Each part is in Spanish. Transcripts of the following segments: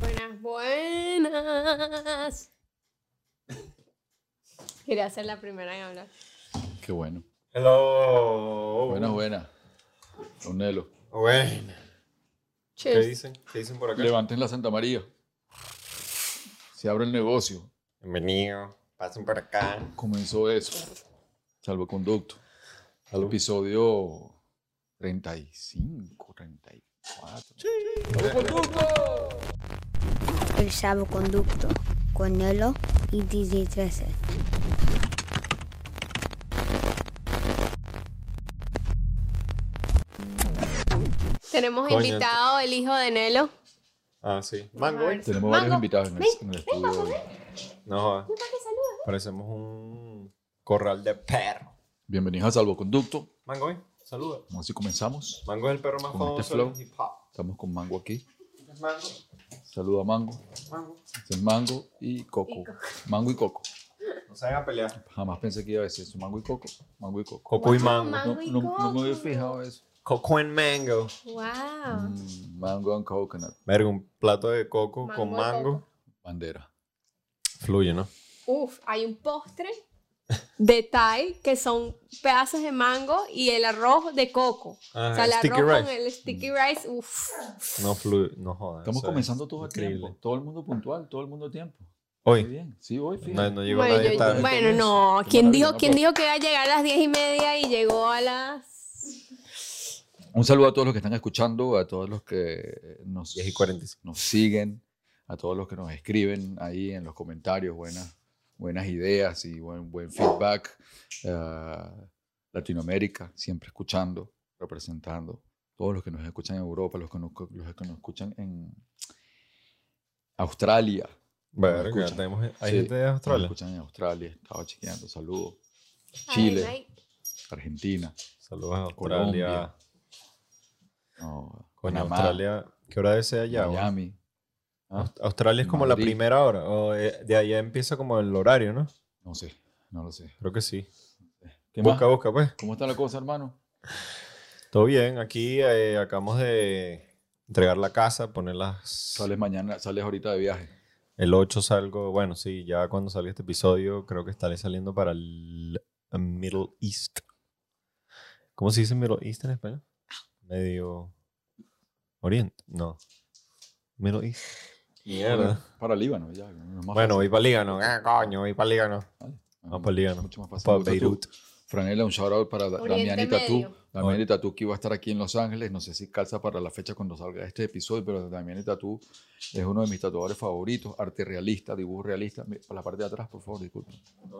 Buenas, buenas. Quería ser la primera en hablar. Qué bueno. Hello. Buenas, buenas. Don Nelo. Bueno. ¿Qué Cheers. dicen? ¿Qué dicen por acá? Levanten la Santa María. Se abre el negocio. Bienvenido. Pasen por acá. Comenzó eso. Salvoconducto. Al episodio 35, 34. El salvoconducto con Nelo y DJ 13. Tenemos Coño, invitado el hijo de Nelo. Ah, sí. Mango. ¿eh? Tenemos varios invitados en el, en el estudio hoy. No jodas. Parecemos un corral de perro. Bienvenidos a Salvoconducto. Mango, ¿eh? saluda. Vamos así comenzamos. Mango es el perro más Con este famoso del flow. hip hop. Estamos con Mango aquí. ¿Es Mango? Saluda a Mango. Mango. Este es Mango y Coco. Mango y Coco. No se hagan pelear. Jamás pensé que iba a decir eso. Mango y Coco. Mango y Coco. Coco y mango. No, Mango y no- no me había Coco. fijado eso. Coco and mango. Wow. Mm, Mango and coconut. Verga, un plato de coco Mango con y mango. Bandera. Fluye, ¿no? Uf, hay un postre de Thai que son pedazos de mango y el arroz de coco. Ah, o sea, el sticky arroz con rice. el Mm. sticky rice. Uf. No fluye, no jodas. Estamos eso es comenzando todos a increíble. tiempo. Todo el mundo puntual, todo el mundo a tiempo. Muy Hoy. bien. Sí, hoy, No, fíjate. no llegó Bueno, nadie yo- tarde. bueno, no. ¿Quién maravilla, dijo, ¿no? ¿Quién dijo que iba a llegar a las diez y media y llegó a las Un saludo a todos los que están escuchando, a todos los que nos, 10 y 45. nos siguen, a todos los que nos escriben ahí en los comentarios. Buenas, buenas ideas y buen, buen feedback. Ah, Latinoamérica, siempre escuchando, representando. Todos los que nos escuchan en Europa, los que nos, los que nos escuchan en Australia. Verga, escuchan. tenemos, hay Sí, gente de nos Australia. escuchan en Australia, estaba chequeando. Saludos. Chile. Ay, ay. Argentina. Saludos a Australia. Colombia, No, Coño, Panamá, Australia, ¿qué hora es allá? güey? Miami. Ah, Aust- Australia es como Madrid. la primera hora. O eh, de allá empieza como el horario, ¿no? No sé, no lo sé. Creo que sí. ¿Qué busca, más? busca, pues. ¿Cómo está la cosa, hermano? Todo bien. Aquí eh, acabamos de entregar la casa, ponerlas. Sales mañana, sales ahorita de viaje. El 8 salgo. Bueno, sí, ya cuando salga este episodio, creo que estaré saliendo para el Middle East. ¿Cómo se dice Middle East en español? Medio. Oriente. No. Middle East. Mierda. Para Líbano, ya. no es más Bueno, fácil. voy para Lígano. Ah, coño, voy para Lígano. Ah, Vamos para Lígano. Mucho más fácil. Para Entonces, Beirut. tú, Franela, un shout out para Da- Oriente Damiani Tatú. Medio. Damiani Tatú que iba a estar aquí en Los Ángeles. No sé si calza para la fecha cuando salga este episodio, pero Damiani Tatú es uno de mis tatuadores favoritos. Arte realista, dibujo realista. Mi- Por la parte de atrás, por favor, disculpen.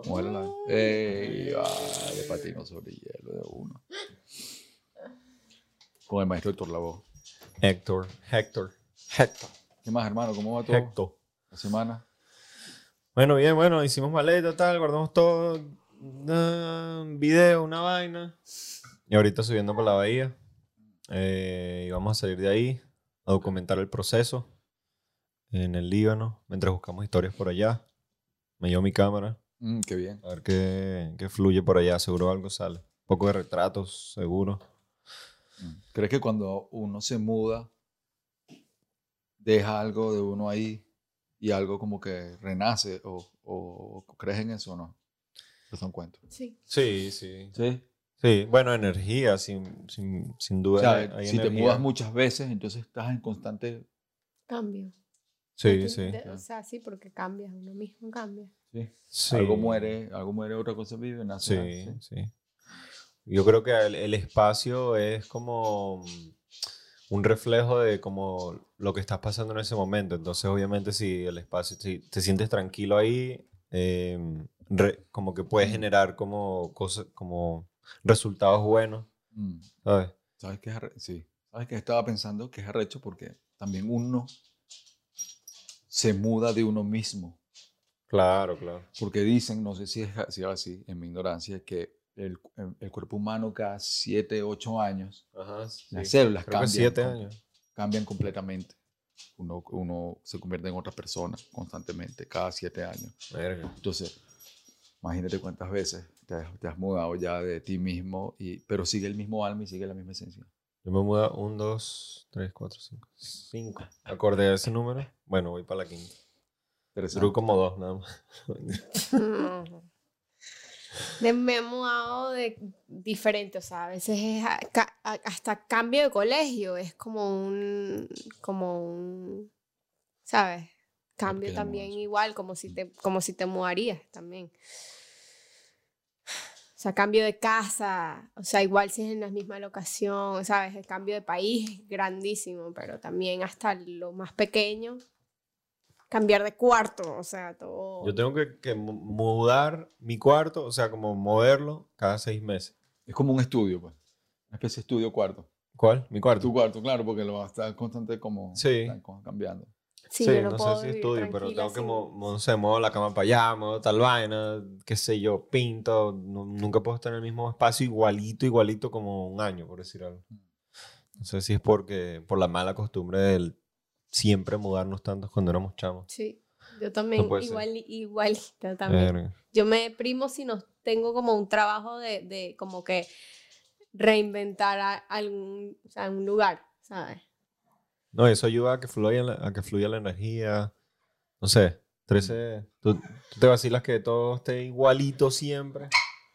Muévela la. ¡Ey! Vale, patino sobre hielo de uno. Con el maestro Héctor Lavoe. Héctor, Héctor, Héctor, ¿Qué más, hermano? ¿Cómo va todo? Héctor. La semana. Bueno, bien, bueno, hicimos maleta, tal, guardamos todo, ah, un video, una vaina. Y ahorita subiendo por la bahía. Eh, y vamos a salir de ahí a documentar el proceso en el Líbano, mientras buscamos historias por allá. Me llevo mi cámara, Mm, qué bien. a ver qué, qué fluye por allá, seguro algo sale. Un poco de retratos, seguro. Mm. ¿Crees que cuando uno se muda, deja algo de uno ahí y algo como que renace? ¿O, o crees en eso o no? Eso un cuento. Sí. Sí, sí. Sí. Sí, bueno, energía, sin, sin, sin O duda. sea, hay- hay si te energía. mudas muchas veces, entonces estás en constante. Cambio. Sí, sí. De- O sea, sí, porque cambias, uno mismo cambia. Sí. Algo muere, algo muere, otra cosa vive, nace. Sí, nace. sí. Yo creo que el, el espacio es como mm, un reflejo de como lo que estás pasando en ese momento. Entonces, obviamente, si el espacio, si te sientes tranquilo ahí, eh, re- como que puedes generar como cosas, como resultados buenos, Mm. ¿sabes? ¿Sabes qué es arre- Sí. ¿Sabes qué estaba pensando? Que es arrecho porque también uno se muda de uno mismo. Claro, claro. Porque dicen, no sé si es así, así en mi ignorancia, que el, cu- el- el cuerpo humano cada 7, 8 años, Ajá, sí. las células Creo que cambian, siete com- años. cambian completamente. Uno, uno se convierte en otra persona constantemente, cada 7 años. Verga. Entonces, imagínate cuántas veces te has, te has mudado ya de ti mismo, y, pero sigue el mismo alma y sigue la misma esencia. Yo me muda 1, 2, 3, 4, 5. 5. Acorde a ese número. Bueno, voy para la quinta. Interesante. Drew como dos, nada más. De me he mudado de diferente, o sea, a veces es a- ca- a- hasta cambio de colegio, es como un, como un, ¿sabes? Cambio pequeña también mudanza. igual, como si te, como si te mudarías también. O sea, cambio de casa, o sea, igual si es en la misma locación, ¿sabes? El cambio de país es grandísimo, pero también hasta lo más pequeño, cambiar de cuarto, o sea, todo. Yo tengo que, que mu- mudar mi cuarto, o sea, como moverlo cada seis meses. Es como un estudio, pues. Una especie de estudio cuarto. ¿Cuál? Mi Tu cuarto. cuarto, claro, porque lo vas a estar constante como Sí. están como cambiando. Sí, yo no, puedo sé si vivir estudio, pero tranquila tengo que, sin- mo- mo- no sé, muevo la cama para allá, muevo tal vaina, qué sé yo, pinto. nu- nunca puedo estar en el mismo espacio igualito, igualito como un año, por decir algo. No sé si es porque, por la mala costumbre del siempre mudarnos tantos cuando éramos chamos. Sí, yo también puede ser. igual, igualita también. Verga. Yo me deprimo si no tengo como un trabajo de, de como que reinventar a- algún, o sea, algún lugar, ¿sabes? No, eso ayuda a que fluya la, a que fluya la energía. No sé, 13. Tú, tú te vacilas que todo esté igualito siempre.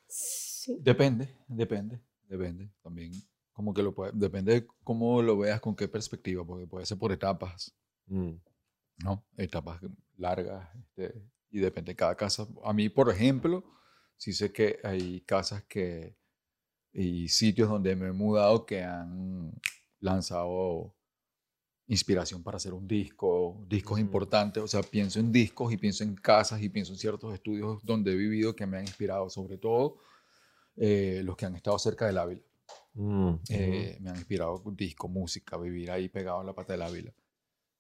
Sí. Depende, depende, depende. También, como que lo puede, depende de cómo lo veas, con qué perspectiva, porque puede ser por etapas, Mm. ¿no? Etapas largas, este, y depende de cada casa. A mí, por ejemplo, sí sé que hay casas que, y sitios donde me he mudado que han lanzado inspiración para hacer un disco, discos Ujú. importantes, o sea, pienso en discos y pienso en casas y pienso en ciertos estudios donde he vivido que me han inspirado, sobre todo eh, los que han estado cerca del Ávila. Mm. Eh, me han inspirado con disco, música, vivir ahí pegado en la pata del Ávila.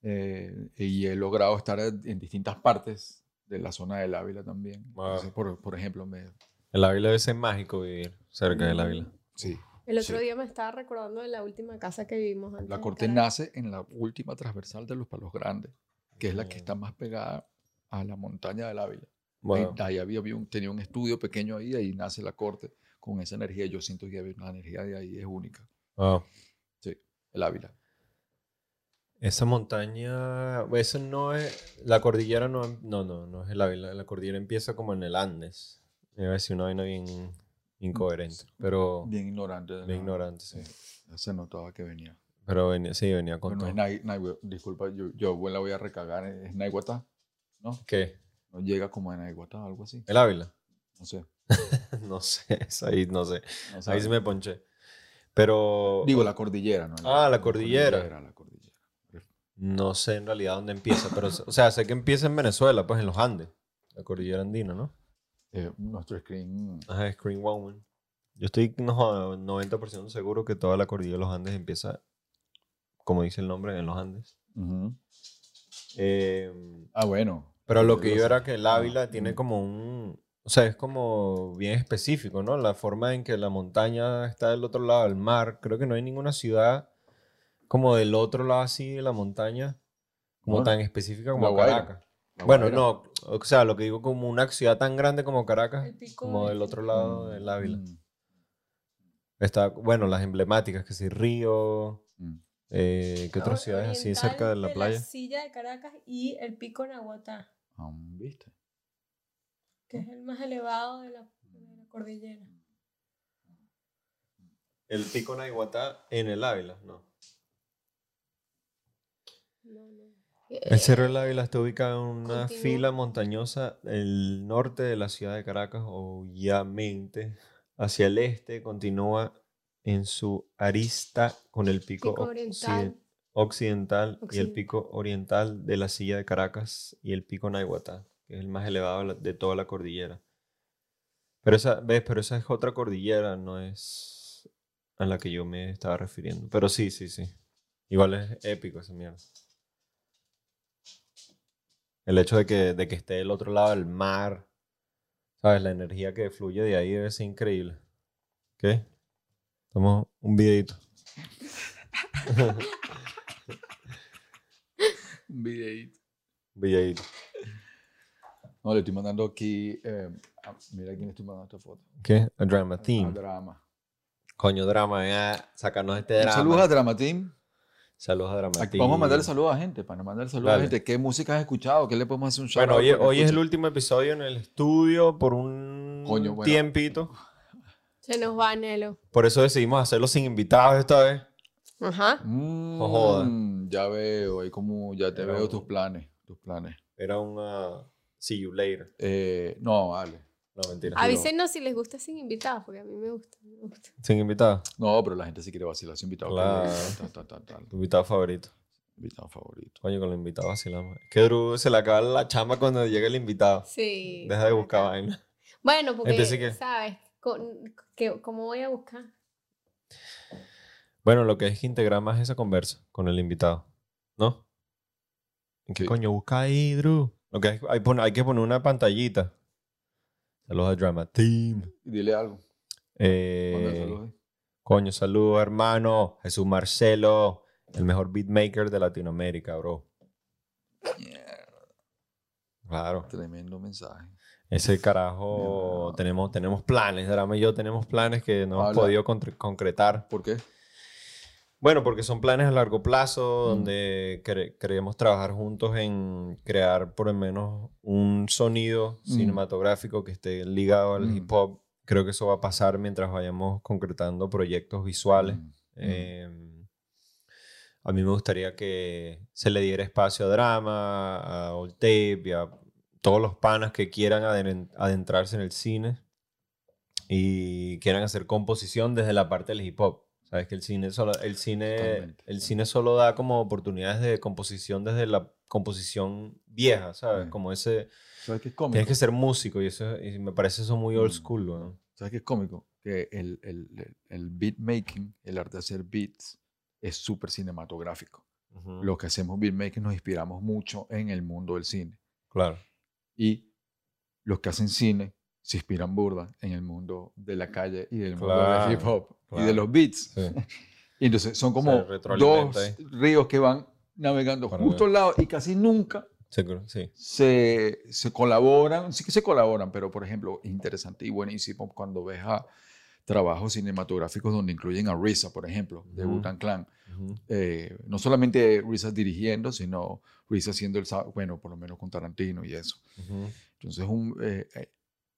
Eh, y he logrado estar en en distintas partes de la zona del Ávila también. Wow. Entonces, por, por ejemplo, me, el Ávila debe ser mágico vivir cerca del Ávila. sí, El otro Sí. día me estaba recordando de la última casa que vivimos antes. la en corte Caracas. nace en la última transversal de los Palos Grandes, que es la que está más pegada a la montaña del Ávila. Ahí- Bueno, Ahí había, había un, tenía un estudio pequeño ahí, ahí nace la corte con esa energía. Yo siento que la energía de ahí es única, wow. el Ávila. Esa montaña, eso no es, la cordillera no, no, no, no es el Ávila, la cordillera empieza como en el Andes. Iba a decir una vaina bien incoherente, pero bien, Bien ignorante. de la- ignorante, sí. Se notaba que venía. Pero venía, sí, venía con Pero no todo. es Nai- Naihue- disculpa, yo, yo la voy a recagar, es Naiguatá, ¿Qué? no llega como a Naiguatá, algo así, ¿El Ávila? no sé. No sé, eso ahí no sé. no Ahí sabe. sí me ponché. Pero Digo la cordillera, ¿no? Ah, la cordillera. La cordillera, no sé en realidad dónde empieza. Pero, o sea, sé que empieza en Venezuela, pues en los Andes. La cordillera andina, ¿no? Eh, nuestro screen, Ajá, es Green Woman. Yo estoy no joda, 90% seguro que toda la cordillera de los Andes empieza, como dice el nombre, en los Andes. ujú. Eh, ah, bueno. pero lo Yo que lo yo sé. era que el Ah, Ávila tiene mm. como un... O sea, es como bien específico, ¿no? La forma en que la montaña está del otro lado del mar. Creo que no hay ninguna ciudad como del otro lado así de la montaña, como Bueno, tan específica La como Guaira. Caracas. La Bueno, Guaira. no, o sea, lo que digo como una ciudad tan grande como Caracas, El pico como de- del otro lado Mm, del Ávila. mm, Está, bueno, las emblemáticas, que sí, Río, mm. eh, ¿qué otras ciudades así Oriental cerca de la playa? silla de Caracas y el pico Nahuatl, Ah, ¿Viste? que es el más elevado de la, de la cordillera. El Pico Naiguatá en el Ávila, no. No, Eh, no. El Cerro del Ávila está ubicado en una Continúa. fila montañosa el norte de la ciudad de Caracas, obviamente. Hacia el este continúa en su arista con el pico, Pico oriental. occiden- occidental, y el Occidental. pico oriental de la silla de Caracas y el pico Naiguatá, que es el más elevado de la- de toda la cordillera. Pero esa, ves, pero esa es otra cordillera, no es a la que yo me estaba refiriendo. Pero sí, sí, sí. Igual es épico esa mierda. El hecho de que, de que esté del otro lado del mar, ¿sabes? La energía que fluye de ahí debe ser increíble. ¿Qué? Tomamos un videito. Un videíto. videito. No, le estoy mandando aquí, eh, ah, mira quién le estoy mandando esta foto. ¿Qué? A drama Al theme. drama. Coño, drama, ven a sacarnos este drama. Saludos a Dramatim. Saludos a drama. Aquí Vamos a mandarle saludos a gente, para mandarle saludos a Dale. gente. ¿Qué música has escuchado? ¿Qué le podemos hacer un shout Bueno, hoy, hoy es el último episodio en el estudio por un Coño, bueno. tiempito. Se nos va, Nelo. Por eso decidimos hacerlo sin invitados esta vez. Ajá. No No joda. Ya veo, ahí como ya te Pero- veo tus planes, tus planes. Era una see you later. Eh, no, vale. No, mentira. Avísenos si les gusta sin invitados, porque a mí me gusta. Me gusta. Sin invitados. No, pero la gente sí quiere vacilar su invitado. Claro. Tal, tal, tal, tal. Tu invitado favorito. Invitado favorito. Coño, con los invitados vacilamos. Es que Drew se le acaba la chamba cuando llega el invitado. Sí. Deja de buscar acá. vaina. Bueno, porque, Empiece que- ¿sabes? Con- que- ¿Cómo voy a buscar? Bueno, lo que es que integrar más esa conversa con el invitado. ¿No? ¿En qué Sí. coño busca ahí, Drew? Lo que hay, hay pon- hay que poner una pantallita. Saludos a Drama Team. Y dile algo. Mándale Eh, saludos. coño, saludos, hermano. Jesús Marcelo, el mejor beatmaker de Latinoamérica, bro. Claro. Tremendo mensaje. Ese Bien, carajo, bueno. tenemos, tenemos planes, Drama y yo tenemos planes que no hemos Habla. podido contr- concretar. ¿Por qué? Bueno, porque son planes a largo plazo, Mm. donde quere- queremos trabajar juntos en crear por lo menos un sonido Mm. cinematográfico que esté ligado al Mm. hip hop. Creo que eso va a pasar mientras vayamos concretando proyectos visuales. Mm. Eh, a mí me gustaría que se le diera espacio a drama, a old tape y a todos los panas que quieran aden- adentrarse en el cine y quieran hacer composición desde la parte del hip hop. Sabes que el cine solo, el cine, Totalmente. el cine solo da como oportunidades de composición desde la composición vieja, ¿sabes? Sí. Como ese... ¿Sabes qué es cómico? Tienes que ser músico y, eso, y me parece eso muy old Mm. school, weón. ¿Sabes qué es cómico? Que el, el, el- el beat making, el arte de hacer beats, es súper cinematográfico. Ujú. Los que hacemos beat making nos inspiramos mucho en el mundo del cine. Claro. Y los que hacen cine se inspiran burda en el mundo de la calle y del mundo Claro, del hip hop y de claro. los beats. Sí. Y entonces son como dos retroalimenta ahí. ríos que van navegando Para justo ver. al lado y casi nunca Seguro, sí. se, se colaboran, sí que se colaboran, pero por ejemplo, interesante y buenísimo cuando ves a trabajos cinematográficos donde incluyen a RZA, por ejemplo, de Ujú. Wu-Tang Clan. Ujú. Eh, no solamente RZA dirigiendo, sino RZA haciendo el, sa- bueno, por lo menos con Tarantino y eso. Ujú. Entonces, un, eh, eh,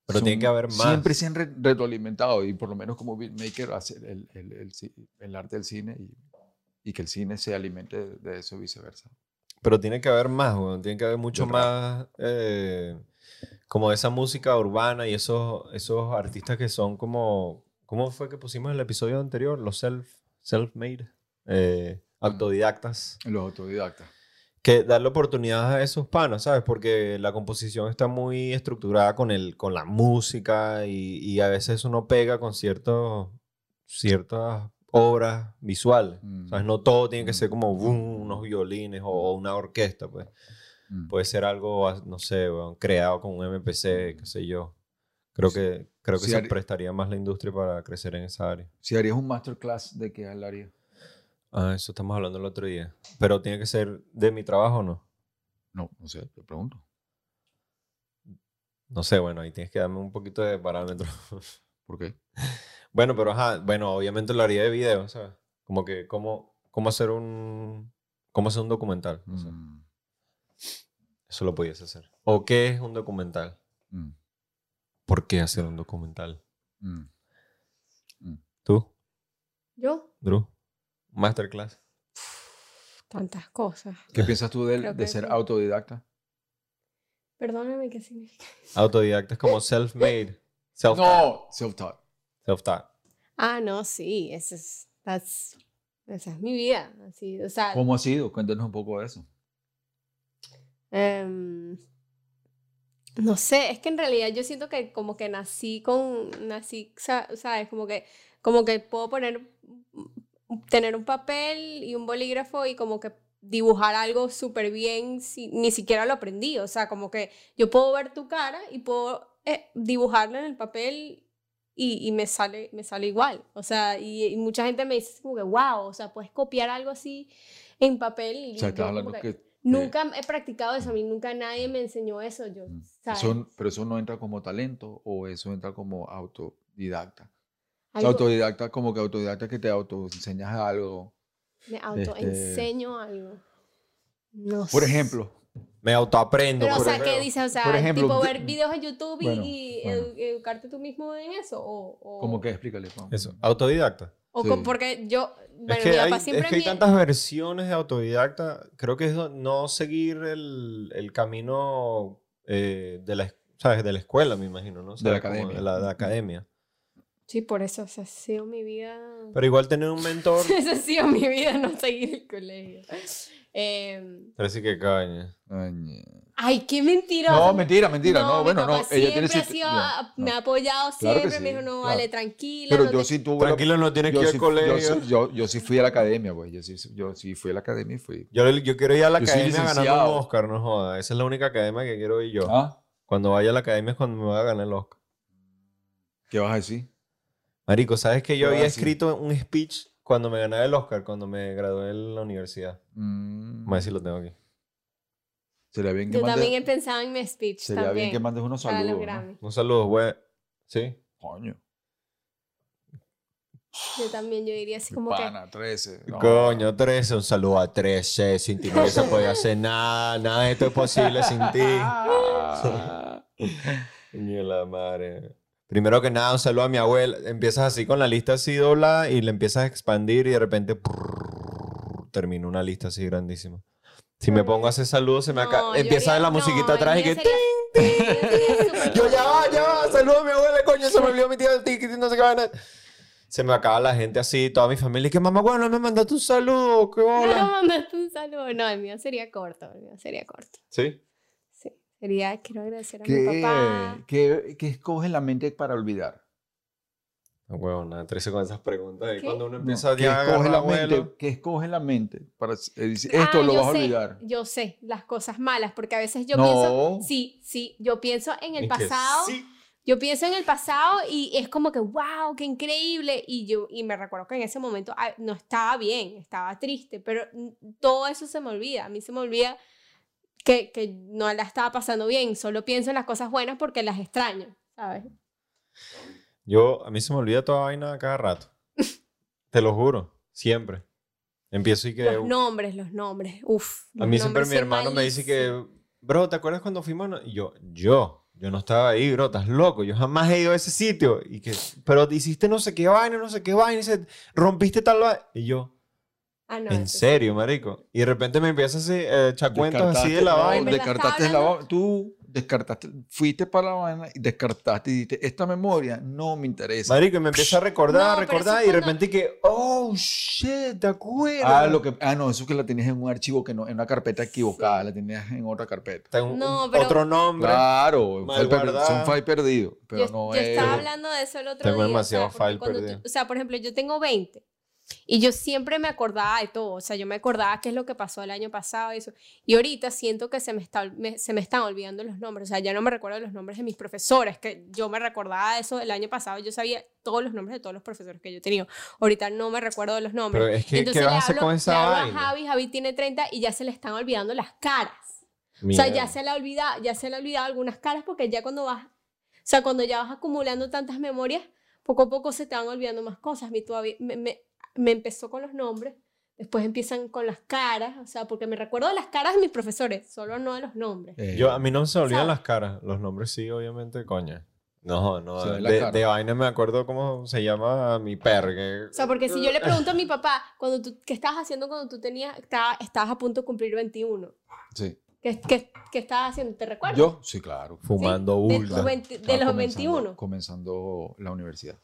Pero tiene que haber más. Siempre se han re- retroalimentado y por lo menos como beatmaker hacer el, el, el ci- el arte del cine y, y que el cine se alimente de, de eso y viceversa. Pero tiene que haber más, weón. Tiene que haber mucho Del más eh, como esa música urbana y esos, esos artistas que son como... ¿Cómo fue que pusimos en el episodio anterior? Los self, self-made, eh, autodidactas. Los autodidactas. Que darle oportunidad a esos panos, ¿sabes? Porque la composición está muy estructurada con, el, con la música y, y a veces eso no pega con ciertos, ciertas obras visuales. Mm. ¿Sabes? No todo tiene que ser Mm. como boom, unos violines o, o una orquesta, pues. Mm. Puede ser algo, ah, no sé, weón, creado con un MPC, qué sé yo. Creo Sí. que, creo que Sí, se Ari- prestaría más la industria para crecer en esa área. Si harías un masterclass, ¿de qué hablarías? Ah, eso estamos hablando el otro día. Pero tiene que ser de mi trabajo o no. No, no sé, te pregunto. No sé, bueno, ahí tienes que darme un poquito de parámetros. ¿Por qué? bueno, pero ajá, bueno, obviamente lo haría de video, ¿sabes? Como que, ¿cómo, cómo hacer un. ¿Cómo hacer un documental? no sé. Mm, Eso lo pudiese hacer. ¿O qué es un documental? mm, ¿Por qué hacer un documental? mm. ¿Tú, Yo, Drew? Masterclass. tantas cosas. ¿Qué piensas tú del- de, Creo que ser sí. autodidacta? Perdóname, ¿qué significa? Autodidacta es como self-made. Self No, self-taught. Self-taught. Ah, no, sí, esa es, that's- esa es mi vida. Así, o sea, ¿Cómo ha sido? Cuéntanos un poco de eso. em, no sé, es que en realidad yo siento que como que nací con, nací, sa- ¿sabes? Como que, como que puedo poner, mm, tener un papel y un bolígrafo y como que dibujar algo súper bien, si, ni siquiera lo aprendí, o sea, como que yo puedo ver tu cara y puedo eh, dibujarla en el papel y, y me, sale, me sale igual. O sea, y, y mucha gente me dice como que, wow, o sea, puedes copiar algo así en papel. Y O yo sea, estás como hablando que que... nunca he practicado eso, a mí nunca nadie me enseñó eso. Yo, Mm. ¿sabes? Eso- pero eso no entra como talento o eso entra como autodidacta. Algo- Autodidacta, como que autodidacta que te autoenseñas algo. me autoenseño algo. No este, Por sé. ejemplo, Me autoaprendo. Pero, o por sea, ejemplo. ¿qué dices? O sea, por ejemplo, tipo de- ver videos en YouTube y- Bueno, y bueno. edu- educarte tú mismo en eso. O, o, como que explícale. Juan. Eso, autodidacta. o sí. con- porque yo, bueno, es que, mi hay, papá es siempre que hay me- tantas versiones de autodidacta. Creo que es no- no seguir el, el camino eh, de, la, es- ¿sabes? de la escuela, me imagino, ¿no? O sea, la como academia. De la, de la academia. Sí, por eso, o sea, ha sido mi vida. Pero igual tener un mentor. Esa ha sido mi vida, no seguir el colegio. Eh, Parece que caña. Ay, eh. ay, qué mentiroso. No, mentira, mentira. No, mi bueno, no. papá Ella tiene siempre ha su- sido- ya, me no. ha apoyado Claro que siempre, me sí, dijo, no, claro. vale, tranquila. Pero no yo te- sí tuve. la- Tranquilo, no tienes que yo, ir sí, al yo, colegio. sí- yo, yo sí fui a la academia, güey. Yo sí, yo sí fui a la academia y fui. Yo, yo quiero ir a la Yo soy academia ganando licenciado. un Oscar, no joda. Esa es la única academia que quiero ir yo. ¿Ah? Cuando vaya a la academia es cuando me va a ganar el Oscar. ¿Qué vas a decir? Marico, ¿sabes que yo Ah, había sí. escrito un speech cuando me ganaba el Oscar, cuando me gradué en la universidad? Mm, Vamos a ver si lo tengo aquí. sería bien que Yo mandes- también he pensado en mi speech sería bien también. que mandes unos para los saludos. ¿no? Grammy. Un saludo, güey. ¿Sí? Coño. Yo también, yo diría así mi como que... pana, 13. no. Coño, 13, un saludo a 13. Sin ti no se puede hacer nada, nada de esto es posible sin ti. Ah. Ni la madre. Primero que nada, un saludo a mi abuela. Empiezas así con la lista así doblada y le empiezas a expandir y de repente prrr, termina una lista así grandísima. Si me pongo a hacer saludos, se me acaba. No, yo Empieza diría- la musiquita no, atrás y yo que. sería- yo sería súper- Yo ya va, ya va, saludo a mi abuela, coño, se me olvidó mi tío, tiki, no se acaba nada. Se me acaba la gente así, toda mi familia, y que mamá, bueno, me mandaste un saludo, qué No, bola. mandaste un saludo. No, el mío sería corto, el mío sería corto. ¿Sí? Sí. Sería, quiero agradecer a mi ¿Qué, papá. qué, ¿Qué escoge la mente para olvidar? No, huevón, nada, 13 con esas preguntas. Y ¿Qué? cuando uno No, empieza ¿qué ya a agarrar escoge la vuelo, mente? ¿Qué escoge la mente para s- eh, decir, esto Ah, lo yo vas a sé, olvidar? Yo sé, las cosas malas, porque a veces yo No. pienso, sí, sí, yo pienso en el y que pasado, sí. yo pienso en el pasado y es como que, wow, qué increíble. Y yo, y me recuerdo que en ese momento ah, no estaba bien, estaba triste, pero mm, todo eso se me olvida, a mí se me olvida que, que no la estaba pasando bien, solo pienso en las cosas buenas porque las extraño, ¿sabes? Yo, a mí se me olvida toda vaina a cada rato. Te lo juro, siempre. Empiezo y que. Los nombres, los nombres, uff. a mí siempre mi hermano me dice que, bro, ¿te acuerdas cuando fuimos? a no-?" Y yo, yo, yo no estaba ahí, bro, estás loco, yo jamás he ido a ese sitio. Y que, pero te hiciste no sé qué vaina, no sé qué vaina, y se- rompiste tal vaina. Y yo, Ah, no, en eso sí. serio, marico. Y de repente me empiezas así, eh, echar cuentos así de la no, En vaina. verdad, Descartaste estaba la hablando- va- Tú descartaste, fuiste para la vaina y descartaste y dijiste, esta memoria no me interesa. Marico, y me empieza a recordar, No, pero eso recordar, es y de cuando- repente que, oh, shit, ¿te acuerdas? Ah, lo que, ah, no, eso que la tenías en un archivo que no, en una carpeta equivocada, la tenías en otra carpeta. Está un- No, un- pero- Otro nombre. Claro, un Mal file perdido, es guardada. un file perdido, pero yo, no yo es. estaba hablando de eso el otro Tengo día. demasiado o sea, porque file cuando tú- perdido. o sea, por ejemplo, yo tengo 20 y yo siempre me acordaba de todo. O sea, yo me acordaba qué es lo que pasó el año pasado y eso. Y ahorita siento que se me, está, ol- me- se me están olvidando los nombres. O sea, ya no me recuerdo los nombres de mis profesores, que yo me recordaba de eso el año pasado. Yo sabía todos los nombres de todos los profesores que yo he tenido. Ahorita no me recuerdo de los nombres. Pero es que, ¿qué vas a hacer con le esa hablo vaina? a Javi, Javi tiene 30 y ya se le están olvidando las caras. O sea, ya Mierda. se le ha olvidado, ya se le ha olvidado algunas caras porque ya cuando vas, o sea, cuando ya vas acumulando tantas memorias, poco a poco se te van olvidando más cosas. A mí todavía me, me- me empezó con los nombres, después empiezan con las caras, o sea, porque me recuerdo de las caras de mis profesores, solo no de los nombres. Eh, Yo, a mí no se me olvidan ¿Sabes? las caras. Los nombres sí, obviamente, coña. No, no. Se ven las De, caras. de vaina me acuerdo cómo se llama mi perro. O sea, porque si yo le pregunto a mi papá, cuando tú, ¿qué estabas haciendo cuando tú tenías, estaba- estabas a punto de cumplir 21? sí. ¿Qué, qué, qué estabas haciendo? ¿Te recuerdas? Yo, sí, claro. Fumando de, bulda. tus 20 de Estaba los comenzando- 21. Comenzando la universidad.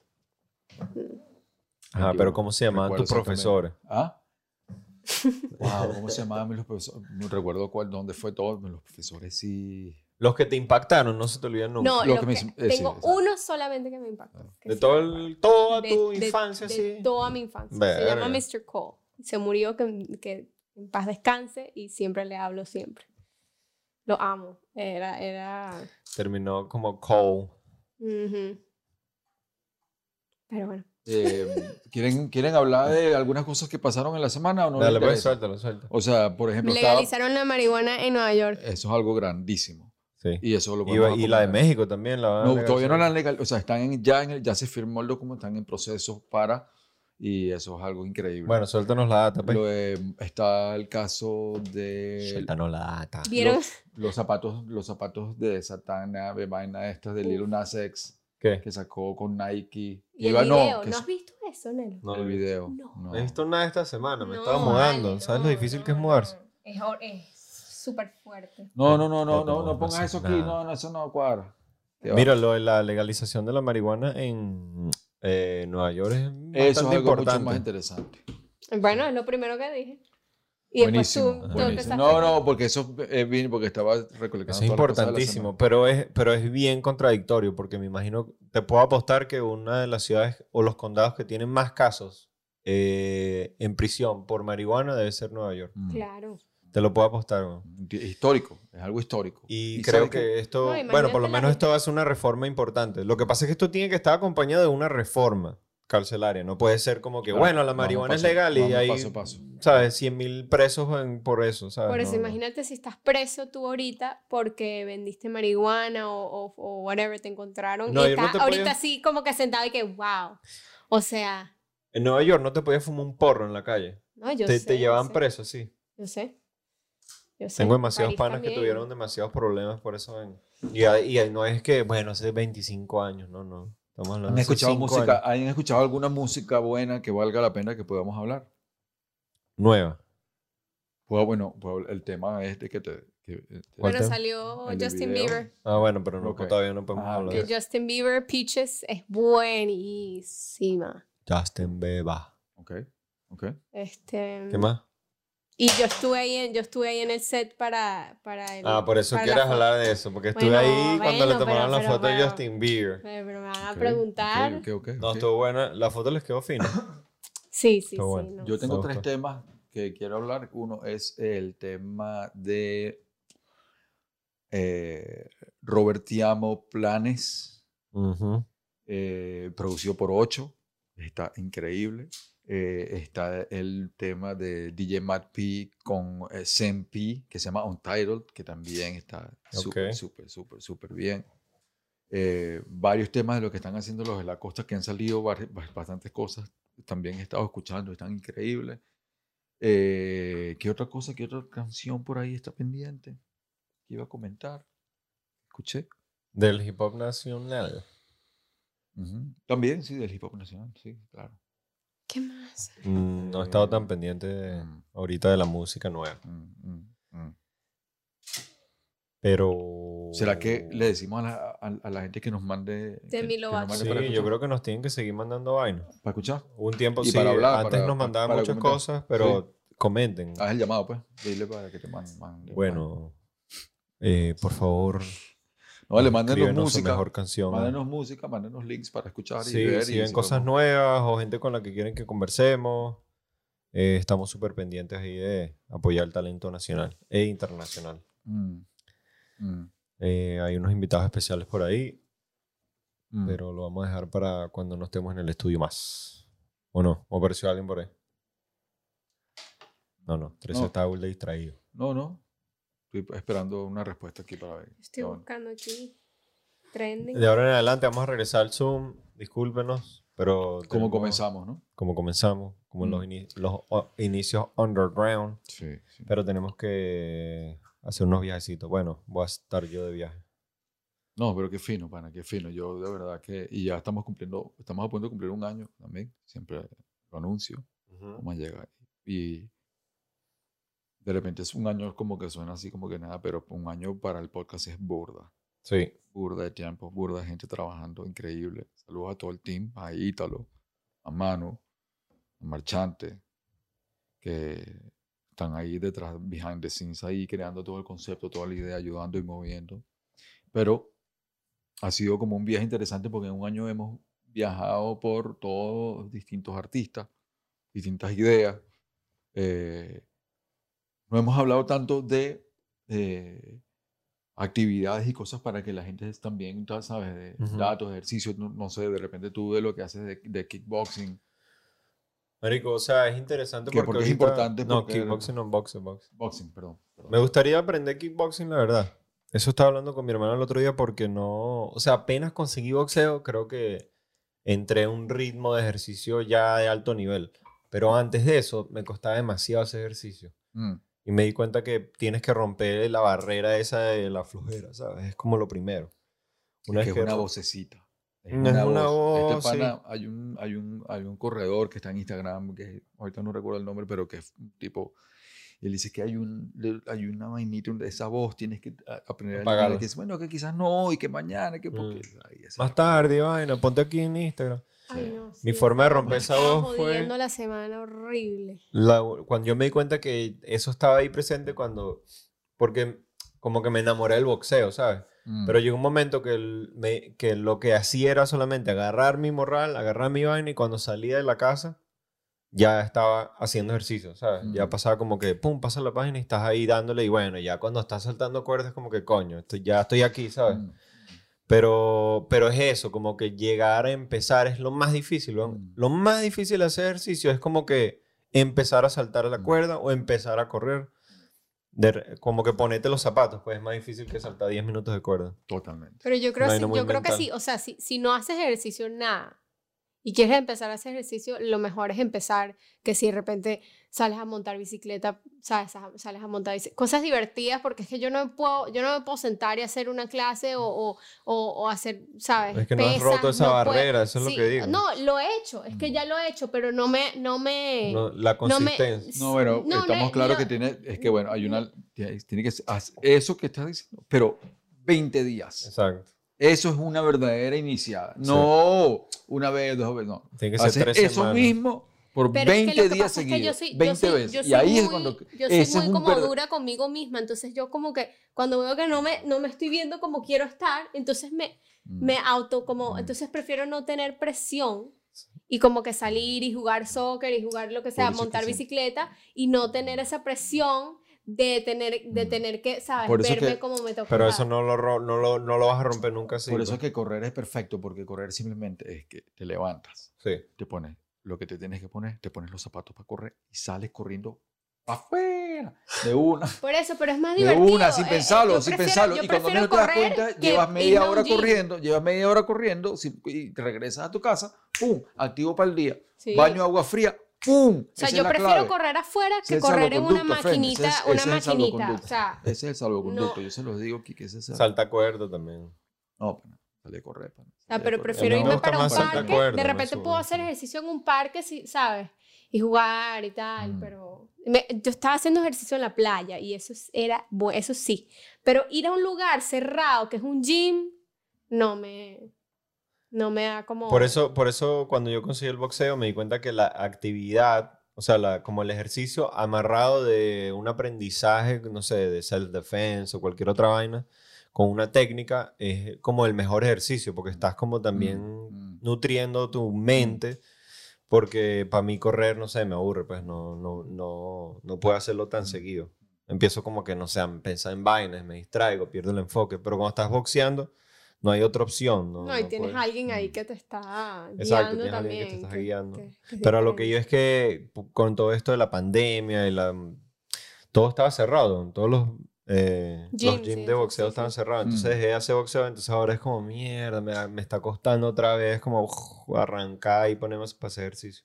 Mm. Ajá, Ah, pero ¿cómo se llamaban Recuerdo tus profesores? ¿Ah? Wow, ¿cómo se llamaban los profesores? No recuerdo cuál, dónde fue todo. Los profesores sí. Los que te impactaron, no se te olvidan nunca. No, Lo lo que que me- eh, sí, tengo exacto. Ah, uno solamente que me impacta. que de sí todo me el- acuerdo. toda de- tu de- infancia, de sí. toda mi infancia. Se Verga. llama Mr. Cole. Se murió, que, que en paz descanse y siempre le hablo, siempre. Lo amo. Era, era... Terminó como Cole. ujú. Pero bueno. Eh, ¿quieren, ¿Quieren hablar de algunas cosas que pasaron en la semana o no? les Dale, pues, interesa? suéltalo, suéltalo. O sea, por ejemplo, estaba- Legalizaron la marihuana en Nueva York. eso es algo grandísimo. Sí. Y eso lo Y, podemos y la de acompañar. México también la van a No, legal- todavía no la han legal, o sea, están en- ya, en el- ya se firmó el documento, están en proceso para, y eso es algo increíble. Bueno, suéltanos la data, pues. Lo de- está el caso de Suéltanos la data. ¿Vieron? los zapatos, los zapatos de Satana, de vaina estas de Lil Nas X, ¿Qué? que sacó con Nike. Y el Iba- video, que ¿no es- has visto eso, Nelo? No el lo he visto. video. No. no. No he visto nada esta semana, me estaba No, mudando. vale, ¿Sabes no, lo difícil no, que es mudarse? no. Es hor- Es súper fuerte. No, no, no, no, No, no, no no pongas sé eso aquí, nada. no, no, eso no cuadra. Qué va. Mira, lo de la legalización de la marihuana en eh, Nueva York es bastante eso es algo importante. mucho más interesante. Bueno, es lo primero que dije. Y después tú, Buenísimo, tú buenísimo. empezaste. No, no, porque eso eh, vine porque estaba recolectando. Eso todas las cosas de la es importantísimo, pero es, pero es bien contradictorio porque me imagino, te puedo apostar que una de las ciudades o los condados que tienen más casos eh, en prisión por marihuana debe ser Nueva York. semana. Mm. Claro. Te lo puedo apostar. weón. Histórico, es algo histórico. Y, ¿Y creo sabes que, qué? No, esto, imagínate bueno, por lo la menos gente. esto va a ser una reforma importante. Lo que pasa es que esto tiene que estar acompañado de una reforma carcelaria. No puede ser como que, Claro, bueno, la vamos marihuana es paso- legal y vamos hay, paso a paso. ¿sabes? 100 mil presos en- por eso, ¿sabes? Por eso, Ah, No, no. imagínate si estás preso tú ahorita porque vendiste marihuana o, o, o whatever, te encontraron. No, y yo no estás te podía- ahorita así como que sentado y que, wow. O sea, En Nueva York no te podías fumar un porro en la calle. no, yo Te, sé. te yo llevaban sé, preso, sí. Yo sé. Yo sé. Tengo demasiados París panas que también. tuvieron demasiados problemas por eso. vaina. Y, ahí- y ahí no es que, bueno, hace 25 años, no, no. Estamos hablando ¿Han de hace escuchado, cinco música, años. ¿Han escuchado alguna música buena que valga la pena que podamos hablar? Nueva. Pues, bueno, pues, el tema es de que te... que, eh, te- ¿Cuál Bueno, tema? salió El del Justin video. Bieber. Ah, bueno, pero no, Ok. todavía no podemos Ah, hablar. Que ok. de Justin Bieber, Peaches, es buenísima. Justin Bieber. Ok, ok. Este, ¿Qué más? Y yo estuve ahí en, yo estuve ahí en el set para, para el- Ah, por eso para la quieres foto. hablar de eso, porque estuve Bueno, ahí cuando le bueno, tomaron pero- la pero- foto de pero- Justin Bieber. Pero me van a ok, preguntar. ok, ok, ok, No, ok. estuvo buena. La foto les quedó fina. Sí, sí, Está sí. bueno. no. Yo tengo Me tres gustó. temas que quiero hablar. Uno es el tema de eh, Robertiamo Planes, Ujú. eh, producido por Ocho. Está increíble. Eh, está el tema de DJ Matt P con eh, Sam P, que se llama Untitled, que también está súper, Ok. súper, súper, súper bien. Eh, varios temas de lo que están haciendo los de la costa, que han salido vari- bas- bastantes cosas también he estado escuchando, están increíbles. Eh, ¿Qué otra cosa, qué otra canción por ahí está pendiente? Que iba a comentar. Escuché. Del hip hop nacional. Ujú. También, sí, del hip hop nacional, sí, claro. ¿Qué más? Mm, no he Eh, estado tan pendiente de- mm. ahorita de la música nueva. Mm, mm, mm. Pero. ¿Será que le decimos a la, a- a la gente que nos mande. que- que nos Lovato. mande Sí, para yo escuchar? creo que nos tienen que seguir mandando vainas. ¿Para escuchar? Hubo Un tiempo Y sí, para hablar, antes para- nos mandaban para muchas comentar. cosas, pero comenten. Haz el llamado, pues. Dile para que te manden. manden- Bueno, eh, por favor. No, le manden los escríbenos su música. mejor canción. Mándenos música, mándenos links para escuchar y Sí, ver. si y ven si cosas podemos- nuevas o gente con la que quieren que conversemos. eh, estamos súper pendientes ahí de apoyar el talento nacional e internacional. Mm, mm, Eh, hay unos invitados especiales por ahí, mm. pero lo vamos a dejar para cuando no estemos en el estudio más. ¿O no? ¿O apareció alguien por ahí? No, no. 13 No. está burda distraído. No, no. Estoy esperando una respuesta aquí para ver. Estoy No, buscando aquí. Trending. De ahora en adelante vamos a regresar al Zoom. Discúlpenos, pero... ¿Cómo tenemos- comenzamos, no? Como comenzamos. Como Mm. los, ini- los o- inicios underground. Sí, sí. Pero tenemos que hacer unos viajecitos. Bueno, voy a estar yo de viaje. No, pero qué fino, pana, qué fino. Yo de verdad que... Y ya estamos cumpliendo, estamos a punto de cumplir un año también. Siempre lo anuncio. Vamos a llegar. Y de repente es un año como que suena así como que nada, pero un año para el podcast es burda. Sí. Burda de tiempo, burda de gente trabajando, increíble. Saludos a todo el team, a Ítalo, a Manu, a Marchante, que están ahí detrás, behind the scenes, ahí creando todo el concepto, toda la idea, ayudando y moviendo. Pero ha sido como un viaje interesante porque en un año hemos viajado por todos distintos artistas, distintas ideas. Eh, no hemos hablado tanto de eh, actividades y cosas para que la gente es también, ta- ¿sabes? De Ujú. datos, ejercicios, no, no sé, de repente tú de lo que haces de, de kickboxing, Marico, o sea, es interesante Que porque, porque es ahorita- importante No, porque- kickboxing no boxing, boxing. boxing, perdón. perdón. Me gustaría aprender kickboxing, la verdad. Eso estaba hablando con mi hermano el otro día porque no, o sea, apenas conseguí boxeo, creo que entré a un ritmo de ejercicio ya de alto nivel. Pero antes de eso me costaba demasiado ese ejercicio. Mm. Y me di cuenta que tienes que romper la barrera esa de la flojera, ¿sabes? Es como lo primero. que es una ro- vocecita. Es No Mm, es una voz, Este pana, hay, un, hay, un, hay un corredor que está en Instagram, que ahorita no recuerdo el nombre, pero que es un tipo... Y él dice que hay, un, le- hay una vainita, un- esa voz tienes que a- aprender a Apagarla. Mm. leer, que dice, bueno, que quizás no hoy, que mañana, que porque... ay, esa- Más tarde, vaina, ponte aquí en Instagram. Ay, no, sí. Mi forma de romper esa Estaba voz fue jodiendo la semana horrible. la- cuando yo me di cuenta que eso estaba ahí presente cuando, porque como que me enamoré del boxeo, ¿sabes? Mm. Pero llegó un momento que, el- me- que lo que hacía era solamente agarrar mi morral, agarrar mi vaina y cuando salía de la casa ya estaba haciendo ejercicio, ¿sabes? Ya Ujú. pasaba como que, pum, pasa la página y estás ahí dándole y bueno, ya cuando estás saltando cuerdas como que, coño, estoy- ya estoy aquí, ¿sabes? Mm. Pero, pero es eso, como que llegar a empezar es lo más difícil. weón. Mm. Lo más difícil de hacer ejercicio es como que empezar a saltar a la Mm. cuerda o empezar a correr. De re- como que ponerte los zapatos, pues es más difícil que saltar 10 minutos de cuerda. Totalmente. Pero yo creo, Una sí- vaina muy yo creo que mental. sí, o sea, si, si no haces ejercicio, nada. Y quieres empezar a hacer ejercicio, lo mejor es empezar, que si de repente sales a montar bicicleta, sabes, sa- sales a montar bici- cosas divertidas, porque es que yo no me puedo, yo no me puedo sentar y hacer una clase o, o, o- o hacer, ¿sabes? Es que no has Pesas, roto esa no puedo- barrera, eso es lo que Sí, digo. Mm. No, lo he hecho, es que ya lo he hecho, pero no me, no me... No, la Eh, no me- consistencia. No, bueno, No, mm, estamos no, claros no. que tiene, es que bueno, hay una, tiene tiene que ser haz eso que estás diciendo, pero 20 días. Exacto. Eso es una verdadera iniciada. No una vez, dos veces, no. Tiene que Haces ser tres eso semanas. mismo por Pero 20 es que lo que días pasa es que yo seguidos. soy, yo 20 soy- veces. yo y soy ahí es muy- cuando. Yo soy ese muy es un como verdad- dura conmigo misma. Entonces yo como que cuando veo que no me, no me estoy viendo como quiero estar, entonces me, Mm. me auto como... Mm. Entonces prefiero no tener presión y como que salir y jugar soccer y jugar lo que sea, Por eso montar que sí. bicicleta y no tener esa presión de tener, de Mm. tener que, ¿sabes? Por eso Verme que- como me toca. Pero eso jugar. no lo, ro- no, lo, no lo vas a romper nunca así. Por eso es pues. que correr es perfecto, porque correr simplemente es que te levantas, Sí. te pones lo que te tienes que poner, te pones los zapatos para correr y sales corriendo afuera de una. Por eso, pero es más De divertido. una, sin eh, pensarlo, yo sin prefiero- pensarlo. yo Y cuando prefiero menos te das correr cuenta, que llevas irme media a un hora gym. corriendo, llevas media hora corriendo si- y te regresas a tu casa, ¡pum! Activo para el día. Sí. Baño, agua fría, ¡pum! O sea, Esa yo es la prefiero clave. correr afuera Ese que es el correr en una salvoconducto, Fren, ese maquinita, es- una ese es el maquinita. salvoconducto. O sea, Ese Eh, es el salvoconducto. No. Yo se los digo aquí que ese es el Salta cuerda también. No, pana, sale a correr, pana, o sea, sale a Ah, pero correr. prefiero A mí me irme gusta para un más saltar parque. cuerda, de me repente sube. puedo hacer ejercicio en un parque, si, ¿sabes? Y jugar y tal, Mm. pero... me- yo estaba haciendo ejercicio en la playa y eso es- era... bu- eso sí. Pero ir a un lugar cerrado, que es un gym, no me... No me da como... Por eso, por eso cuando yo conseguí el boxeo me di cuenta que la actividad, o sea, la, como el ejercicio amarrado de un aprendizaje, no sé, de self-defense o cualquier otra vaina, con una técnica, es como el mejor ejercicio, porque estás como también Mm, mm. nutriendo tu mente, porque para mí correr, no sé, me aburre, pues no, no, no, no puedo hacerlo tan seguido. Empiezo como que, no sé, a pensar en vainas, me distraigo, pierdo el enfoque, pero cuando estás boxeando, no hay otra opción. No, No, y no tienes puedes. a alguien ahí que te está guiando Exacto, tienes a alguien también. que te está guiando. que es Pero a lo que diferente. yo es que pu- con todo esto de la pandemia y la... mm, Todo estaba cerrado, en todos los, eh, los Gym, sí, gyms de eso, boxeo sí, estaban sí. cerrados. Entonces Mm. dejé de hacer boxeo, entonces ahora es como mierda, me, da- me está costando otra vez como uf, arrancar y ponemos para hacer ejercicio.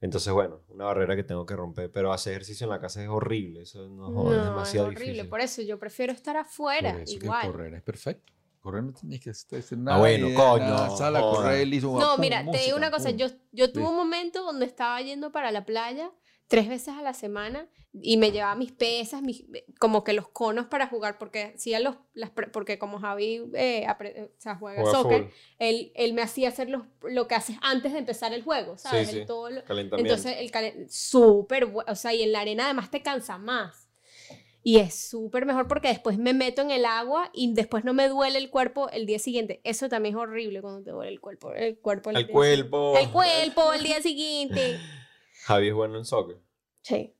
Entonces, bueno, una barrera que tengo que romper, pero hacer ejercicio en la casa es horrible, eso no, joder, es demasiado horrible. difícil. Por eso yo prefiero estar afuera, Por eso que igual. correr es perfecto. Correr no tienes que hacer nada. bueno, ni de coño, nada, Sal a joda. correr, listo, No, pum, mira, te digo música, una cosa. pum. Yo, yo tuve Sí. un momento donde estaba yendo para la playa tres veces a la semana y me llevaba mis pesas, mis, eh, como que los conos para jugar, porque, hacía los, las, pre- porque como Javi eh, apre- eh, o sea, juega, Juega soccer, full, él, él me hacía hacer los, lo que haces antes de empezar el juego, ¿sabes? Sí, El sí. todo lo- calentamiento. entonces, el calen- súper, bu- o sea, y en la arena además te cansa más. Y es súper mejor porque después me meto en el agua y después no me duele el cuerpo el día siguiente. Eso también es horrible cuando te duele el cuerpo. El cuerpo. el el día- cuerpo. El cuerpo el día siguiente. Javi es bueno en soccer. Sí. Y que,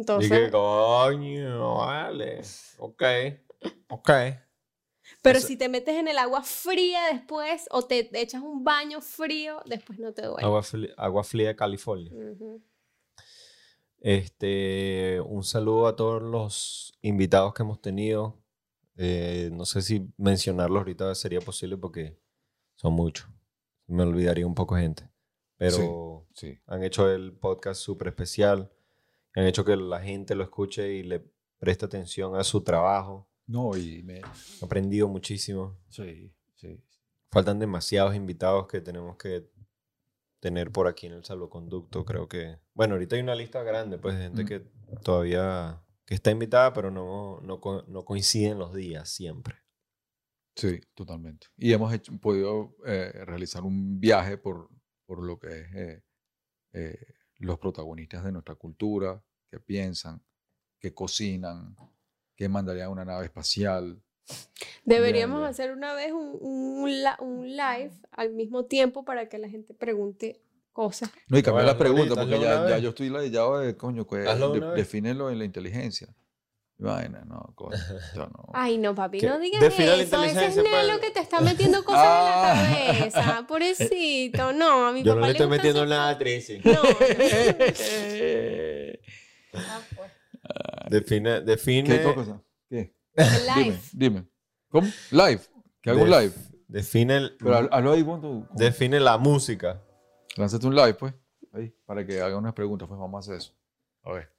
Entonces, coño, vale. Ok, ok. pero eso- si te metes en el agua fría después o te echas un baño frío, después no te duele. Agua, fli- agua fría de California. Ujú. Este, un saludo a todos los invitados que hemos tenido. Eh, no sé si mencionarlos ahorita sería posible porque son muchos. Me olvidaría un poco gente. Pero Sí. han hecho el podcast súper especial. Han hecho que la gente lo escuche y le preste atención a su trabajo. No, y me... He aprendido muchísimo. Sí, sí. Faltan demasiados invitados que tenemos que tener por aquí en el salvoconducto. Creo que. Bueno, ahorita hay una lista grande, pues, de gente Mm. que todavía. que está invitada, pero no, no, co- no coinciden los días siempre. Sí, totalmente. Y hemos hecho- podido eh, realizar un viaje por, por lo que es eh, eh, los protagonistas de nuestra cultura, qué piensan, qué cocinan, qué mandaría una nave espacial. Deberíamos ya. hacer una vez un, un, la- un live al mismo tiempo para que la gente pregunte cosas. No, y Pero cambiar la bueno, pregunta, Lolita, hazlo porque una ya, ya vez. yo estoy ladillado de coño, que Hazlo de- una vez. defínelo en la inteligencia. Vaina, no, coño. yo no. Ay, no, papi, ¿Qué? no digas Defina eso. la Ese es inteligencia, Nelo pues. que te está metiendo cosas en la Ah. cabeza. Pobrecito, no, a mi Yo papá no le estoy gusta metiendo hacer- nada a Tracy. No, Ah, pues, Define. define ¿Qué cosa? ¿Qué? el Dime, live. dime. ¿Cómo? Live. Que hago un def- live. Define, el- Pero hab- hablo ahí, cuando define la música. Lánzate un live, pues. Ahí, para que haga unas preguntas, pues vamos a hacer eso. A ver.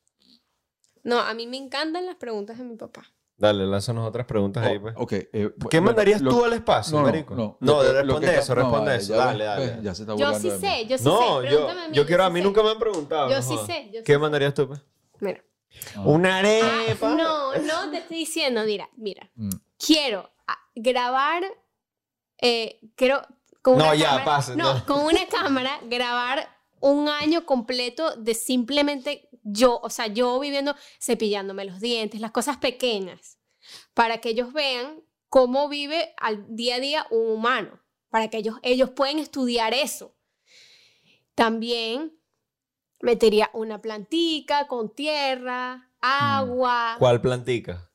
No, a mí me encantan las preguntas de mi papá. Dale, lánzanos otras preguntas ahí, pues. ok. eh, bu- ¿Qué bueno, mandarías lo- tú al espacio, no, no, marico? No, no, lo que- lo que está- responde eso, no, responde vale, eso. ya Dale, ves, dale. ves, ya se está Yo burlando sí de mí. sé, yo sí No, sé. yo, pregúntame yo yo quiero, sí a mí sé. nunca me han preguntado. Yo no sí jodas. sé, yo sí ¿Qué sé. mandarías tú? pues? Mira. Ah, Una Ah, arepa. no, no te estoy diciendo, mira, mira. mm. Quiero ah, grabar, eh, quiero con No, una ya, cámara, pasa, no, no. con una cámara grabar un año completo de simplemente yo, o sea, yo viviendo cepillándome los dientes, las cosas pequeñas, para que ellos vean cómo vive al día a día un humano, para que ellos ellos pueden estudiar eso. También metería una plantica con tierra, Mm, agua, ¿Cuál plantica?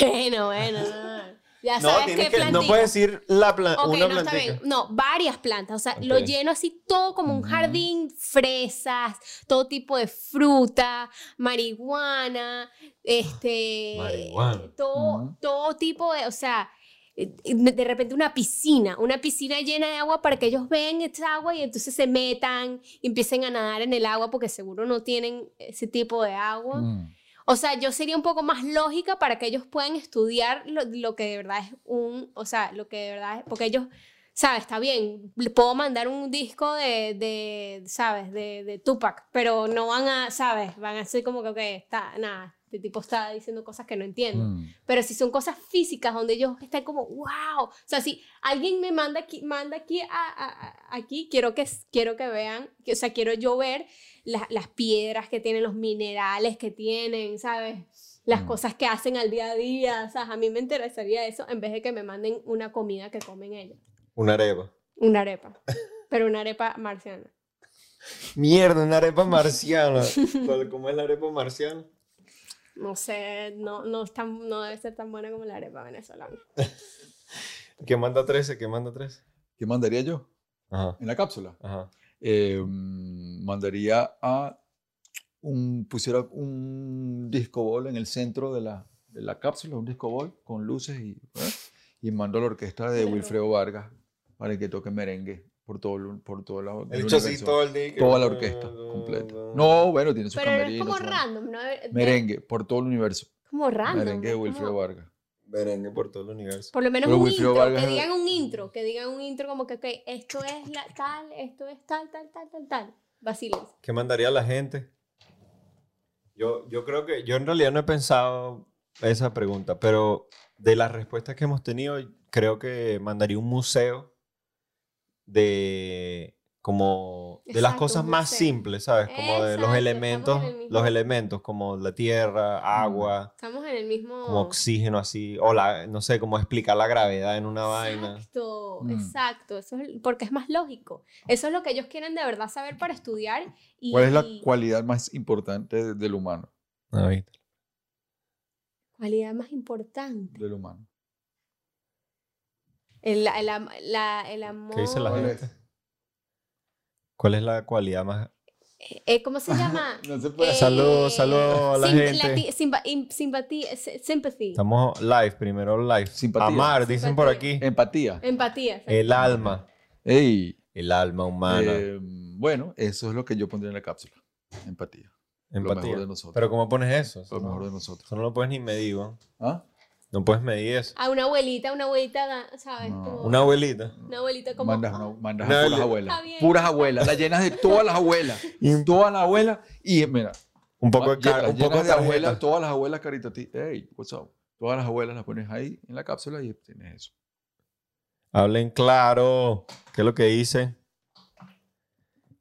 bueno, bueno, no, no. Ya No, sabes tienes qué que- plantica. no puedes decir la plan- Ok, una no está bien. plantica. No, varias plantas. O sea, lo Ok. lleno así todo como un Ujú. jardín. Fresas, todo tipo de fruta, marihuana, este... Marihuana. Todo, Ujú. todo tipo de... O sea... eh, De repente una piscina, una piscina llena de agua para que ellos vean esta agua y entonces se metan y empiecen a nadar en el agua porque seguro no tienen ese tipo de agua. Mm. O sea, yo sería un poco más lógica para que ellos puedan estudiar lo, lo que de verdad es un, o sea, lo que de verdad es, porque ellos, ¿sabes? Está bien, le puedo mandar un disco de, de ¿sabes? De, de Tupac, pero no van a, ¿sabes? Van a ser como que, ok, está, nada, este tipo está diciendo cosas que no entiendo. Mm. Pero si son cosas físicas donde ellos están como, wow. O sea, si alguien me manda aquí, manda aquí, a, a- a- aquí quiero, que, quiero que vean, que- o sea, quiero yo ver las, las piedras que tienen, los minerales que tienen, ¿sabes? Las Mm. cosas que hacen al día a día, ¿sabes? A mí me interesaría eso en vez de que me manden una comida que comen ellos. Una arepa. Una arepa. Pero una arepa marciana. Mierda, una arepa marciana. ¿Cuál- ¿Cómo es la arepa marciana? No sé, no, no, es tan- no debe ser tan buena como la arepa venezolana. ¿Qué manda 13? ¿Qué manda 13? ¿Qué mandaría yo Ajá. en la cápsula? Ajá. Eh, mm, mandaría a un, pusiera un disco ball en el centro de la, de la cápsula, un disco ball con luces y, ¿eh? y mando a la orquesta de Claro. Wilfredo Vargas para que toque merengue por todo, el- por todo la, El bicho así todo el día. Toda la orquesta completa. No, bueno, tiene su Pero no es camerino. como su- random, ¿no? De- Merengue, por todo el universo. Como random. merengue de es como- Wilfredo Vargas. Merengue por todo el universo. Por lo menos Pero un Wilfrido intro, Vargas que es- digan un intro, que digan un intro como que, ok, esto es la tal, esto es tal, tal, tal, tal, tal. Vacilense. ¿Qué mandaría la gente? Yo, yo creo que yo en realidad no he pensado esa pregunta, pero de las respuestas que hemos tenido, creo que mandaría un museo de como de las Exacto, cosas un más museo. simples, ¿sabes? Como de Exacto, los estamos elementos, en el mismo- los elementos como la tierra, agua, Estamos en el mismo... como oxígeno así, o la, no sé, como explicar la gravedad en una vaina. Exacto, Mm. exacto. Eso es, porque es más lógico. Eso es lo que ellos quieren de verdad saber para estudiar. Y, ¿Cuál es la y- cualidad más importante de- del humano? Ahí. cualidad más importante? Del humano. El, el, am- la- el amor. ¿Qué dice la ¿Cuál gente? ¿Cuál es la cualidad más eh, ¿Cómo se llama? No se puede. Eh, Saludos, saludos Pues, a la gente. lati- simpa- im- simpatía, se- sympathy, Estamos live, primero live. Simpatía. Amar, dicen por aquí. Simpatía. Empatía. Eh, empatía. El alma. Ey, El alma humana. eh, bueno, eso es lo que yo pondría en la cápsula. Empatía. empatía. mejor de nosotros. Pero ¿cómo pones eso? Eso Lo no- mejor de nosotros. Eso no lo puedes ni medir, weón. ¿Ah? No puedes medir eso. A una abuelita, una abuelita, da- ¿sabes? No. Como- Una abuelita. una abuelita Ah, como... Mandas, una- mandas Una a puras abuela. abuelas. Está bien. Puras abuelas. La llenas de todas las abuelas. Y- Todas las abuelas. Y mira, Un poco de Lle- car- un llenas poco de abuelas, tarjeta. todas las abuelas caritativas. Hey, what's up? Todas las abuelas las pones ahí en la cápsula y tienes eso. Hablen claro. ¿Qué es lo que dice?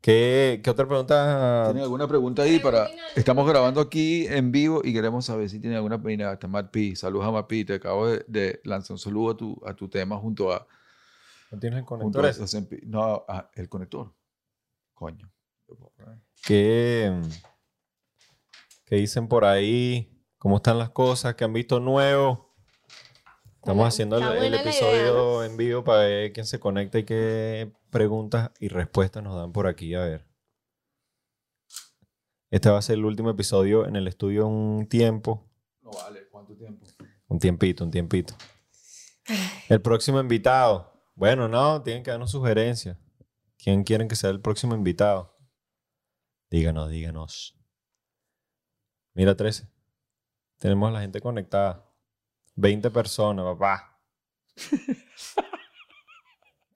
¿Qué, qué otra pregunta? ¿Tienen alguna pregunta ahí para.? Estamos grabando aquí en vivo y queremos saber si tienen alguna. Mira, hasta Matt P. Saludos a Matt P. Te acabo de, de lanzar un saludo a tu, a tu tema junto a. ¿No tienes el junto conector a- ese? los empi- no, a- el conector. Coño. ¿Qué, mm, qué dicen por ahí? ¿Cómo están las cosas? ¿Qué han visto nuevo? Estamos Hola, haciendo el, está el buena la episodio en vivo para ver quién se conecta y qué preguntas y respuestas nos dan por aquí. A ver. Este va a ser el último episodio en el estudio un tiempo. No vale, ¿cuánto tiempo? Un tiempito, un tiempito. El próximo invitado. Bueno, no, tienen que darnos sugerencias. ¿Quién quieren que sea el próximo invitado? Díganos, díganos. Mira, 13. Tenemos a la gente conectada. 20 personas, papá.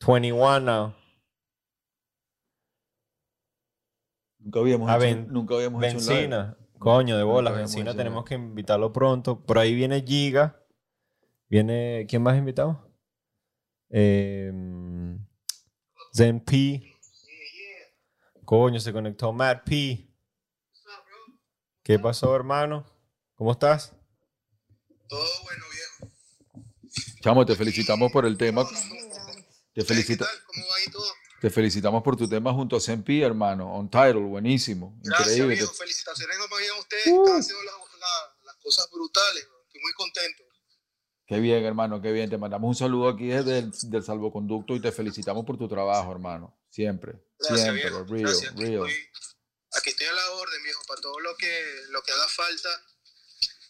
21 now. Nunca habíamos, A hecho, ven- nunca habíamos hecho un live. Benzina. Coño, de Nunca bolas. habíamos Benzina hecho tenemos live. que invitarlo pronto. Por ahí viene Giga. Viene... ¿Quién más invitado? Eh, Zen P. Coño, se conectó Matt P. ¿Qué pasó, hermano? ¿Cómo estás? Todo bueno, viejo. Chamo, te felicitamos por el tema. Te Hey, ¿Qué felicito. tal? ¿Cómo va ahí todo? Te felicitamos por tu tema junto a Sempi, hermano. On title, buenísimo. Gracias, Increíble. Uh. viejo. Felicitaciones nomás bien a ustedes. Están haciendo las- la- las cosas brutales. bro. Estoy muy contento. Qué bien, hermano, qué bien. Te mandamos un saludo aquí desde el del salvoconducto y te felicitamos por tu trabajo, hermano. Siempre. Gracias, siempre. viejo. Real, Gracias. Aquí real. estoy, aquí estoy a la orden, viejo. Para todo lo que, lo que haga falta,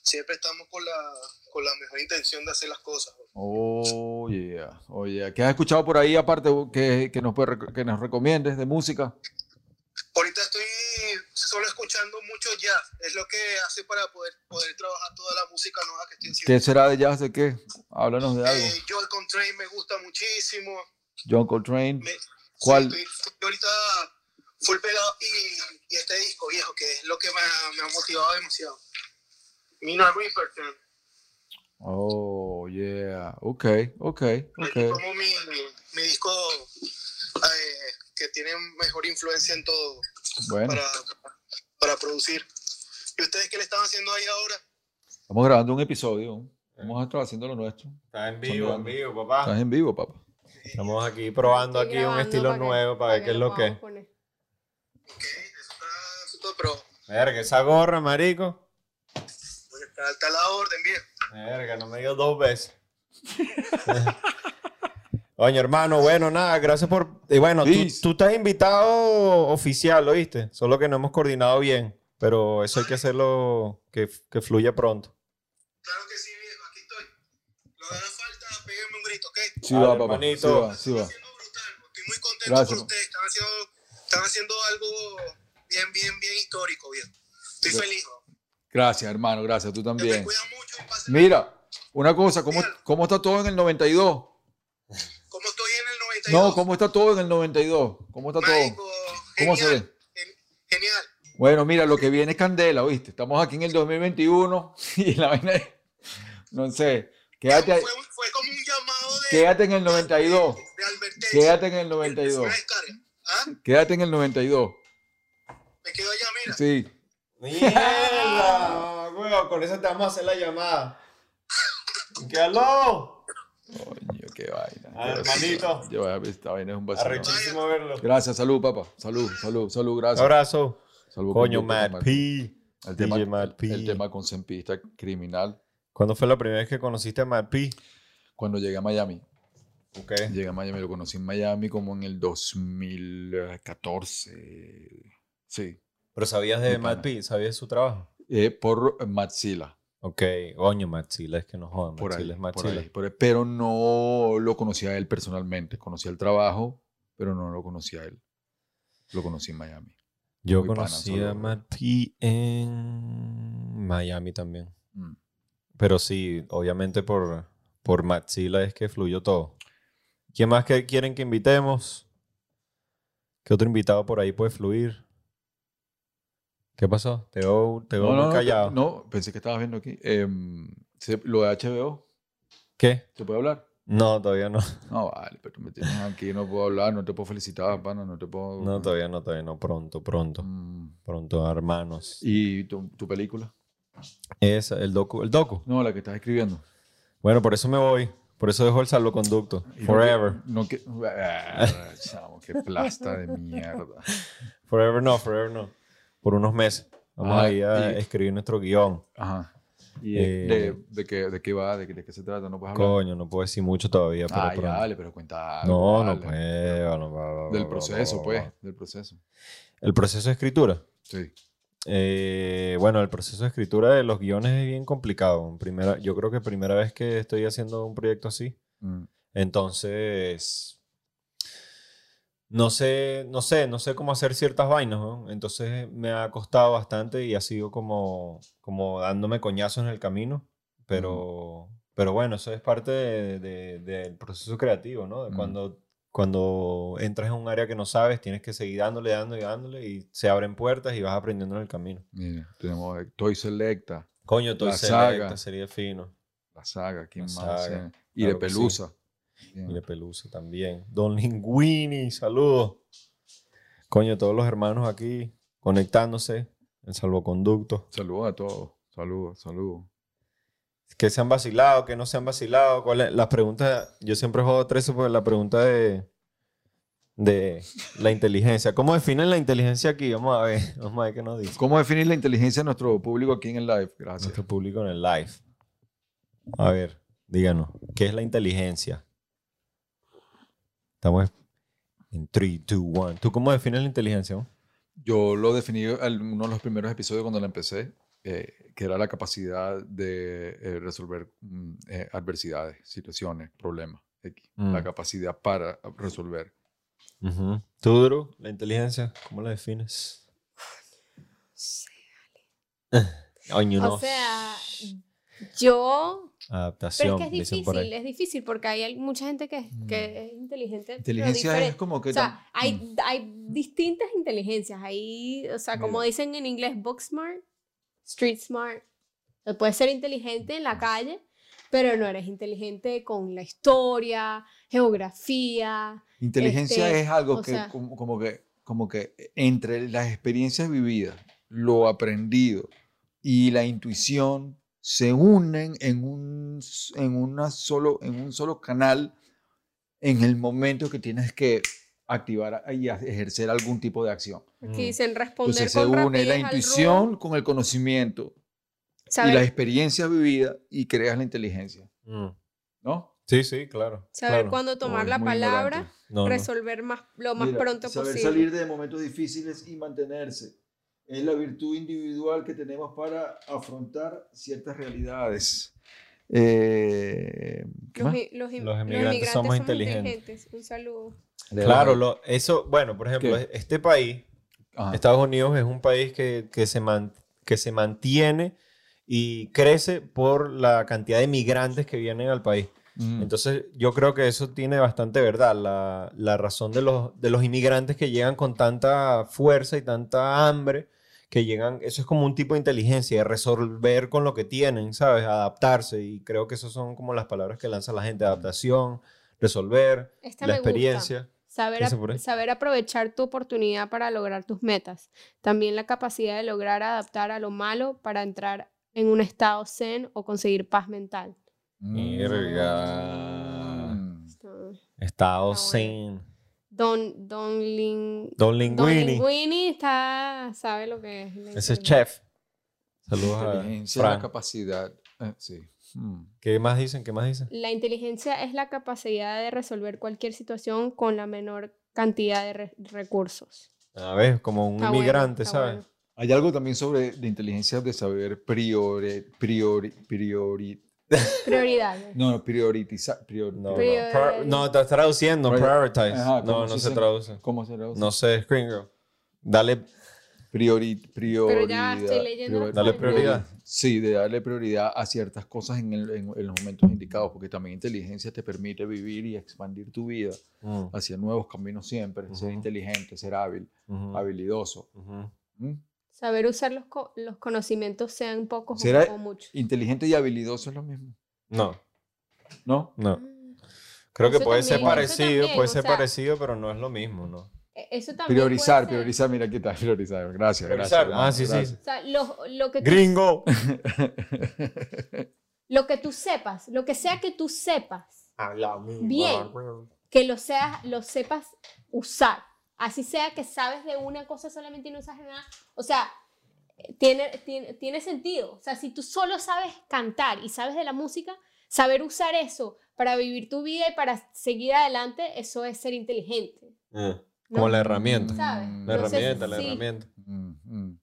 siempre estamos con la, con la mejor intención de hacer las cosas. bro. Oh, yeah. Oh, yeah. ¿Qué has escuchado por ahí, aparte, que, que nos, puede rec- que nos recomiendes de música? Ahorita estoy solo escuchando mucho jazz. Es lo que hace para poder, poder trabajar toda la música nueva que estoy haciendo. ¿Qué será de jazz? ¿De qué? Háblanos de algo. Eh, Joel Contrain me gusta muchísimo. John Coltrane. Me- ¿Cuál? Sí, estoy, estoy ahorita full pegado y, y este disco viejo, que es lo que me, ha- me ha motivado demasiado. Mina Riperton. Oh, yeah. Ok, ok, Es ok. como mi, mi- mi disco eh, que tiene mejor influencia en todo Bueno, para, para producir. ¿Y ustedes qué le están haciendo ahí ahora? estamos grabando un episodio. Vamos a estar haciendo lo nuestro. Está en vivo, en vivo, papá. Ah. Estás en vivo, papá. Estamos aquí probando Estoy aquí un grabando estilo para que- nuevo para ver qué es lo que es. podamos poner. Ok, eso está, eso está, pero Verga, esa gorra, marico. bueno, está, está la orden, viejo. Verga, no me dio dos veces. Oye, hermano, bueno, nada, gracias por. Y bueno, tú, Peace. tú estás invitado oficial, ¿oíste? Solo que no hemos coordinado bien, pero eso hay que hacerlo que, que fluya pronto. Claro que sí, viejo, aquí estoy. Lo que haga falta, péguenme un grito, ¿ok? Sí Dale, va, papá. Sí hermanito. va, sí va. haciendo brutal. Estoy muy contento Gracias, por man. ustedes. Están haciendo, están haciendo algo bien, bien, bien histórico, bien. Estoy Gra- feliz. bro. Gracias, hermano. Gracias, tú Que también. me cuidan mucho y pasen- Mira, una cosa, ¿cómo, Dígalo. cómo está todo en el 92? ¿Cómo estoy en el No, 92? ¿cómo está todo en el 92? ¿Cómo está todo? Marico, ¿Cómo se genial, ve? gen- Genial. Bueno, mira, lo que viene es candela, ¿viste? Estamos aquí en el 2021 y la vaina es- No sé, quédate, ahí- Fue, un- fue como un llamado de, quédate en el 92. de advertencia. Quédate en el Una 92. descarga. ¿Ah? Quédate en el 92. Me quedo allá, mira. Sí. ¡Mierda! Huevo, con eso te vamos a hacer la llamada. ¡Qué aló! Coño, qué vaina. Ah, Qué hermanito. vacilón. Yo, esta vaina es un vacilón. Arrechísimo verlo. Gracias, salud, papá. Salud, salud, salud, gracias. Abrazo. Salud, Coño, conducta, Matt Matt. P. El DJ tema, Matt P. el tema con Sempista criminal ¿Cuándo fue la primera vez que conociste a Matt P? cuando llegué a Miami. Ok. Llegué a Miami, lo conocí en Miami como en el 2014. Sí, Pero sabías de De Matt pana. P, sabías su trabajo. Eh, por Matzilla. Ok, coño, Maxila, es que no jodan. Por ahí, Maxila es por Maxila. ahí. Por- Pero no lo conocía a él personalmente. Conocía el trabajo, pero no lo conocía a él. Lo conocí en Miami. Yo Muy pana, conocí solo- a Matt P en Miami también. Mm. Pero sí, obviamente por, por Maxila es que fluyó todo. ¿Quién más que quieren que invitemos? ¿Qué otro invitado por ahí puede fluir? ¿Qué pasó? Te veo, te veo No, muy no, no, callado. no, pensé que estabas viendo aquí. Em, se- lo de HBO, ¿Qué? ¿te puede hablar? No, todavía no. No, vale, pero tú me tienes aquí, no puedo hablar, no te puedo felicitar, pana, no te puedo... No, todavía no, todavía no. Pronto, pronto. Mm. Pronto, hermanos. ¿Y tu, tu película? Esa, el docu. El docu. No, la que estás escribiendo. Bueno, por eso me voy. Por eso dejo el salvoconducto. Y no Forever. que- No que... Ah, chamo, qué plasta de mierda. Forever no, forever no. Por unos meses. Vamos Ah, ahí a y- escribir nuestro guión. Ajá. ¿Y de, Eh, de, de qué, de qué va? ¿De, qué- de qué se trata? ¿No puedes hablar? Coño, no puedo decir mucho todavía, pero Ah, Ay, pronto. dale, pero cuenta algo, no, no dale. puedo. no, bla, bla, bla, Del bla, proceso, bla, pues, bla. del proceso. El proceso de escritura. Sí. Eh, bueno, el proceso de escritura de los guiones es bien complicado. Primera, yo creo que primera vez que estoy haciendo un proyecto así. Mm. Entonces, no sé, no sé, no sé cómo hacer ciertas vainas, ¿no? Entonces me ha costado bastante y ha sido como, como dándome coñazos en el camino, pero, pero bueno, eso es parte de- de- del proceso creativo, ¿no? De Mm. cuando, cuando entras en un área que no sabes, tienes que seguir dándole, dándole y dándole y se abren puertas y vas aprendiendo en el camino. Mira, tenemos eh, Toy Selecta, Coño, todo La ese saga. electa sería fino. la saga, ¿quién La más? saga, Eh, Y de claro que sí. Pelusa. Bien. Y de Pelusa también. Don Linguini, saludos. Coño, todos los hermanos aquí conectándose en salvoconducto. Saludos a todos. Saludos, saludos. Que se han vacilado, que no se han vacilado. ¿Cuál es? Las preguntas, yo siempre juego 13 por la pregunta de, de la inteligencia. ¿Cómo definen la inteligencia aquí? Vamos a ver, vamos a ver qué nos dice ¿Cómo definir la inteligencia de nuestro público aquí en el live? Gracias. nuestro público en el live. A ver, díganos, ¿qué es la inteligencia? Estamos en 3, 2, 1. ¿Tú cómo defines la inteligencia? Mo? Yo lo definí en uno de los primeros episodios cuando la empecé, eh, que era la capacidad de eh, resolver mm, eh, adversidades, situaciones, problemas. X. La Mm. capacidad para resolver. Ujú. ¿Tú, Drew, la inteligencia, cómo la defines? Oño, no. O sea, yo... Pero Adaptación, es que es dicen por difícil, ahí. es difícil porque hay al- mucha gente que, que es inteligente. pero Inteligencia diferente. es como que... O tam- sea, Mm. hay, hay distintas inteligencias. Hay, o sea, como Mira. dicen en inglés, book smart, street smart. O sea, Puedes ser inteligente en la calle, pero no eres inteligente con la historia, geografía. Inteligencia Este, es algo o que, sea- como, como que como que entre las experiencias vividas, lo aprendido y la intuición se unen en un, s- en una solo, en un solo canal en el momento que tienes que activar a- y a- ejercer algún tipo de acción. Mm. Que dicen responder Entonces se con une la rapidez al rumbo, intuición con el conocimiento saber, y las experiencias vividas y creas la inteligencia, Mm. ¿no? Sí, sí, claro. saber claro. cuándo tomar es la muy palabra, ignorante. No, no. resolver más, lo más Mira, pronto saber posible. salir de momentos difíciles y mantenerse es la virtud individual que tenemos para afrontar ciertas realidades. Eh, ¿qué los, más? mi- los im- Los los inmigrantes inmigrantes somos somos, inteligentes. inteligentes. Un saludo. Claro, lo- eso, bueno, por ejemplo, ¿Qué? este país, Ajá. Estados Unidos, es un país que, que se man- que se mantiene y crece por la cantidad de migrantes que vienen al país. Mm. Entonces, yo creo que eso tiene bastante verdad. La, la razón de los, de los inmigrantes que llegan con tanta fuerza y tanta hambre, que llegan, eso es como un tipo de inteligencia, de resolver con lo que tienen, ¿sabes? Adaptarse. Y creo que esas son como las palabras que lanza la gente: Mm. adaptación, resolver, Esta la me gusta. experiencia. Saber, Eso ap- por ahí. saber aprovechar tu oportunidad para lograr tus metas. También la capacidad de lograr adaptar a lo malo para entrar en un estado zen o conseguir paz mental. Verga. Mm. Estado Está zen. Don, Don, Lin- Don Don Linguini. Linguini está, sabe lo que es. la Ese es inteligencia. chef. Saludos a Inteligencia es la Frank. capacidad. eh, sí. Mm. ¿Qué más dicen? ¿Qué más dicen? La inteligencia es la capacidad de resolver cualquier situación con la menor cantidad de re- recursos. A ver, como un Está bueno, inmigrante, está ¿sabes? bueno. Hay algo también sobre de inteligencia de saber priori, priori, priori, Prioridades. no, no, prioritizar, prior- No, no. Prior- Prior- no, estás traduciendo, Prior- prioritize. Ajá, ¿cómo no, no se dice? traduce. ¿Cómo se traduce? No sé, Screen Girl. Dale. Priori, prioridad. ya estoy leyendo priori- Dale prioridad. Sí, de darle prioridad a ciertas cosas en, el- en- en los momentos indicados, porque también inteligencia te permite vivir y expandir tu vida Mm, hacia nuevos caminos siempre, ser Ujú. inteligente, ser hábil, ujú, habilidoso. ujú. ¿Mm? Saber usar los, co- los conocimientos, sean pocos ¿Será- o, o muchos. Inteligente y habilidoso es lo mismo, No, ¿no? no. Creo que Eso puede ser también, eso parecido, también, puede o ser sea- parecido, pero no es lo mismo, ¿no? E- Eso también puede Priorizar, ser. priorizar, mira aquí está, priorizar. Gracias, Priorizar, gracias. ah, sí, sí. O sea, lo, lo que tú Gringo. lo que tú sepas, lo que sea que tú sepas, Habla mismo. Bien. que lo, seas, lo sepas usar. Así sea que sabes de una cosa solamente y no sabes de nada. O sea, eh, tiene, tiene, tiene sentido. O sea, si tú solo sabes cantar y sabes de la música, saber usar eso para vivir tu vida y para seguir adelante, eso es ser inteligente. Eh. Mm, ¿no? Como la herramienta. ¿Sabes? Mm, La Entonces, herramienta, la sí. herramienta. Mm, mm.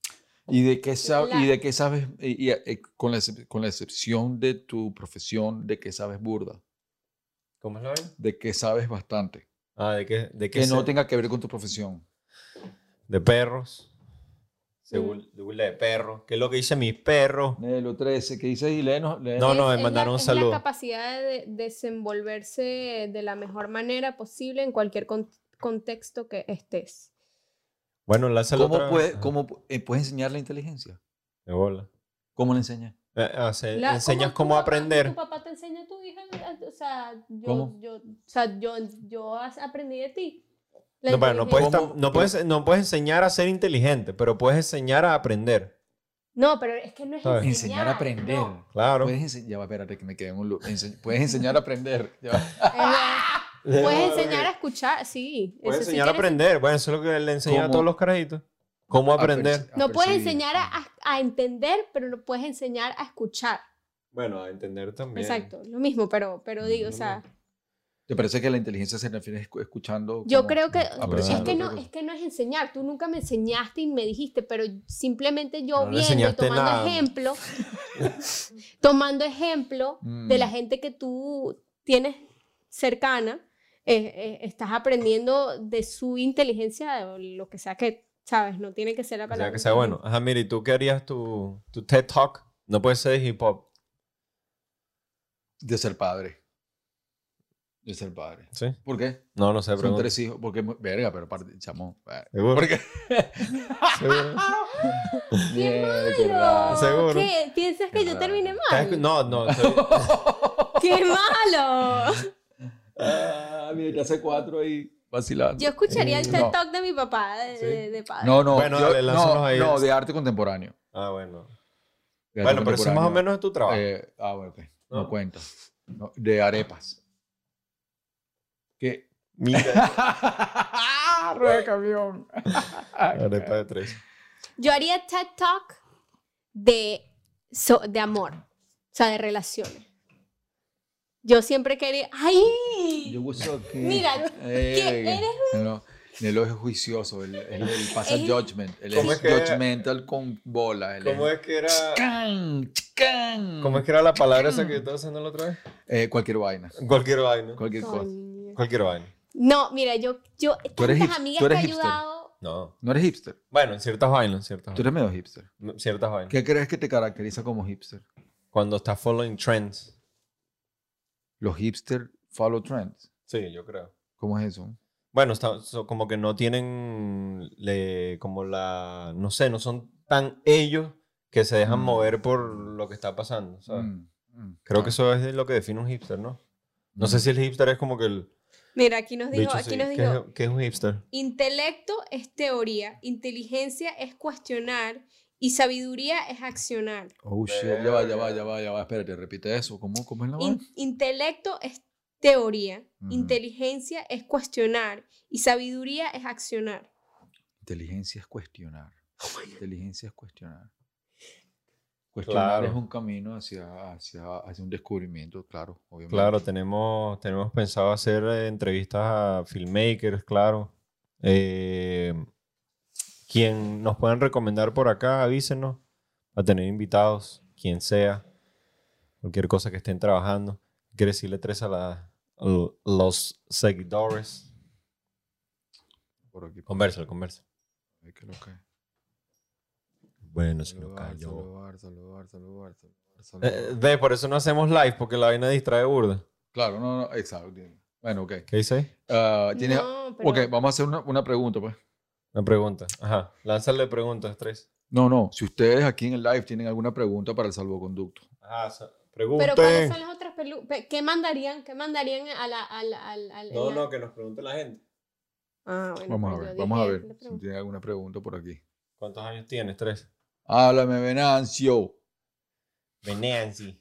¿Y de qué, sab- La- y de qué sabes, y- y- eh, con, la, excep- con la excepción de tu profesión, de qué sabes burda? ¿Cómo es la vaina? ¿De qué sabes bastante? Ah, de qué, de qué Que no se- tenga que ver con tu profesión. De perros. Mm. Se bur- de burla de perros. ¿Qué es lo que dicen mis perros? Nelo 13, ¿qué dices? Y léenos, léenos. No, Es- no, me es la- mandaron un es saludo. la capacidad de desenvolverse de la mejor manera posible en cualquier con- contexto que estés. Bueno, lánzalo ¿Cómo, otra vez. puede, Ajá, cómo pu- eh, puedes enseñar la inteligencia? De bola. ¿Cómo la enseñas? Eh, ah, se- La- enseñas tu cómo, papá- aprender. Tu papá te enseña a tu hija. a- O sea, yo, ¿Cómo? yo, o sea, yo, yo as- aprendí de ti. La No, pero no inteligencia. puedes, ¿Cómo? tam- no, puedes, no puedes enseñar a ser inteligente, pero puedes enseñar a aprender. No, pero es que no es ¿Sabes? enseñar. Enseñar a aprender. no. Claro. Puedes enseñar, ya va, espérate que me quedé en un loop. Ense- Puedes enseñar a aprender. Ya va. Es verdad. eh, Puedes enseñar a escar, sí. Puedes eso sí enseñar a tienes- aprender. Bueno, eso es lo que le enseña a ¿Cómo? todos los carajitos. Cómo aprender. perci- a No puedes percibir. enseñar a, a- a entender, pero no puedes enseñar a escuchar. Bueno, a entender también. Exacto, lo mismo, pero, pero digo, o sea, ¿Te parece que la inteligencia se refiere escu- escuchando? yo como creo que es apreciando que, no, otra cosa? es que no es enseñar, tú nunca me enseñaste y me dijiste, pero simplemente yo No le viendo y enseñaste tomando nada. ejemplo, tomando ejemplo de la Mm. gente que tú tienes cercana, eh, eh, estás aprendiendo de su inteligencia, o lo que sea que, sabes, no tiene que ser la O palabra. sea, que sea bueno. Ajá, mira, ¿y tú qué harías tu, tu TED Talk? No puede ser de hip hop, De ser padre. De ser padre. ¿sí? ¿Por qué? No, no sé, Son pregunta. tres hijos. Porque, verga, pero aparte, chamo. eh, Seguro. Porque, Seguro. Bien, qué Pero, raro. Seguro. ¿Qué? ¿Piensas que Qué yo raro. terminé ¿Estás escu- mal? No, no, estoy- ¡Qué malo! Ah, mira, ya hace cuatro ahí vacilando. Yo escucharía el Mm, No. TED Talk de mi papá, de, Sí. de- de padre. No, no, Bueno, yo- dale, lánzanos no, ahí. no, de arte contemporáneo. Ah, bueno. De arte Bueno, pero eso es más o contemporáneo. menos es tu trabajo. Eh, ah, bueno, ok. No, No. cuenta. No, de arepas. ¿Qué? Mira. Rueda de camión. Arepa de tres. Yo haría TED Talk de, so- de amor, o sea, de relaciones. Yo siempre quería... ¡Ay! Yo uso que. Mira, que eh, eres No, el ojo es juicioso, el, el, el pasa Es- judgment, el ¿Cómo es es que- judgmental con bola. El ¿Cómo es que era, Chican, chican. cómo es que era la palabra esa que yo estaba usando la otra vez? Eh, cualquier vaina, Cualquier vaina. cualquier cosa. Coño. Cualquier vaina. No, mira, yo... yo eres tantas hip- amigas tú que he eres hipster. ayudado... No. No eres hipster, Bueno, en ciertas vainas, en ciertas tú eres vainas. medio hipster. Ciertas vainas. ¿Qué crees que te caracteriza como hipster? Cuando estás following trends. Los hipster follow trends. Sí, yo creo. ¿Cómo es Mm, eso? Bueno, está- so- como que no tienen le- como la, no sé, no son tan ellos que se dejan Mm. mover por lo que está pasando. ¿sabes? Mm, mm. Creo Ah, que eso es de lo que define un hipster, ¿no? No mm. sé si el hipster es como que el Mira, aquí nos dijo, bicho aquí sí, nos ¿qué dijo, es- ¿qué es un hipster? Intelecto es teoría, inteligencia es cuestionar y sabiduría es accionar. Oh shit, ya va, ya va, ya va, ya va. Espérate, repite eso. ¿Cómo, cómo es la vaina? In- intelecto es teoría, Ah, Ujú. inteligencia es cuestionar y sabiduría es accionar. Inteligencia es cuestionar. Oh Inteligencia es cuestionar. Cuestionar Claro. es un camino hacia, hacia, hacia un descubrimiento, claro, obviamente. Claro, tenemos, tenemos pensado hacer eh, entrevistas a filmmakers, claro. Eh, Quien nos puedan recomendar por acá, avísenos. A tener invitados, quien sea. Cualquier cosa que estén trabajando. Quiere decirle tres a, la- a los seguidores. Por aquí. por Conversa, conversa. ahí, que lo que- Bueno, si no Saludar, callo. saludar, saludar, saludar, saludar, Eh, saludar. ve, por eso no hacemos live, porque la vaina distrae burda. Claro, no, no, exacto. Bueno, ok. ¿Qué dice ahí? Ah, ¿tienes- No, pero Ok, vamos a hacer una, una pregunta, pues. Una pregunta. Ajá. Lánzale preguntas, tres. No, no. Si ustedes aquí en el live tienen alguna pregunta para el salvoconducto. Ajá, sa- Pero ¿cuáles Ah, pregunten. son las otras pelu- pe- ¿Qué mandarían? ¿Qué mandarían a la, al- al- al- No, en la- no, que nos pregunte la gente. Ah, bueno, Vamos a pero ver, yo vamos a dije, ver le si pregunto. tienen alguna pregunta por aquí. ¿Cuántos años tienes? Tres. Háblame, Venancio. Venancy.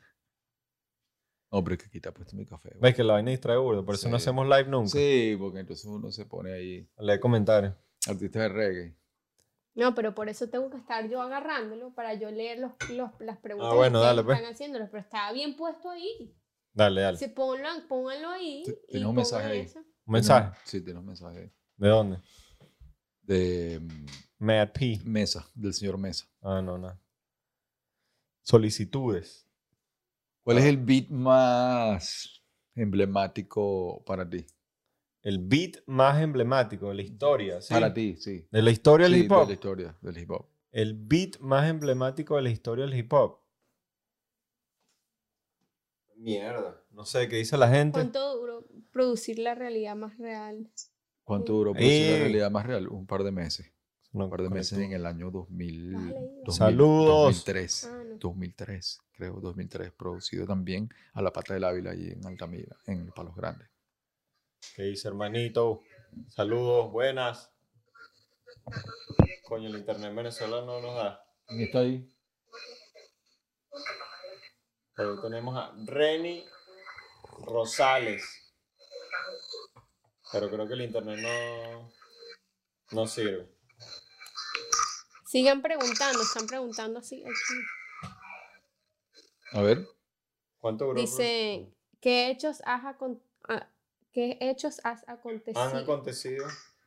No, pero es que quita puesto mi café. güey. ¿Ves que la vaina distrae burda? Por eso no Sí. hacemos live nunca. Sí, porque entonces uno se pone ahí Lee comentarios. artista de reggae. No, pero por eso tengo que estar yo agarrándolo para yo leer los, los, las preguntas que bueno, ustedes dale, pues. están haciéndolos. Pero estaba bien puesto ahí. Dale, dale. Se ponlo, pónganlo ahí. Te- y tenés un pongan mensaje ahí. eso. Un mensaje. Tenemos- Sí, tenemos mensaje ¿De dónde? de mm, Mad P. Mesa, del señor Mesa. Ah, no, no. Solicitudes. ¿Cuál es el beat más emblemático para ti? El beat más emblemático de la historia. ¿sí? Para ti, sí. De la historia del Sí, hip de hop. la historia del hip hop. El beat más emblemático de la historia del hip hop. Mierda. No sé qué dice la gente. ¿Cuánto duró producir la realidad más real? ¿Cuánto duró producir la Eh. realidad más real? Un par de meses. No, Un par de con meses el- en el año 2000, ¿Lo has leído? 2000, Saludos. 2003. Ah, no. 2003, creo, 2003, producido también a la Pata del Ávila allí en Altamira, en el Palos Grandes. ¿Qué dice, hermanito? Saludos, buenas. Coño, el internet en Venezuela no nos da. ¿Quién está ahí? Pero tenemos a Reni Rosales. Pero creo que el internet no, no sirve. Sigan preguntando, están preguntando así. aquí. A ver. ¿Cuánto duró? Dice, ¿qué hechos has, acon- ah, ¿qué hechos has Han acontecido? acontecido.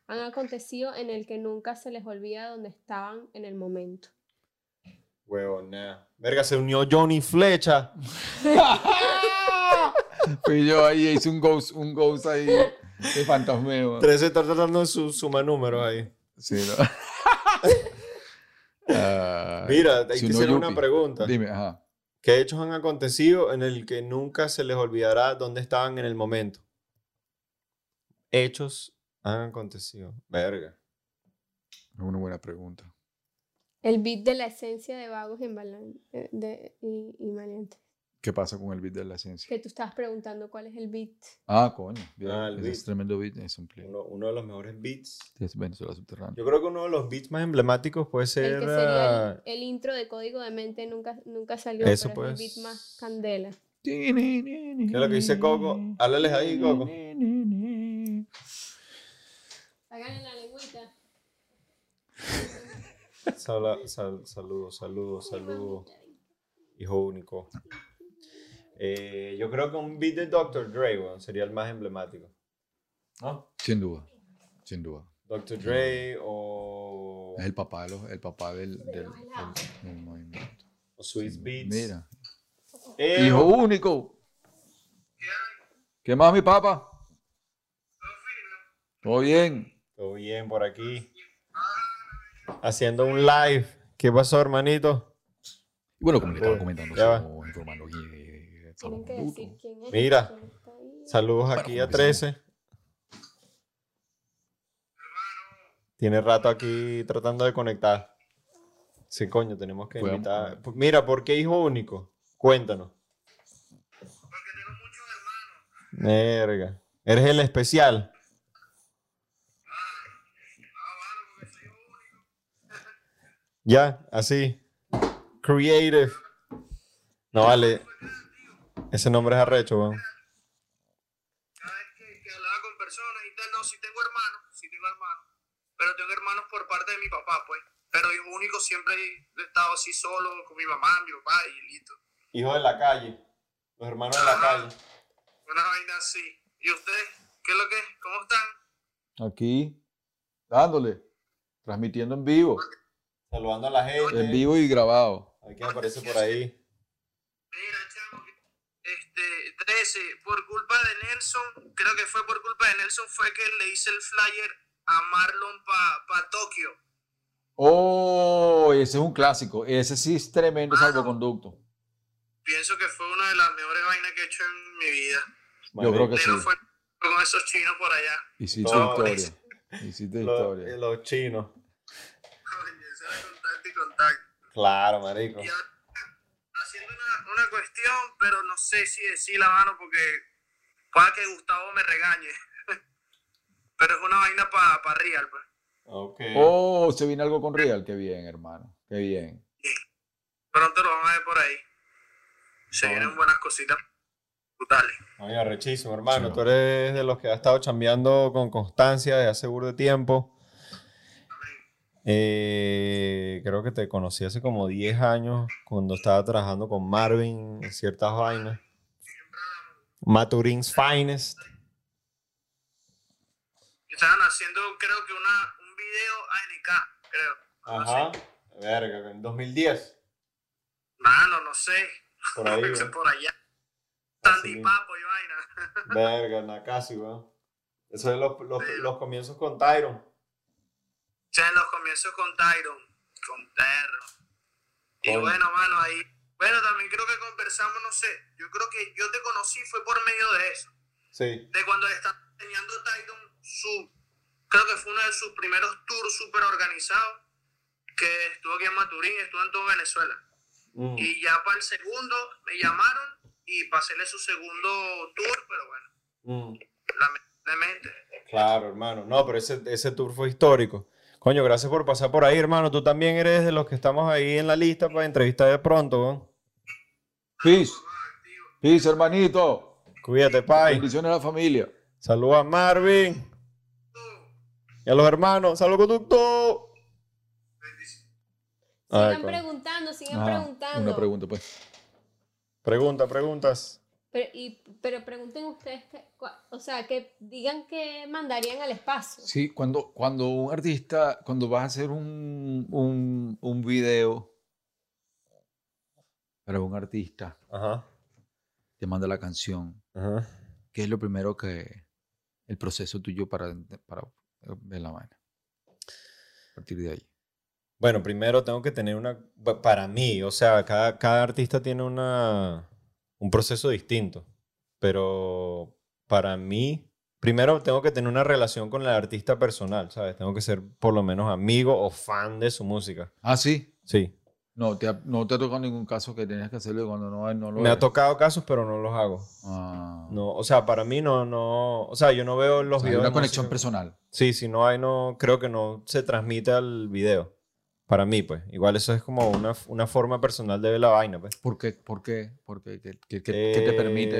han acontecido en el que nunca se les olvida donde estaban en el momento. Huevona. Verga, se unió Johnny Flecha. Fui yo ahí, hice un ghost, un ghost ahí de fantasmeo. 13 está tratando de su, suma números ahí. Sí, ¿no? Ah, Mira, hay si que no, hacer una yupi. pregunta. Dime, ajá. ¿Qué hechos han acontecido en el que nunca se les olvidará dónde estaban en el momento? Hechos han acontecido. Verga. Es una buena pregunta. El beat de la esencia de vagos y, embalan- eh, de- y, y maleantes. ¿Qué pasa con el beat de la ciencia? Que tú estabas preguntando cuál es el beat. Ah, coño. mira, Ah, el ese beat. es tremendo beat. Es un play. Uno, uno de los mejores beats. Es Venezuela subterránea. Yo creo que uno de los beats más emblemáticos puede ser. El que sería ah, el, el intro de Código de Mente nunca, nunca salió, Eso, pero es pues. el beat más candela. ¿Qué es lo que dice Coco? Háblales ahí, Coco. Háganle la lengüita. Sala- sal- Saludos, saludos, saludos. Hijo único. Eh, yo creo que un beat de Dr. Dre weón, sería el más emblemático. ¿No? Sin duda, sin duda. Dr. Dre o, Es el papá, de los, el papá del, del, los del- helados. del movimiento. o Swiss Beats. Mira. Eh, Hijo único. ¿Qué más, mi papá? Todo bien. Todo bien por aquí. Haciendo un live. ¿Qué pasó, hermanito? Y bueno, como le estaba comentando, Ya va. estamos informando aquí eh, de- de- Tienen que de Salvoconducto. decir quién es. Mira. quién está ahí. Saludos aquí a 13. Tiene rato aquí tratando de conectar. Sí, coño, tenemos que Podemos- invitar. P- Mira, ¿por qué hijo único? Cuéntanos. Verga. Eres el especial. Ya, así. Creative. No vale. Ese nombre es arrecho, weón. Cada vez que, que hablaba con personas y tal, no, si tengo hermanos, si tengo hermanos, pero tengo hermanos por parte de mi papá, pues. Pero hijo único siempre he estado así solo con mi mamá, mi papá y listo. Hijo de la calle. Los hermanos de la calle. Una vaina así. ¿Y ustedes? ¿Qué es lo que es? ¿Cómo están? Aquí, dándole. Transmitiendo en vivo. Saludando a la gente. En vivo y grabado. Aquí aparece por ahí. Mira, chamo, este, 13, por culpa de Nelson, creo que fue por culpa de Nelson, fue que le hice el flyer a Marlon para pa Tokio. Oh, ese es un clásico. Ese sí es tremendo salvoconducto. Pienso que fue una de las mejores vainas que he hecho en mi vida. Yo creo que sí. Pero fue con esos chinos por allá. Hiciste No, historia. Hiciste Los, historia. los chinos. Coño, ese era contacto y contacto. Claro, marico. Y ahora, haciendo una, una cuestión, pero no sé si decir la mano porque pueda que Gustavo me regañe. pero es una vaina para pa real, pues. Ok. Oh, se viene algo con Real. Qué bien, hermano. Qué bien. Pronto lo van a ver por ahí. Se vienen buenas cositas brutales. Oye, rechísimo, hermano. Sí. Tú eres de los que ha estado chambeando con constancia desde hace burda de tiempo. Eh, creo que te conocí hace como 10 años cuando estaba trabajando con Marvin en ciertas vainas. Maturin's Finest. Estaban haciendo, creo que una, un video ANK, creo. algo Ajá. así. Verga, en 2010. Mano, no sé. Por ahí, Eso güey. es por allá. Así Tandy mismo. Papo y vaina. Verga, Nakasi, weón. Eso es los, los, los comienzos con Tyron. O sea, en los comienzos con Tyron, con Terro. Y Coño. bueno, mano, ahí. Bueno, también creo que conversamos, no sé. Yo creo que yo te conocí fue por medio de eso. Sí. De cuando le estaba enseñando Tyron su. Creo que fue uno de sus primeros tours súper organizados. Que estuvo aquí en Maturín, estuvo en todo Venezuela. Mm. Y ya para el segundo me llamaron y pasé su segundo tour, pero bueno, Mm. lamentablemente. Claro, hermano. No, pero ese, ese tour fue histórico. Coño, gracias por pasar por ahí, hermano. Tú también eres de los que estamos ahí en la lista para entrevistar de pronto, weón. Peace. Peace, hermanito. Cuídate, pai. Bendiciones a la familia. Saludos a Marvin y a los hermanos. Saludos, conducto. Ay, Sigan coño. preguntando, Ah, sigan Ajá, preguntando. Una pregunta, pues. Pregunta, preguntas. Pero, y, pero pregunten ustedes, que- cua- o sea, que digan que mandarían al espacio. Sí, cuando, cuando un artista, cuando vas a hacer un, un, un video para un artista, Ajá. te manda la canción. Ajá. ¿Qué es lo primero que el proceso tuyo para, para eh, ver la vaina? A partir de ahí. Bueno, primero tengo que tener una. pa- Para mí, o sea, cada, cada artista tiene una, un proceso distinto. Pero para mí, primero tengo que tener una relación con el artista personal, ¿sabes? Tengo que ser por lo menos amigo o fan de su música. Ah, sí. Sí. No te ha, no te ha tocado ningún caso que tenías que hacerlo y cuando no, no lo Me ha eres. tocado casos, pero no los hago. Ah. No, o sea, para mí no, no. O sea, yo no veo O los sea, hay videos. una de conexión música. personal. Sí, si no hay, no, creo que no se transmite al video. Para mí, pues. Igual eso es como una, una forma personal de ver la vaina, pues. ¿Por qué? ¿Por qué? ¿Por qué? ¿Qué, qué- qué- qué te permite,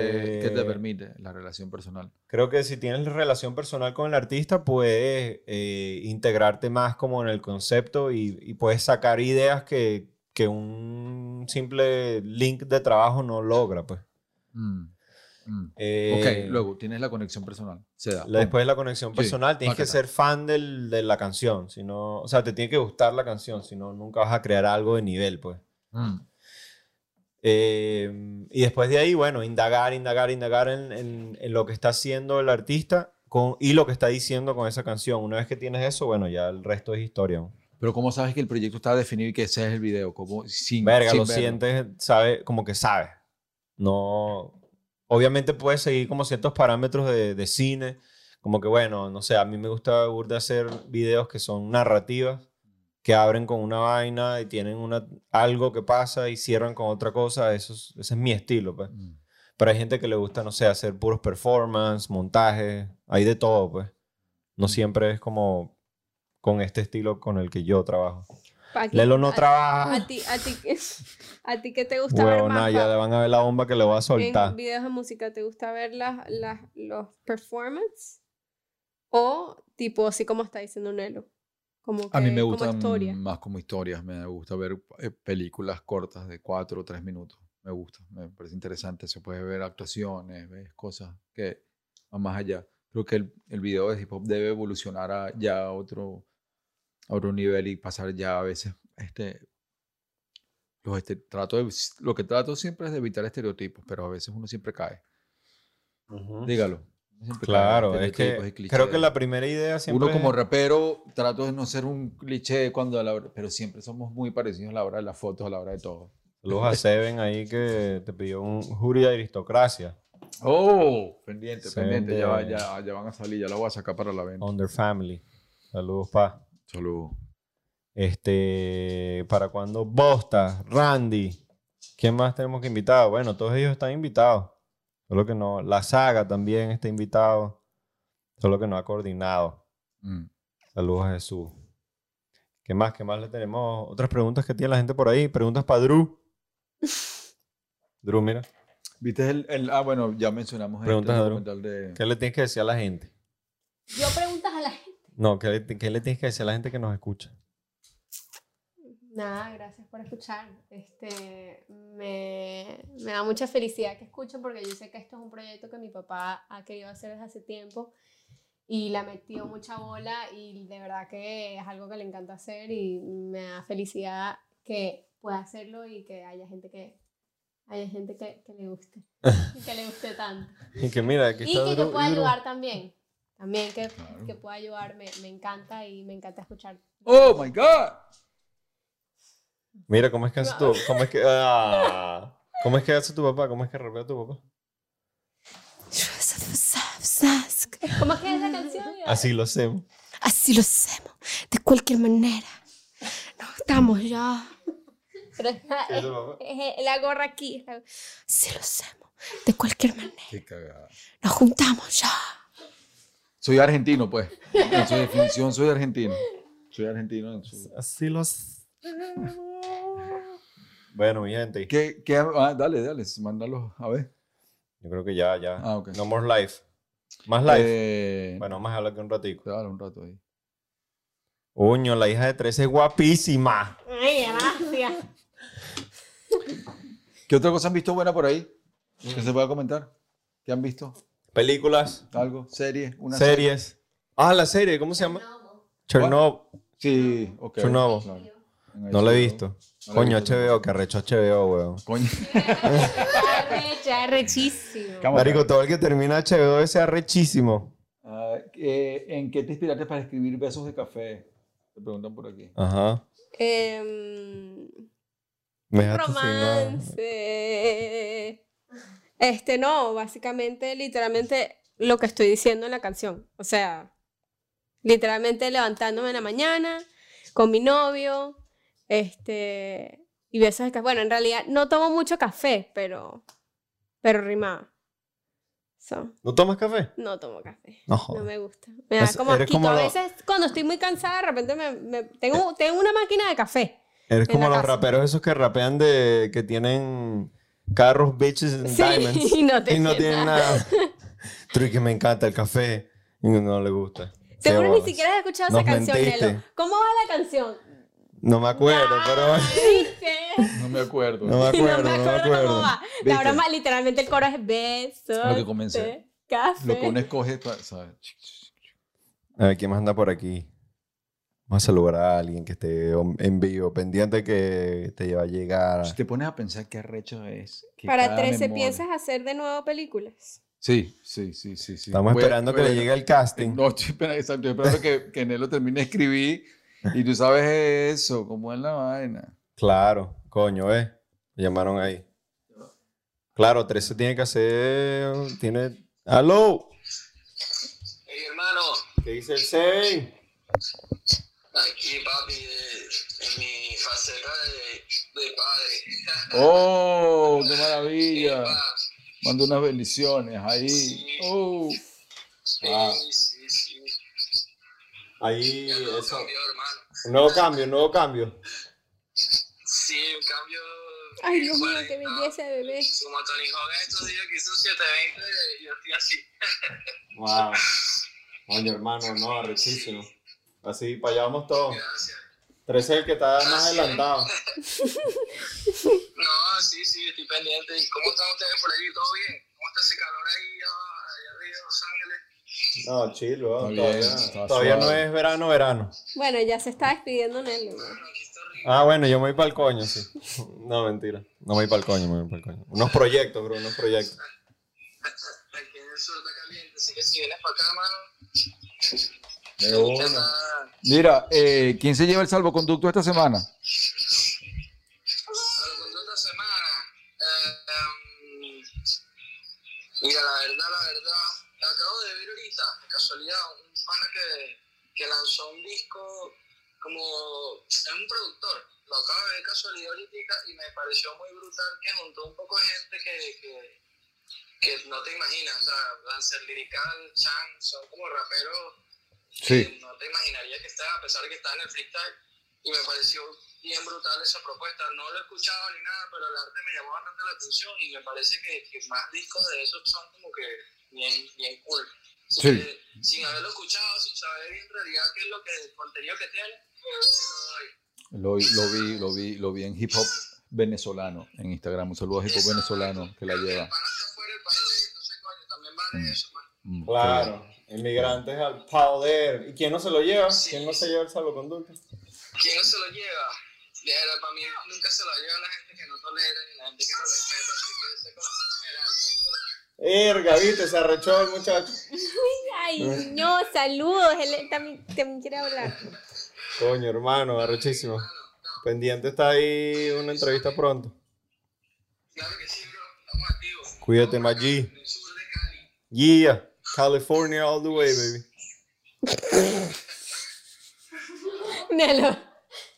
qué te Eh, permite la relación personal? Creo que si tienes relación personal con el artista, puedes eh, integrarte más como en el concepto y, y puedes sacar ideas que, que un simple link de trabajo no logra, pues. Mm, mm. Eh, ok, luego tienes la conexión personal. Se da. la- después de la conexión Sí, personal, tienes que bacata. ser fan del- de la canción. Si no, o sea, te tiene que gustar la canción, si no, nunca vas a crear algo de nivel, pues. Mm, Eh, y después de ahí, bueno, indagar, indagar, indagar en, en- en lo que está haciendo el artista con, y lo que está diciendo con esa canción. Una vez que tienes eso, bueno, ya el resto es historia. ¿no? Pero ¿cómo sabes que el proyecto está definido y que ese es el video? ¿Cómo? Sin, Verga, sin lo verlo. sientes, sabe, como que sabes. No, obviamente puedes seguir como ciertos parámetros de, de cine, como que bueno, no sé, a mí me gusta burda hacer videos que son narrativas, que abren con una vaina y tienen una, algo que pasa y cierran con otra cosa. Eso es- ese es mi estilo, pues. Mm. Pero hay gente que le gusta, no sé, hacer puros performance, montajes, hay de todo, pues. No siempre es como con este estilo con el que yo trabajo. Pa' que- Lelo no a- trabaja. A ti, a ti, que- a ti que te gusta ver Ah. Huevona, más ya pa- le van a ver la bomba que le voy a soltar. en videos de música, ¿te gusta ver las, las, los performances? O tipo así como está diciendo Nelo. Como que, A mí me como gustan historia. más como historias. Me gusta ver eh, películas cortas de cuatro o tres minutos. Me gusta, me parece interesante. Se puede ver actuaciones, ves cosas que van más allá. Creo que el, el video de hip hop debe evolucionar a ya otro, a otro nivel y pasar ya a veces este los este, trato de- lo que trato siempre es de evitar estereotipos, pero a veces uno siempre cae. Dígalo. uno siempre cae en Claro, es estereotipos que y clichés. creo que la primera idea siempre Uno como es- rapero trato de no ser un cliché cuando a la hora- pero siempre somos muy parecidos a la hora de las fotos, a la hora de todo. Saludos a Seven ahí que te pidió un jury de aristocracia. Oh, pendiente, Se pendiente, ya, va- vende. ya, ya van a salir, ya la voy a sacar para la venta. On their family. Saludos, pa. Saludos. Este, ¿para cuando Bosta, Randy? ¿Quién más tenemos que invitar? Bueno, todos ellos están invitados. Solo que no. La saga también está invitado. Solo que no ha coordinado. Mm. Saludos a Jesús. ¿Qué más? ¿Qué más le tenemos? Otras preguntas que tiene la gente por ahí. Preguntas para Drew. Drew, mira. ¿Viste el, el- ah bueno, ya mencionamos Preguntas, este Adro. documental de ¿Qué le tienes que decir a la gente? Yo preguntas a la gente. No, ¿qué le, qué le tienes que decir a la gente que nos escucha? Nada, gracias por escuchar. Este, me, me da mucha felicidad que escuchen porque yo sé que esto es un proyecto que mi papá ha querido hacer desde hace tiempo y le ha metido mucha bola y de verdad que es algo que le encanta hacer y me da felicidad que pueda hacerlo y que haya gente que haya gente que, que le guste y que le guste tanto. Y que mira, aquí Y está que yo Drew, pueda y Drew. ayudar también. También que, Claro. que pueda ayudar, me, me encanta y me encanta escuchar. Oh my god. Mira, ¿cómo es que hace tu ¿Cómo es que, ah, ¿cómo es que hace tu papá? ¿Cómo es que rapea tu papá? ¿Cómo es que es la canción? Así lo hacemos. Así lo hacemos, de cualquier manera. No estamos ya. Pero Ah, es la, ¿Eso, papá? es- es la gorra aquí. es la- Así lo hacemos, de cualquier manera. Qué cagada. Nos juntamos ya. Soy argentino, pues. En su definición soy argentino. Soy argentino en su Así lo hacemos. Bueno, mi gente, ¿Qué, qué? Ah, dale, dale, mándalos a ver. yo creo que ya, ya. Ah, ok. No more life. Más life. Eh, Bueno, vamos a hablar que un ratico. te voy a dar un rato ahí. Uño, la hija de 13 es guapísima. Ay, gracias. ¿Qué otra cosa han visto buena por ahí? ¿Que se pueda comentar? ¿Qué han visto? Películas, ¿Algo? ¿Serie? ¿Una serie? series. Ah, la serie, ¿cómo se llama? Chernobyl. Sí, ok. Chernobyl. claro. No la he visto. No la he Coño, visto HBO, que arrecho HBO, weón. Coño. Arrecha, arrechísimo. Cámara. Marico, todo el que termina HBO ese arrechísimo. Ah, eh, ¿En qué te inspiraste para escribir Besos de Café? Te preguntan por aquí. Ajá. Em, Me dejaste sin nada. romance. Este no, básicamente, literalmente lo que estoy diciendo en la canción. O sea, literalmente levantándome en la mañana con mi novio, este, y besos de café. Bueno, en realidad no tomo mucho café, pero, pero rimaba. So, ¿No tomas café? no tomo café. No. No jodas. me gusta. Me da Es- como eres asquito. como A lo- veces cuando estoy muy cansada, de repente me, me- tengo, tengo una máquina de café. Eres en como la los casa. raperos esos que rapean de que tienen carros, bitches and Sí, diamonds. y no te y no sientas. tienen nada. Truque que me encanta el café. Y no, no le gusta. Qué Seguro ni bolas. siquiera has escuchado Nos esa canción, mentiste. Nelo. ¿Cómo va la canción? No me acuerdo, pero. ¿Viste? No me acuerdo. No me acuerdo, no me acuerdo, cómo va. La ¿Viste? broma, literalmente el coro es besos. Lo que comencé. de Café. Lo que uno escoge, pa- ¿sabes? A ver, ¿quién más anda por aquí? Vamos a saludar a alguien que esté on- en vivo, pendiente que te va a llegar. Si te pones a pensar qué arrecho es. que Para cada 13 memoria- piensas hacer de nuevo películas. Sí, sí, sí, sí. sí. Estamos Voy a- esperando que voy a- le llegue el casting. No, estoy esperando, exacto, estoy esperando que, que Nelo termine de escribir. Y tú sabes eso, cómo es la vaina. Claro, coño, eh. Me llamaron ahí. Claro, 13 tiene que hacer. Tiene. ¡Aló! Ey, hermano, ¿Qué dice el 6? aquí papi, eh, en mi faceta de, de padre. ¡Oh, qué maravilla! Epa, Mando unas bendiciones ahí. ¡Oh! sí, Ah. sí, sí. Ahí, Ya todo eso. cambió, hermano. Un nuevo cambio, un nuevo cambio. Sí, un cambio. Ay, Dios mío, fuerte, qué ¿no? belleza de bebé. Como Tony Hawk en estos días que hizo un 720, eh, yo estoy así. Wow. Coño, hermano, no, arrechísimo. Así, para allá vamos todos. Gracias. 13 es el que está más adelantado. No, sí, sí, estoy pendiente. ¿Y cómo están ustedes por ahí? ¿Todo bien? ¿Cómo está ese calor ahí ah, allá arriba, Los Ángeles. No, chill, weón. Está bien, Todavía, está todavía no suave. es verano, verano. Bueno, ya se está despidiendo Nelly. ¿no? Aquí está rico. Ah, bueno, yo me voy para el coño, sí. No, mentira. No me voy para el coño, me voy para el coño. Unos proyectos, bro, unos proyectos. Aquí en el sur está caliente, así que si vienes para acá, mano. De una. está- Mira, eh, ¿quién se lleva el salvoconducto esta semana? Algo de otra pues, semana. Eh, em, mira, la verdad, la verdad, acabo de ver ahorita, de casualidad, un pana que, que lanzó un disco como. Es un productor, lo acabo de ver de casualidad ahorita y me pareció muy brutal que juntó un poco de gente que. que que no te imaginas, o sea, Lancer Lirical, Chan, son como raperos que no te imaginaría que estaba, a pesar de que estaba en el freestyle, y me pareció bien brutal esa propuesta. No lo he escuchado ni nada, pero el arte me llamó bastante la atención y me parece que, que más discos de esos son como que bien, bien cool. Así Sí. que, sin haberlo escuchado, sin saber en realidad qué es lo que el contenido que tiene, se lo doy. Lo, lo vi, lo vi, lo vi en hip hop venezolano en Instagram. Un saludo a hip hop venezolano que la Creo que lleva. El pana está fuera del país, entonces, coño, también vale Mm. eso, man. Mm, Claro, inmigrantes al poder. ¿Y quién no se lo lleva? ¿Quién no se lleva el salvoconducto? ¿Quién no se lo lleva? De verdad, para mí nunca se lo lleva la gente que no tolera y la gente que no respeta. Así que ese es como general. Erga, viste, se arrechó el muchacho. Eh. Ay, no, saludos. Él también, también quiere hablar. Coño, hermano, arrechísimo. Pendiente está ahí una entrevista pronto. Claro que sí, bro. Estamos activos. Cuídate, Maggi. En el sur de Cali. Yeah, California all the way, baby. Nelo,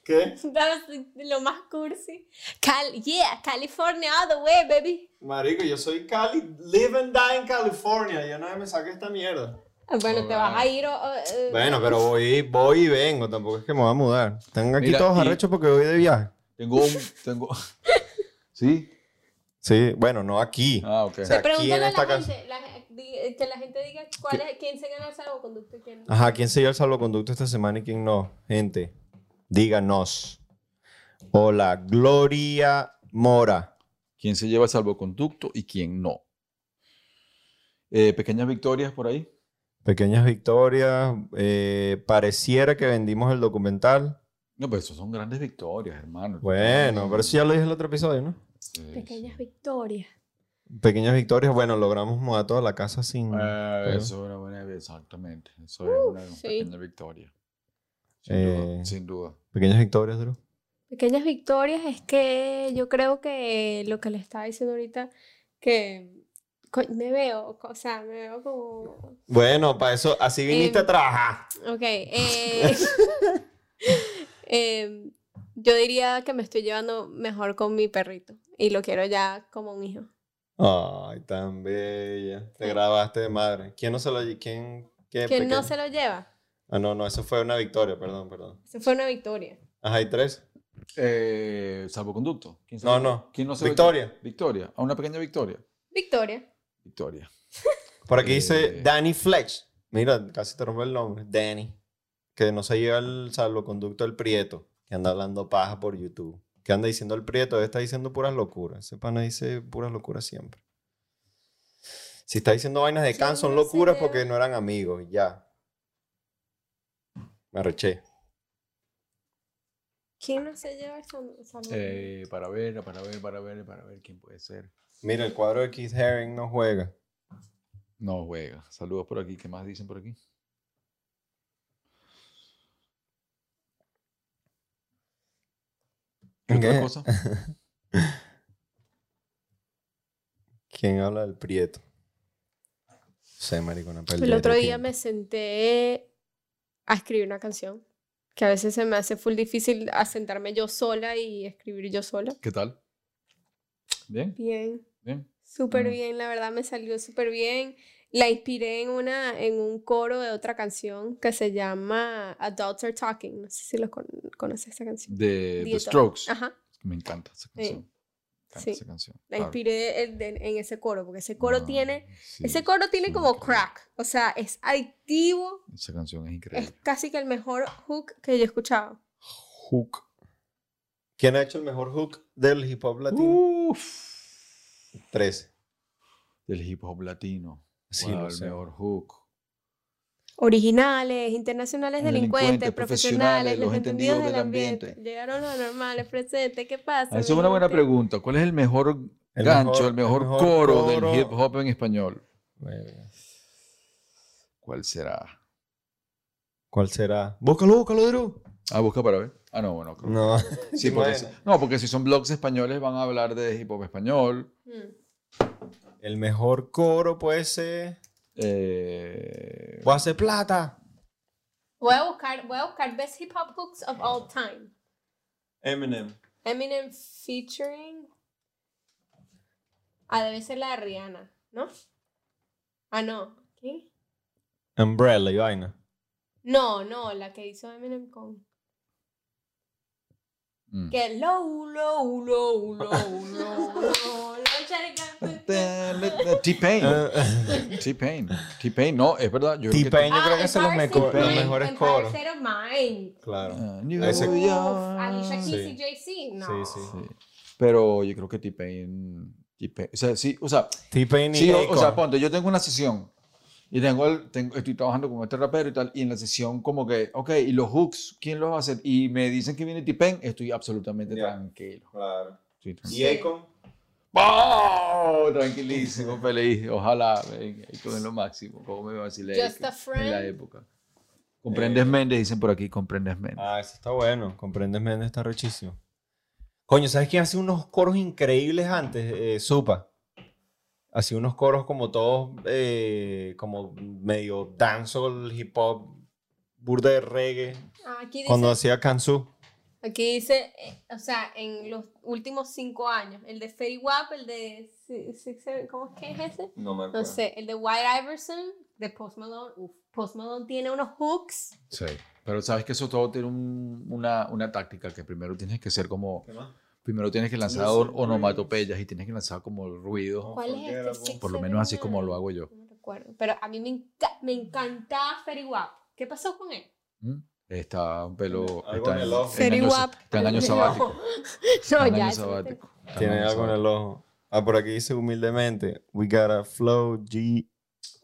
¿Qué? dame su- lo más cursi. Cal- yeah, California all the way, baby. Marico, yo soy Cali, live and die in California. Ya nadie me saca esta mierda. Ah, Bueno, te vas a ir. o- o- eh, Bueno, pero voy, voy y vengo, tampoco es que me voy a mudar. Están aquí Mira, todos y- arrechos porque voy de viaje. Tengo un. Tengo... ¿Sí? Sí, bueno, no aquí. Ah, ok. O sea, aquí en pregúntale a esta la casa. gente, la- di- que la gente diga cuál es, quién se gana el salvoconducto y Ah, quién no. Ajá, ¿quién se dio el salvoconducto esta semana y quién no? Gente, díganos. Hola, Gloria Mora. ¿Quién se lleva el salvoconducto y quién no? Eh, Pequeñas victorias por ahí. Pequeñas victorias. eh, pareciera que vendimos el documental. No, pero eso son grandes victorias, hermano. Bueno, pero eso ya lo dije en el otro episodio, ¿no? Sí, Eh, sí. Pequeñas victorias. Pequeñas victorias. Bueno, logramos mudar toda la casa sin... Ah, Pero- eso es una buena vida, exactamente. Eso es una sí. pequeña victoria. Sin, Eh, duda, sin duda. Pequeñas victorias, Drew. Pequeñas victorias es que yo creo que lo que le estaba diciendo ahorita, que co- me veo, o sea, me veo como... Bueno, para eso, así viniste Em, a trabajar. Ok, eh, em, yo diría que me estoy llevando mejor con mi perrito y lo quiero ya como un hijo. Ay, tan bella. Te grabaste de madre. ¿Quién no se lo... ¿Quién... ¿Quién qué no pequeño? se lo lleva? Ah, no, no, eso fue una victoria, perdón, perdón. Eso fue una victoria. Ajá, y tres. Eh, salvoconducto. ¿Quién se No, lo- no. ¿Quién no se lo- Victoria. Victoria. A una pequeña victoria. Victoria. Victoria. Por aquí dice Eh. Danny Fletch. Mira, casi te rompo el nombre. Danny. Que no se lleva el salvoconducto del Prieto. Que anda hablando paja por YouTube. Que anda diciendo el Prieto. Él está diciendo puras locuras. Ese pana dice puras locuras siempre. Si está diciendo vainas de Sí, can, son no se locuras lleva. porque no eran amigos. y Ya. Me arreché. ¿Quién no se lleva el sal- salud? Eh, para ver, para ver, para ver, para ver quién puede ser. Mira, el cuadro de Keith Haring no juega. No juega. Saludos por aquí. ¿Qué más dicen por aquí? ¿Qué otra ¿Qué? cosa? ¿Quién habla del Prieto? Se marico, una El pelea otro día me senté a escribir una canción, que a veces se me hace full difícil asentarme yo sola y escribir yo sola. ¿Qué tal? Bien, Bien, bien. súper Mm. bien, la verdad me salió súper bien. La inspiré en, una, en un coro de otra canción que se llama Adults Are Talking. No sé si los con- conoces esa canción. De The Dieto. Strokes. Ajá. Me encanta esa canción. Me encanta Ah. sí. esa canción. La Claro. inspiré en, en- en ese coro, porque ese coro No, tiene, Ah, sí, ese coro tiene sí, como increíble. crack, o sea, es adictivo, Esa canción es es increíble. casi que el mejor hook que yo he escuchado. Hook. ¿Quién ha hecho el mejor hook del hip hop latino? Uf. 13. Del hip hop latino. Sí, Wow, lo el sé. mejor hook. Originales, internacionales, delincuentes, Delincuentes, profesionales, profesionales, los los entendidos entendidos del del ambiente. ambiente. Llegaron los normales, presentes, ¿qué pasa? Ah, Esa es mi una buena gente? pregunta. ¿Cuál es el mejor El gancho, mejor- el mejor, el mejor coro, coro. del hip hop en español? Verga. ¿Cuál será? ¿Cuál será? Búscalo, búscalo, Drew. Ah, busca para ver. Ah, no, bueno. creo- No. Sí, ¿Te porque imaginas? si- no, porque si son blogs españoles van a hablar de hip hop español. Mm. El mejor coro puede ser. eh, Voy a hacer plata. Voy a buscar, voy a buscar best hip hop hooks of all time. Eminem. Eminem featuring. Ah, debe ser la de Rihanna, ¿no? Ah, no. ¿Quién? Umbrella y vaina. No, no, la que hizo Eminem con. mm. Que low, low, low, low, low, low, low, charica. T-Pain. Eh, T-Pain. T-Pain, no, es verdad. Yo creo que- T-Pain, yo creo Ah, que son los, Empire meco- State of los Mind, mejores Empire coros. State of Mind. Claro. Ah, New Ese- Uf, York. Alicia Keys Sí. y Jay-Z. No. Sí, sí. Sí. Pero yo creo que T-Pain. T-Pain, O sea, sí, o sea, T-Pain y sí, o, o Akon. sea, ponte, yo tengo una sesión y tengo el- tengo- estoy trabajando con este rapero y tal, y en la sesión como que, ok, y los hooks, ¿quién los va a hacer? Y me dicen que viene T-Pain, estoy absolutamente Ya. tranquilo. Claro. Estoy tranquilo. Y Akon. ¡Wow! Tranquilísimo, feliz. Ojalá, ven, ahí con lo máximo, como me vacilé Just a en la friend. época. Comprendes Méndez, dicen por aquí, comprendes Méndez. Eh. Ah, eso está bueno. Comprendes, Méndez está rechísimo. Coño, ¿sabes quién hacía unos coros increíbles antes? Eh, Supa. Hacía unos coros como todos, eh, como medio dancehall, hip hop, burda de reggae. Ah, Aquí dice Cuando hacía Kansu. Aquí dice, eh, o sea, en los últimos cinco años, el de Fetty Wap, el de, si- si- si- ¿cómo es que es ese? No me No sé, el de White Iverson, de Post Malone, uf, Post Malone tiene unos hooks. Sí. Pero sabes que eso todo tiene un- una, una táctica que primero tienes que ser como. Primero tienes que lanzar No sé, on- ruidos. onomatopeyas y tienes que lanzar como ruidos. ¿Cuál es este? Unforgettable. Six, Por lo seven, menos así nine. como lo hago yo. No me recuerdo, pero a mí me, enca- me encantaba Fetty Wap. ¿Qué pasó con él? ¿Mm? Está un pelo. Algo Está en el ojo. está en año sa- Feriwap. Está en año No. sabático. No, está en ya. año eso no te- sabático. Está en Tiene año algo en sabático. el ojo. Ah, por aquí dice humildemente, we got a flow, G,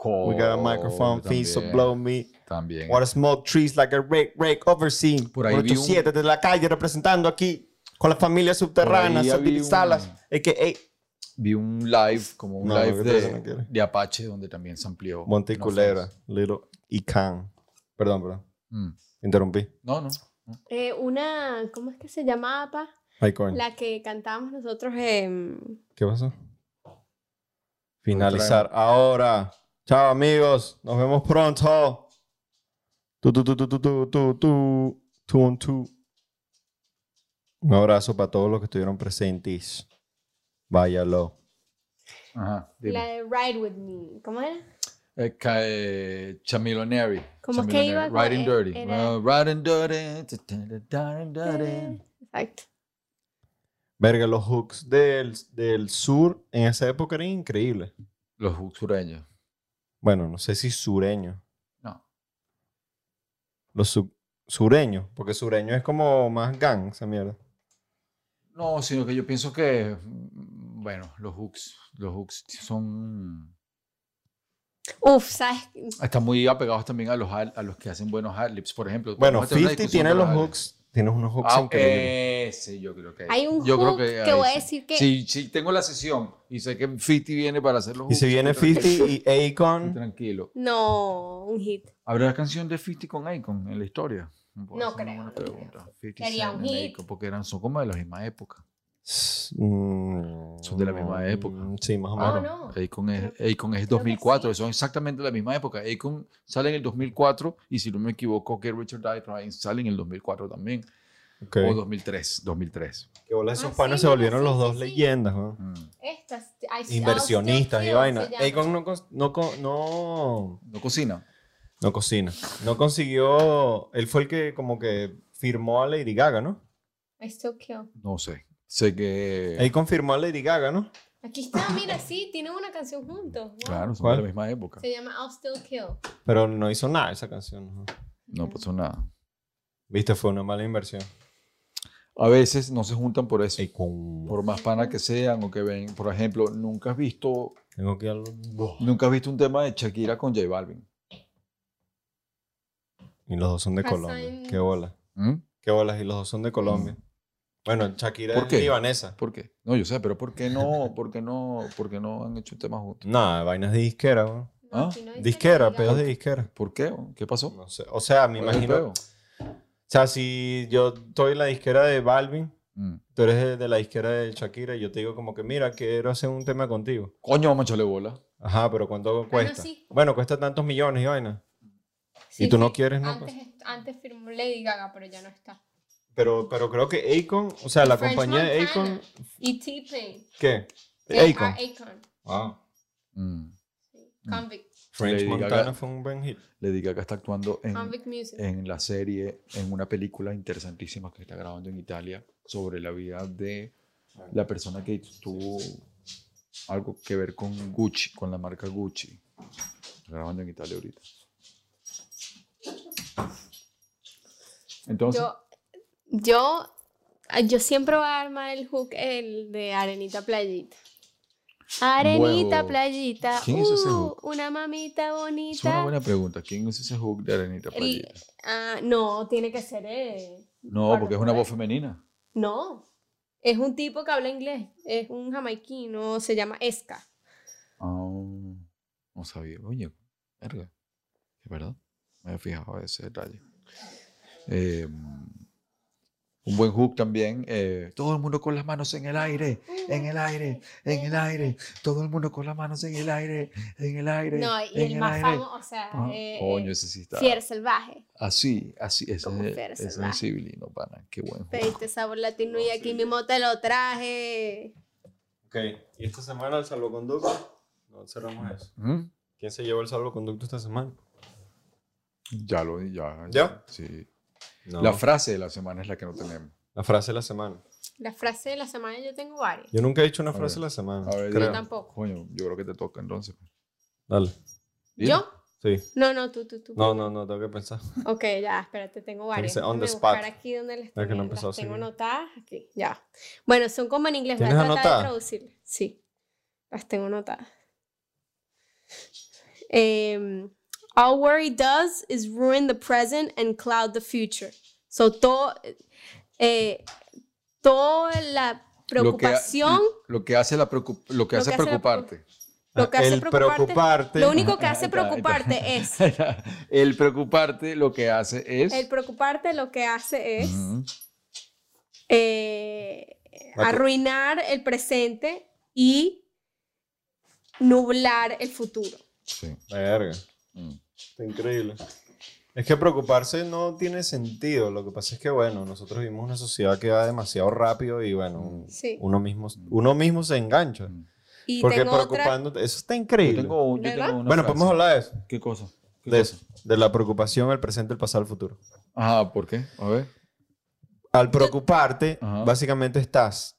we got a microphone, Coño, feet so Oh, también, blow me. También. What smoke trees like a rake, rake overseen. Por ahí vi un- 87 de la calle representando aquí con la familia subterránea, Por ahí vi Sabir un- Salas, a.k.a. Vi un live, como un No, live no, que te- de, no quiere. de Apache, donde también se amplió. Monte y una Culebra, frase. Little y Can. Perdón, perdón, Mm. interrumpí. No, no. Eh, una, ¿cómo es que se llamaba, pa? Ay, coño, La que cantábamos nosotros en... ¿qué pasó? Finalizar ahora. Chao, amigos, nos vemos pronto. Tu, tu, tu, tu, tu, tu, tu, tu, tu, un, tu. Un abrazo para todos los que estuvieron presentes. Váyalo. Ajá. dime. La de Ride With Me. ¿Cómo era? Eh, ca- eh, Chamillionaire. ¿Cómo es que Chamillionaire. iba? Riding ¿Cómo e- Dirty. era? Uh, riding Dirty. ta- ta- ta- ta- ta- ta- Exacto. Verga, los hooks del, del sur en esa época eran increíbles. Los hooks sureños. Bueno, no sé si sureño. No. Los su- sureños, porque sureño es como más gang, esa mierda. No, sino que yo pienso que, mm, bueno, los hooks, los hooks son, Uf, ¿sabes? están muy apegados también a los, al- a los que hacen buenos adlibs, por ejemplo. Bueno, vamos a tener una 50 discusión tiene con los ad-libs. hooks, tiene unos hooks Ah, increíbles. eh, sí, yo creo que Hay un yo creo hook que, ahí voy a sí. decir que... Si, si tengo la sesión y sé que 50 viene para hacer los Y hooks. si viene estoy 50 tranquilo, y estoy Akon, Tranquilo. No, un hit. ¿Habrá canción de 50 con Icon en la historia? Puedo No hacer una creo, buena no creo. pregunta. 50 Sería un Cent en hit. Akon, porque eran, son como de la misma época. mm, Son de la misma época. Sí, más o Ah, menos. Claro, no. Akon es, Creo Akon es que 2004, sí. son exactamente la misma época. Akon sale en el 2004 y si no me equivoco, que Richard Dye Trying sale en el 2004 también. Ok. O 2003, 2003 Que bola, esos Ah, sí, panas se no, volvieron sí, los sí, dos sí. leyendas, ¿no? Mm. Estas. I- I'll Still Inversionistas y Feel vaina. se llama. Akon no, cons- no, con- no, No cocina. no cocina. No consiguió. Él fue el que, como que firmó a Lady Gaga, ¿no? I Still Kill. No sé. Sé que. Ahí confirmó a Lady Gaga, ¿no? Aquí está, mira, sí, tienen una canción juntos. wow. Claro, son ¿Cuál? de la misma época. Se llama I'll Still Kill. Pero no hizo nada esa canción. ¿no? No pues, pasó nada. Viste, fue una mala inversión. A veces no se juntan por eso. Akon. Por más pana que sean o que ven. Por ejemplo, nunca has visto Tengo que ir al... Nunca has visto un tema de Shakira con J Balvin. Y los dos son de Hassan. Colombia. Qué bola. ¿Mm? Qué bolas. Y los dos son de Colombia. Bueno, Shakira ¿Por es qué? libanesa. ¿Por qué? No, yo sé, pero ¿por qué no, por qué no, por qué no han hecho un tema juntos? Nada, vainas de disquera, weón. ¿Ah? aquí no dice Disquera, nada. pedos de disquera. ¿Por qué? weón? ¿Qué pasó? No sé. O sea, me ¿Cuál es el imagino. peo? O sea, si yo estoy en la disquera de Balvin, Mm. tú eres de, de la disquera de Shakira, y yo te digo como que, mira, quiero hacer un tema contigo. Coño, vamos a echarle bola. Ajá, pero ¿cuánto cuesta? Ah, sí. Bueno, cuesta tantos millones y vaina. Sí, y tú no sí. quieres, ¿no? Antes, antes firmó Lady Gaga, pero ya no está. Pero, pero creo que Akon, o sea, la French compañía de Montana Akon. Y T-Pain. ¿Qué? Eh, Akon. ah, Akon. Wow. Mm. Sí. Convict. French Lady Montana Gaga. fue un buen hit. Le diga que está actuando en, Convict Music. en la serie, en una película interesantísima que está grabando en Italia sobre la vida de la persona que tuvo algo que ver con Gucci, con la marca Gucci. Está grabando en Italia ahorita. Entonces, Yo, yo, yo siempre voy a armar el hook el de Arenita Playita. Arenita Huevo. Playita, ¿Quién hizo ese uh, hook? una mamita es una bonita. buena pregunta. ¿Quién es ese hook de Arenita El- Playita? Ah, no, tiene que ser él. No, Eduardo porque es una Correa. voz femenina. eh, No. Es un tipo que habla inglés. Es un jamaiquino. Se llama Esca. Ah, no sabía. Oye, verga. Es verdad. Me había fijado ese detalle. Eh, un buen hook también. eh, todo el mundo con las manos en el aire, en el aire, en el aire. Todo el mundo con las manos en el aire, en el aire. No, y en el más aire. famoso, o sea, Ah, eh, Coño, eh, ese sí está. Fier Salvaje. Así, así. Ese Como es, fiera ese es el salvaje. civilino, pana. Qué buen hook. Pediste sabor latino y aquí mismo te lo traje. Ok, y esta semana el salvoconducto. No cerramos eso. ¿Mm? ¿Quién se llevó el salvoconducto esta semana? Ya lo di, ya. ¿Ya? Sí. No. La frase de la semana es la que no tenemos. La frase de la semana. La frase de la semana yo tengo varias. Yo nunca he dicho una ver. frase de la semana. A ver, creo. Yo tampoco. Coño, yo creo que te toca entonces. Dale. Dilo. ¿Yo? Sí. No, no, tú, tú, tú. No, no, no, tengo que pensar. Ok, ya, espérate, tengo varias. ser on the Déjame spot. buscar aquí donde las, que no tenía, empezó las así. tengo anotadas. Aquí, ya. Bueno, son como en inglés, voy a ¿Tienes tratar anotadas? de traducirlas. Sí, las tengo anotadas. Em, All worry does is ruin the present and cloud the future. So, todo, eh, toda la Lo que ha- preocupación, Lo que hace, la preocu- lo que Lo hace que hace la preocuparte. lo que hace el preocuparte, preocuparte. lo único que Ahí hace está, ahí está. preocuparte es, el preocuparte lo que hace es... el preocuparte lo que hace es... Ujú. eh, La co- arruinar el presente y nublar el futuro. Sí. Verga. Mm. Está increíble. Es que preocuparse no tiene sentido. Lo que pasa es que, bueno, nosotros vivimos una sociedad que va demasiado rápido y, bueno, Sí. uno, mismo, uno mismo se engancha. Y Porque tengo otra. preocupándote, eso está Yo increíble. tengo, un- yo ¿Verdad? tengo una bueno, frase. podemos hablar de eso. ¿Qué cosa? ¿Qué De cosa? eso. De la preocupación, el presente, el pasado, el futuro. Ajá, Ah, ¿por qué? A ver. Al preocuparte, Ajá. básicamente estás.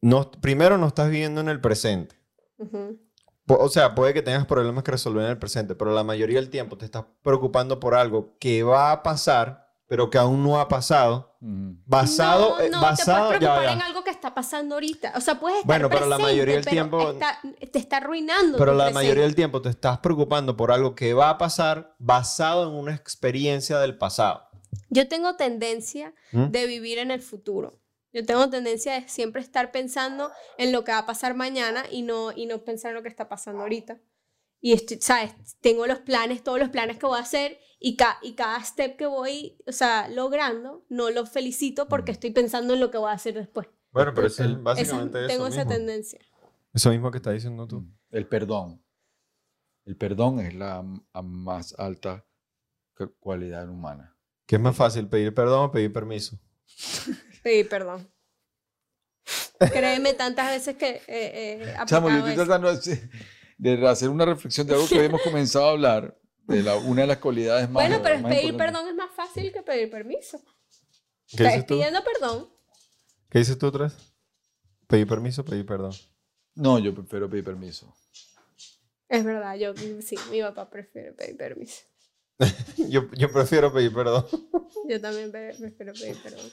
No, primero no estás viviendo en el presente. Ujú. Po- O sea, puede que tengas problemas que resolver en el presente, pero la mayoría del tiempo te estás preocupando por algo que va a pasar, pero que aún no ha pasado, Mm. basado, no, eh, no, basado, te puedes ya, preocupar ya. en algo que está pasando ahorita. O sea, puedes estar Bueno, pero la presente, mayoría del pero tiempo- está- te está arruinando. Pero tu la presente. mayoría del tiempo te estás preocupando por algo que va a pasar basado en una experiencia del pasado. Yo tengo tendencia ¿Mm? de vivir en el futuro. Yo tengo tendencia de siempre estar pensando en lo que va a pasar mañana y no, y no pensar en lo que está pasando ahorita. Y estoy, ¿sabes? Tengo los planes, todos los planes que voy a hacer y, ca- y cada step que voy, o sea, logrando, no los felicito porque estoy pensando en lo que voy a hacer después. Bueno, pero eso es Esa- básicamente eso. tengo esa mismo. tendencia. Eso mismo que estás diciendo tú. El perdón. El perdón es la m- a más alta cu- cualidad humana. ¿Qué es más fácil, pedir perdón o pedir permiso? Pedí perdón. Créeme tantas veces que eh, eh, he Chamo, yo aplicado estoy eso. tratando de, de hacer una reflexión de algo que habíamos comenzado a hablar, de la, una de las cualidades más Bueno, pero más pedir importantes. perdón es más fácil que pedir permiso. ¿Qué Estás dices tú? pidiendo perdón. ¿Qué dices tú, tres? Pedir permiso, pedir perdón. No, yo prefiero pedir permiso. Es verdad, yo mm, sí, mi papá prefiere pedir permiso. Yo, yo prefiero pedir perdón. Yo también pe- prefiero pedir perdón.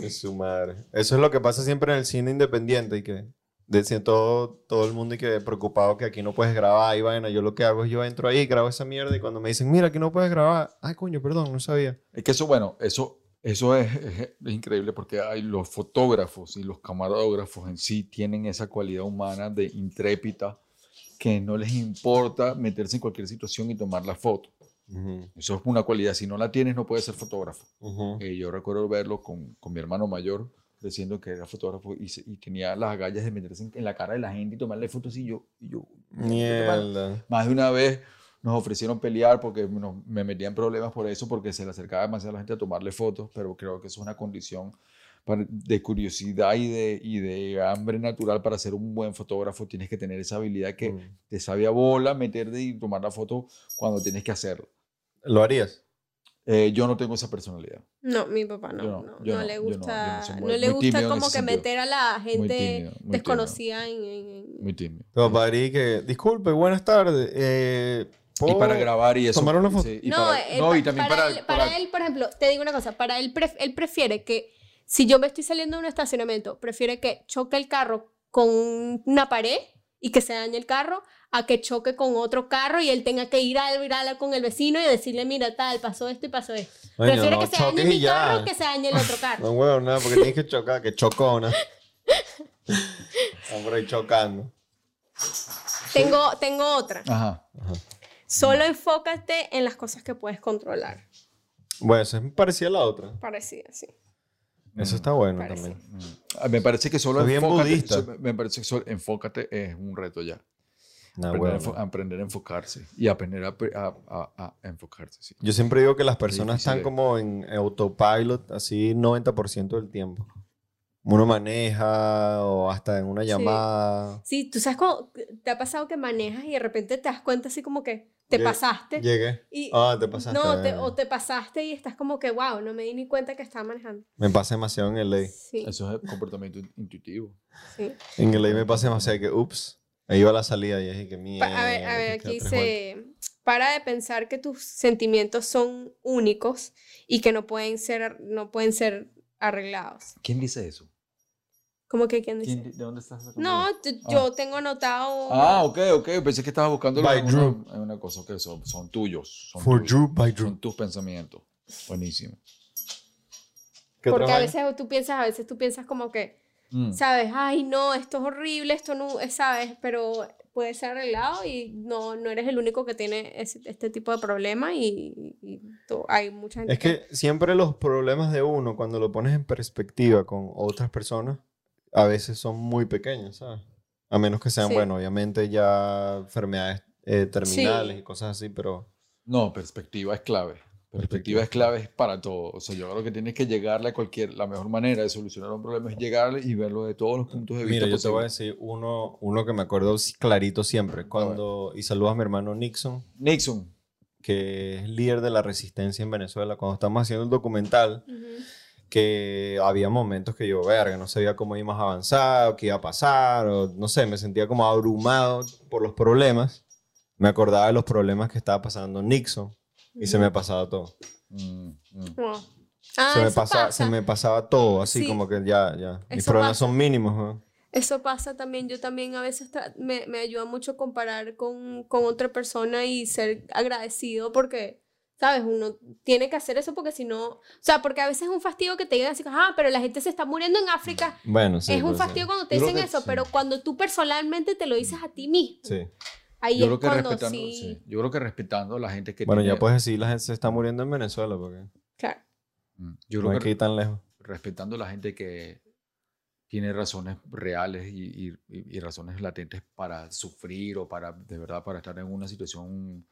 Es su madre. Eso es lo que pasa siempre en el cine independiente y que Decía todo, todo el mundo y que preocupado que aquí no puedes grabar y vaina. Yo lo que hago es yo entro ahí, grabo esa mierda y cuando me dicen, mira, aquí no puedes grabar. Ay, coño, perdón, no sabía. Es que eso, bueno, eso, eso es, es- es increíble porque hay los fotógrafos y los camarógrafos en sí tienen esa cualidad humana de intrépida que no les importa meterse en cualquier situación y tomar la foto. Eso es una cualidad. Si no la tienes, no puedes ser fotógrafo. Eh, yo recuerdo verlo con, con mi hermano mayor, creciendo que era fotógrafo y, se- y tenía las agallas de meterse en, en la cara de la gente y tomarle fotos. Y yo, y yo Mierda. más de una vez nos ofrecieron pelear porque nos- me metían problemas por eso, porque se le acercaba demasiado a la gente a tomarle fotos, pero creo que eso es una condición para- de curiosidad y de, y de hambre natural para ser un buen fotógrafo. Tienes que tener esa habilidad que Mm. te sabe a bola meterte y tomar la foto cuando tienes que hacerlo. ¿Lo harías? Eh, yo no tengo esa personalidad. No, mi papá no. Yo No, no, yo no no, le yo no, yo no gusta. soy No, muy- le muy tímido gusta en como ese que sentido. meter a la Muy gente tímido, muy desconocida en. en- tímido, muy tímido. Tu papá diría que, disculpe, buenas tardes. eh, Y ¿puedo- para grabar y eso. tomar una foto? sí, y No, para- él no, pa- y también para, él, para él, por ejemplo, te digo una cosa, para él, pref- él prefiere que, si yo me estoy saliendo de un estacionamiento, prefiere que choque el carro con una pared y que se dañe el carro, a que choque con otro carro y él tenga que ir a ir a- con el vecino y decirle, mira, tal, pasó esto y pasó esto. Coño, prefiere no, que se dañe choques y mi ya. carro que se dañe el otro carro. No, huevo, nada, porque tienes que chocar, que chocona. Están por ahí chocando. tengo, tengo otra. Ajá. Solo enfócate en las cosas que puedes controlar. Bueno, eso es parecía a la otra. Parecida, sí. Eso está bueno Parece. también. Ah, Me parece que solo Soy bien enfócate, budista. so- Me parece que solo enfócate es un reto ya. Nah, aprender, a huevo. enfo- a, aprender a enfocarse y aprender a, pre- a- a- a- a enfocarse. sí. Yo siempre digo que las personas difícil eh. están es. como en autopilot, así 90% del tiempo. Uno maneja o hasta en una Sí. llamada. Sí, tú sabes cómo te ha pasado que manejas y de repente te das cuenta así como que te Lle- pasaste. Llegué. Y, Ah, te pasaste. no, te- verga. o te pasaste y estás como que, wow, no me di ni cuenta que estaba manejando. Me pasa demasiado en el ley. Sí, Eso es comportamiento in- intuitivo. sí. En el ley me pasa demasiado que, ups, ahí va la salida y dije que mierda. Pa- a ver, a ver, que queda aquí tres vueltas. dice, para de pensar que tus sentimientos son únicos y que no pueden ser, ar- no pueden ser arreglados. ¿Quién dice eso? Como que quién dice? ¿Quién di- ¿De dónde estás sacando No, eso? t- Ah. yo tengo anotado... Ah, ok, ok. Pensé que estabas buscando By en Drew. una, en una cosa que son, son tuyos. Son For tuyos, Drew by Drew. Son tus pensamientos. Buenísimo. ¿Qué porque otra a vaina? veces tú piensas, a veces tú piensas como que, Mm. sabes, ay no, esto es horrible, esto no, eh, sabes, pero puede ser arreglado y no, no eres el único que tiene ese- este tipo de problema y, y tú- hay mucha gente Es que siempre los problemas de uno, cuando lo pones en perspectiva con otras personas, a veces son muy pequeños, ¿sabes? A menos que sean, Sí. bueno, obviamente ya enfermedades eh, terminales Sí. y cosas así, pero No, perspectiva es clave. Perspectiva es clave para todo. O sea, yo creo que tienes que llegarle a cualquier. La mejor manera de solucionar un problema es llegarle y verlo de todos los puntos de vista. mira, yo te voy a posibles. decir uno, uno que me acuerdo si- clarito siempre, cuando, y saludas a mi hermano Nixon, Nixon. que es líder de la resistencia en Venezuela, cuando estamos haciendo el documental, Ujú. que había momentos que yo, verga, no sabía cómo íbamos a avanzar, o qué iba a pasar, o no sé, me sentía como abrumado por los problemas. Me acordaba de los problemas que estaba pasando Nixon y se me pasaba todo. Mm, mm. Wow. Ah, se, me eso pasa- pasa. se me pasaba todo, así Sí. como que ya, ya. Mis Eso problemas pasa. son mínimos. ¿no? Eso pasa también. Yo también a veces tra- me, me ayuda mucho comparar con, con otra persona y ser agradecido porque, ¿sabes? Uno tiene que hacer eso porque si no... O sea, porque a veces es un fastidio que te digan así, ah, pero la gente se está muriendo en África. Bueno, sí. es un por eso. fastidio cuando te Yo creo dicen que eso, sí. pero cuando tú personalmente te lo dices a ti mismo, Sí. ahí Yo es creo, que cuando respetando, sí... sí, yo creo que respetando a la gente que Bueno, tiene- ya pues, puedes decir, la gente se está muriendo en Venezuela, porque Claro. Mm, Yo no creo hay que que ir tan lejos. respetando a la gente que tiene razones reales y, y- y- y razones latentes para sufrir o para, de verdad, para estar en una situación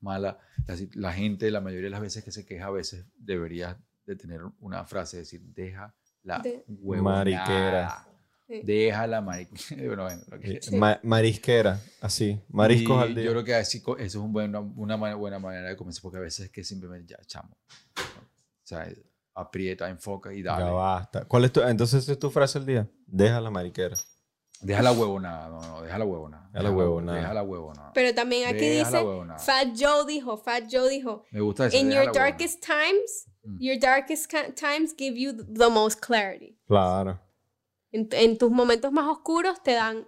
mala. La, si- la gente, la mayoría de las veces que se queja, a veces debería de tener una frase, decir, deja la De- huevonada, Mariquera. Eh, Sí. Deja la mariquera. bueno, bueno, lo que- Ma- marisquera, así. Mariscos y al día. Yo creo que así, co- eso es un buen- una ma- buena manera de comenzar, porque a veces es que simplemente ya, chamo. O sea, aprieta, enfoca y dale. Ya basta. ¿Cuál es tu, entonces, ¿esa es tu frase del día? Deja la mariquera. Deja la huevonada, no, no, deja la huevonada. Deja la huevonada. Deja la huevonada. Pero también aquí Deja la dice, huevonada. Fat Joe dijo, Fat Joe dijo, Me gusta esa. In deja your la huevonada. darkest times, Mm. your darkest ca- times give you the most clarity. Claro. En, en tus momentos más oscuros te dan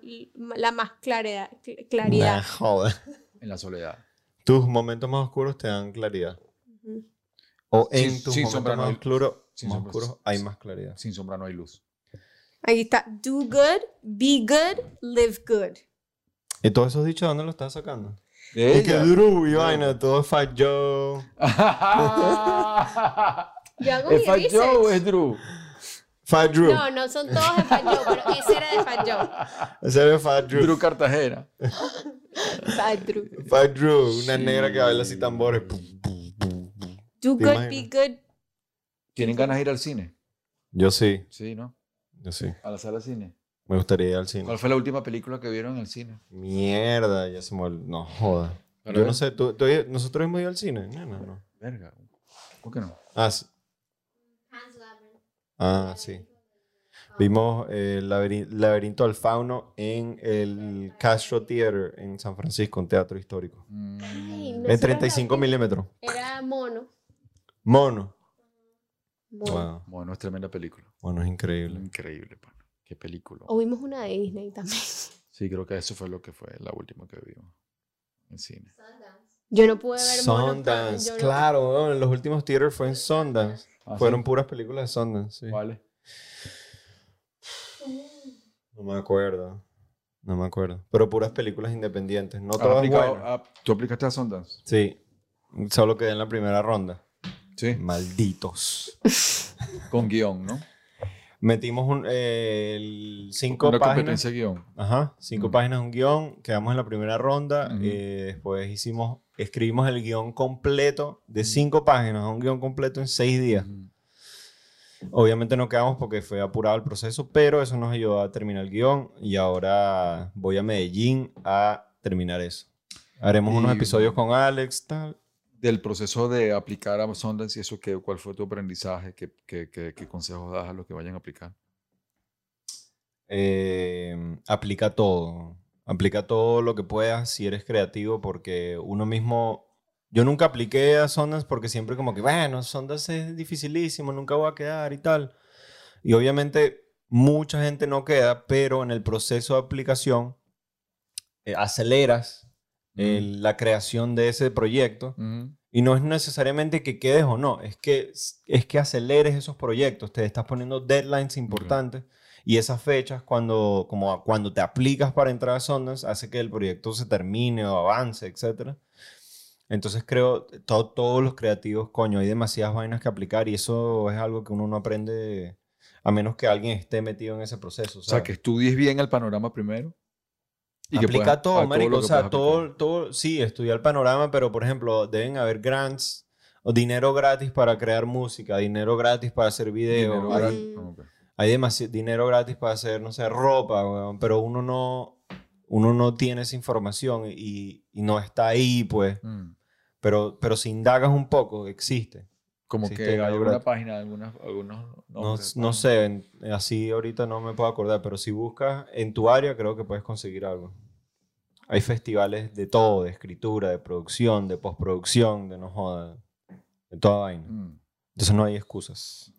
la más claridad. cl- claridad. Nah, joder. en la soledad. Tus momentos más oscuros te dan claridad. Ujú. O Sin- en tus sin sombra, no momentos más hay- oscuros, sin más sombra, oscuros sí. hay más claridad. Sin sombra no hay luz. Aquí está, do good, be good, live good. ¿Y todos esos dichos dónde los estás sacando? De Es que Drew y vaina, todo es Fat Joe. Yo hago ¿Es mi Fat Joe o research. es Drew? Fat Drew. No, no son todos de Fat Joe, pero ese era de Fat Joe. Ese era Fat Drew. Drew Cartagena. Fat Drew. Fat Drew, una negra que baila así tambores. Pum, pum. Do ¿Te good, be good. ¿Tienen ganas de ir al cine? Yo sí, Sí, ¿no? yo sí. A la sala de cine. Me gustaría ir al cine. ¿Cuál fue la última película que vieron en el cine? Mierda, ya se mueve. No, joda. Para Yo ver. no sé, ¿tú, tú- nosotros hemos ido al cine? No, no, no. Verga. ¿Por qué no? Ah, sí. Ah, sí. Ah, Vimos el laberin- laberinto del fauno en el Castro Theater en San Francisco, un teatro histórico. Mm, Ay, En nosotros 35 la- milímetros. Era mono. Mono. mono. Wow. Bueno, es tremenda película. Mono es increíble. Increíble, pana. Qué película. O vimos una de Disney también. Sí, creo que eso fue lo que fue la última que vimos en cine. Yo no pude ver mono. Sundance, claro. weón, los últimos theaters fue en Sundance. Ah, Fueron ¿sí? puras películas de Sundance. sí. ¿Cuáles? No me acuerdo. No me acuerdo. Pero puras películas independientes. No ¿Has todas aplicado- buenas. ah, ¿Tú aplicaste a Sundance? Sí. Solo quedé en la primera ronda. Sí. Malditos. Con guión, ¿no? Metimos un, eh, el cinco Una páginas. competencia de guión. Ajá, cinco Mm. páginas, un guión. Quedamos en la primera ronda. Ujú. eh, después hicimos, escribimos el guión completo de cinco páginas, un guión completo en seis días. Ujú. Obviamente no quedamos porque fue apurado el proceso, pero eso nos ayudó a terminar el guión. Y ahora voy a Medellín a terminar eso. Haremos Y- unos episodios con Alex, tal. Del proceso de aplicar a Sundance y eso, ¿qué, ¿cuál fue tu aprendizaje? ¿Qué, qué, qué, qué consejos das a los que vayan a aplicar? eh, aplica todo. Aplica todo lo que puedas si eres creativo, porque uno mismo. Yo nunca apliqué a Sondas porque siempre, como que, bueno, Sondas es dificilísimo, nunca voy a quedar y tal. Y obviamente, mucha gente no queda, pero en el proceso de aplicación eh, aceleras eh, la creación de ese proyecto. Ujú. Y no es necesariamente que quedes o no, es que, es que aceleres esos proyectos, te estás poniendo deadlines importantes y esas fechas cuando, como a- cuando te aplicas para entrar a Sundance hace que el proyecto se termine o avance, etc. Entonces creo, to- todos los creativos, coño, hay demasiadas vainas que aplicar y eso es algo que uno no aprende a menos que alguien esté metido en ese proceso. O sea, ¿sabes? que estudies bien el panorama primero. que aplica puedas- a todo, lo marico. que o sea, puedas aplicar. todo, todo, sí, estudiar el panorama, pero por ejemplo, deben haber grants o dinero gratis para crear música, dinero gratis para hacer video, Dinero hay, gratis. Mm. Ah, ok. hay demasi- dinero gratis para hacer, no sé, ropa, weón, pero uno no, uno no tiene esa información y, y no está ahí, pues. Mm. Pero, pero si indagas un poco, existe. Como Sí, que tengo hay algo alguna gratis. página, algunas, algunos No, nombres, no páginas. sé, en- así ahorita no me puedo acordar, pero si buscas en tu área creo que puedes conseguir algo. Hay festivales de todo, de escritura, de producción, de postproducción, de no joda, de toda vaina. Mm. Entonces no hay excusas.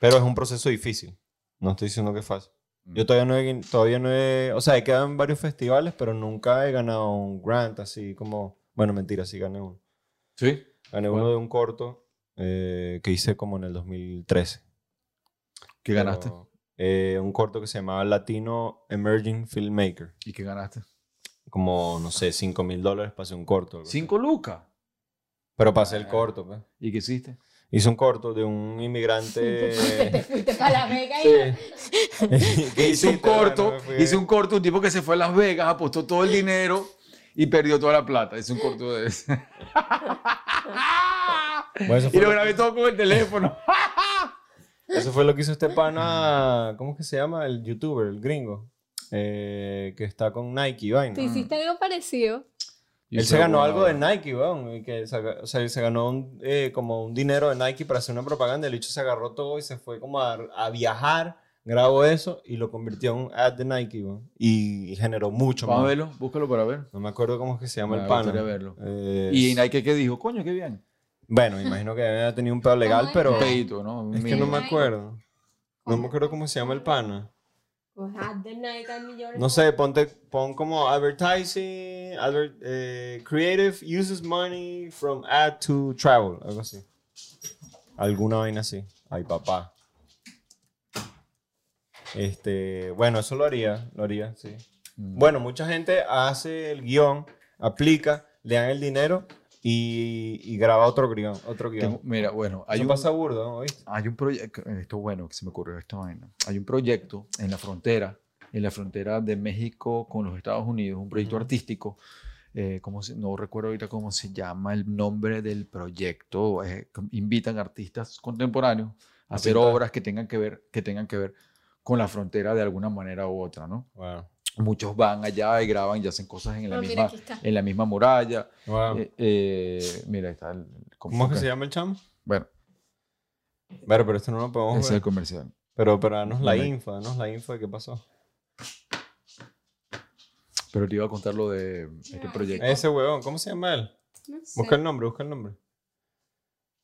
Pero es un proceso difícil. No estoy diciendo que es fácil. Mm. Yo todavía no he, todavía no he, o sea, he quedado en varios festivales, pero nunca he ganado un grant así como, bueno, mentira, sí gané uno. Sí. Gané ¿Cuál? uno de un corto eh, que hice como en el 2013. ¿Qué ganaste? Pero, eh, un corto que se llamaba Latino Emerging Filmmaker. ¿Y qué ganaste? Como, no sé, 5 mil dólares para hacer un corto. algo así. Cinco lucas. Pero pasé Ah. el corto. pues. ¿Y qué hiciste? Hice un corto de un inmigrante. Te fuiste para la vega y que hice un corto, hice un corto, un tipo que se fue a Las Vegas, apostó todo el dinero y perdió toda la plata. Hice un corto de ese. Bueno, eso, Y fue lo lo, grabé todo con el teléfono. eso fue lo que hizo este pana. ¿Cómo que se llama? El youtuber, el gringo. eh, que está con Nike, y vaina. tú hiciste algo parecido. Él se ganó algo de Nike, weón. y que se, aga- o sea, se ganó un, eh, como un dinero de Nike para hacer una propaganda. El hecho se agarró todo y se fue como a, a viajar, grabó eso y lo convirtió en un ad de Nike, weón. Y, generó mucho Vamos a más. verlo, búscalo para ver. No me acuerdo cómo es que se llama Me el gustaría pana. verlo. Eh, ¿Y Nike qué dijo? Coño, qué bien. Bueno, me imagino que había tenido un pedo legal, Vamos a pero Un pedito, ¿no? Un es que no me mínimo. acuerdo. No me acuerdo cómo se llama el pana. At Pues, ah, the night a millones. No sé, ponte, pon como advertising, adver- eh, creative uses money from ad to travel, algo así. Alguna vaina así. Ay, papá. Este, bueno, eso lo haría, lo haría, sí. Mm. Bueno, mucha gente hace el guión, aplica, le dan el dinero y, y graba otro guión, Tengo- otro guión. mira, bueno, hay Eso un, pasa burdo, ¿no? ¿Oíste? hay un proyecto, eh, esto bueno que se me ocurrió esta vaina. Hay un proyecto en la frontera, en la frontera de México con los Estados Unidos, un proyecto artístico. eh, ¿cómo se- no recuerdo ahorita cómo se llama el nombre del proyecto. eh, com- invitan artistas contemporáneos a, A hacer pintar. obras que tengan que ver, que tengan que ver con la frontera de alguna manera u otra, ¿no? Wow. Muchos van allá y graban y hacen cosas en la Ah, mira, misma, aquí está. en la misma muralla. Wow. Eh, eh, mira, ahí está el, el- Ah. ¿Cómo es que se llama el chamo? Bueno, Bueno, pero esto no lo podemos ese es el ver. comercial. Pero, pero danos la Dale. info, danos la info de qué pasó. Pero te iba a contar lo de este proyecto. Ese huevón, ¿cómo se llama él? No sé. Busca el nombre, busca el nombre.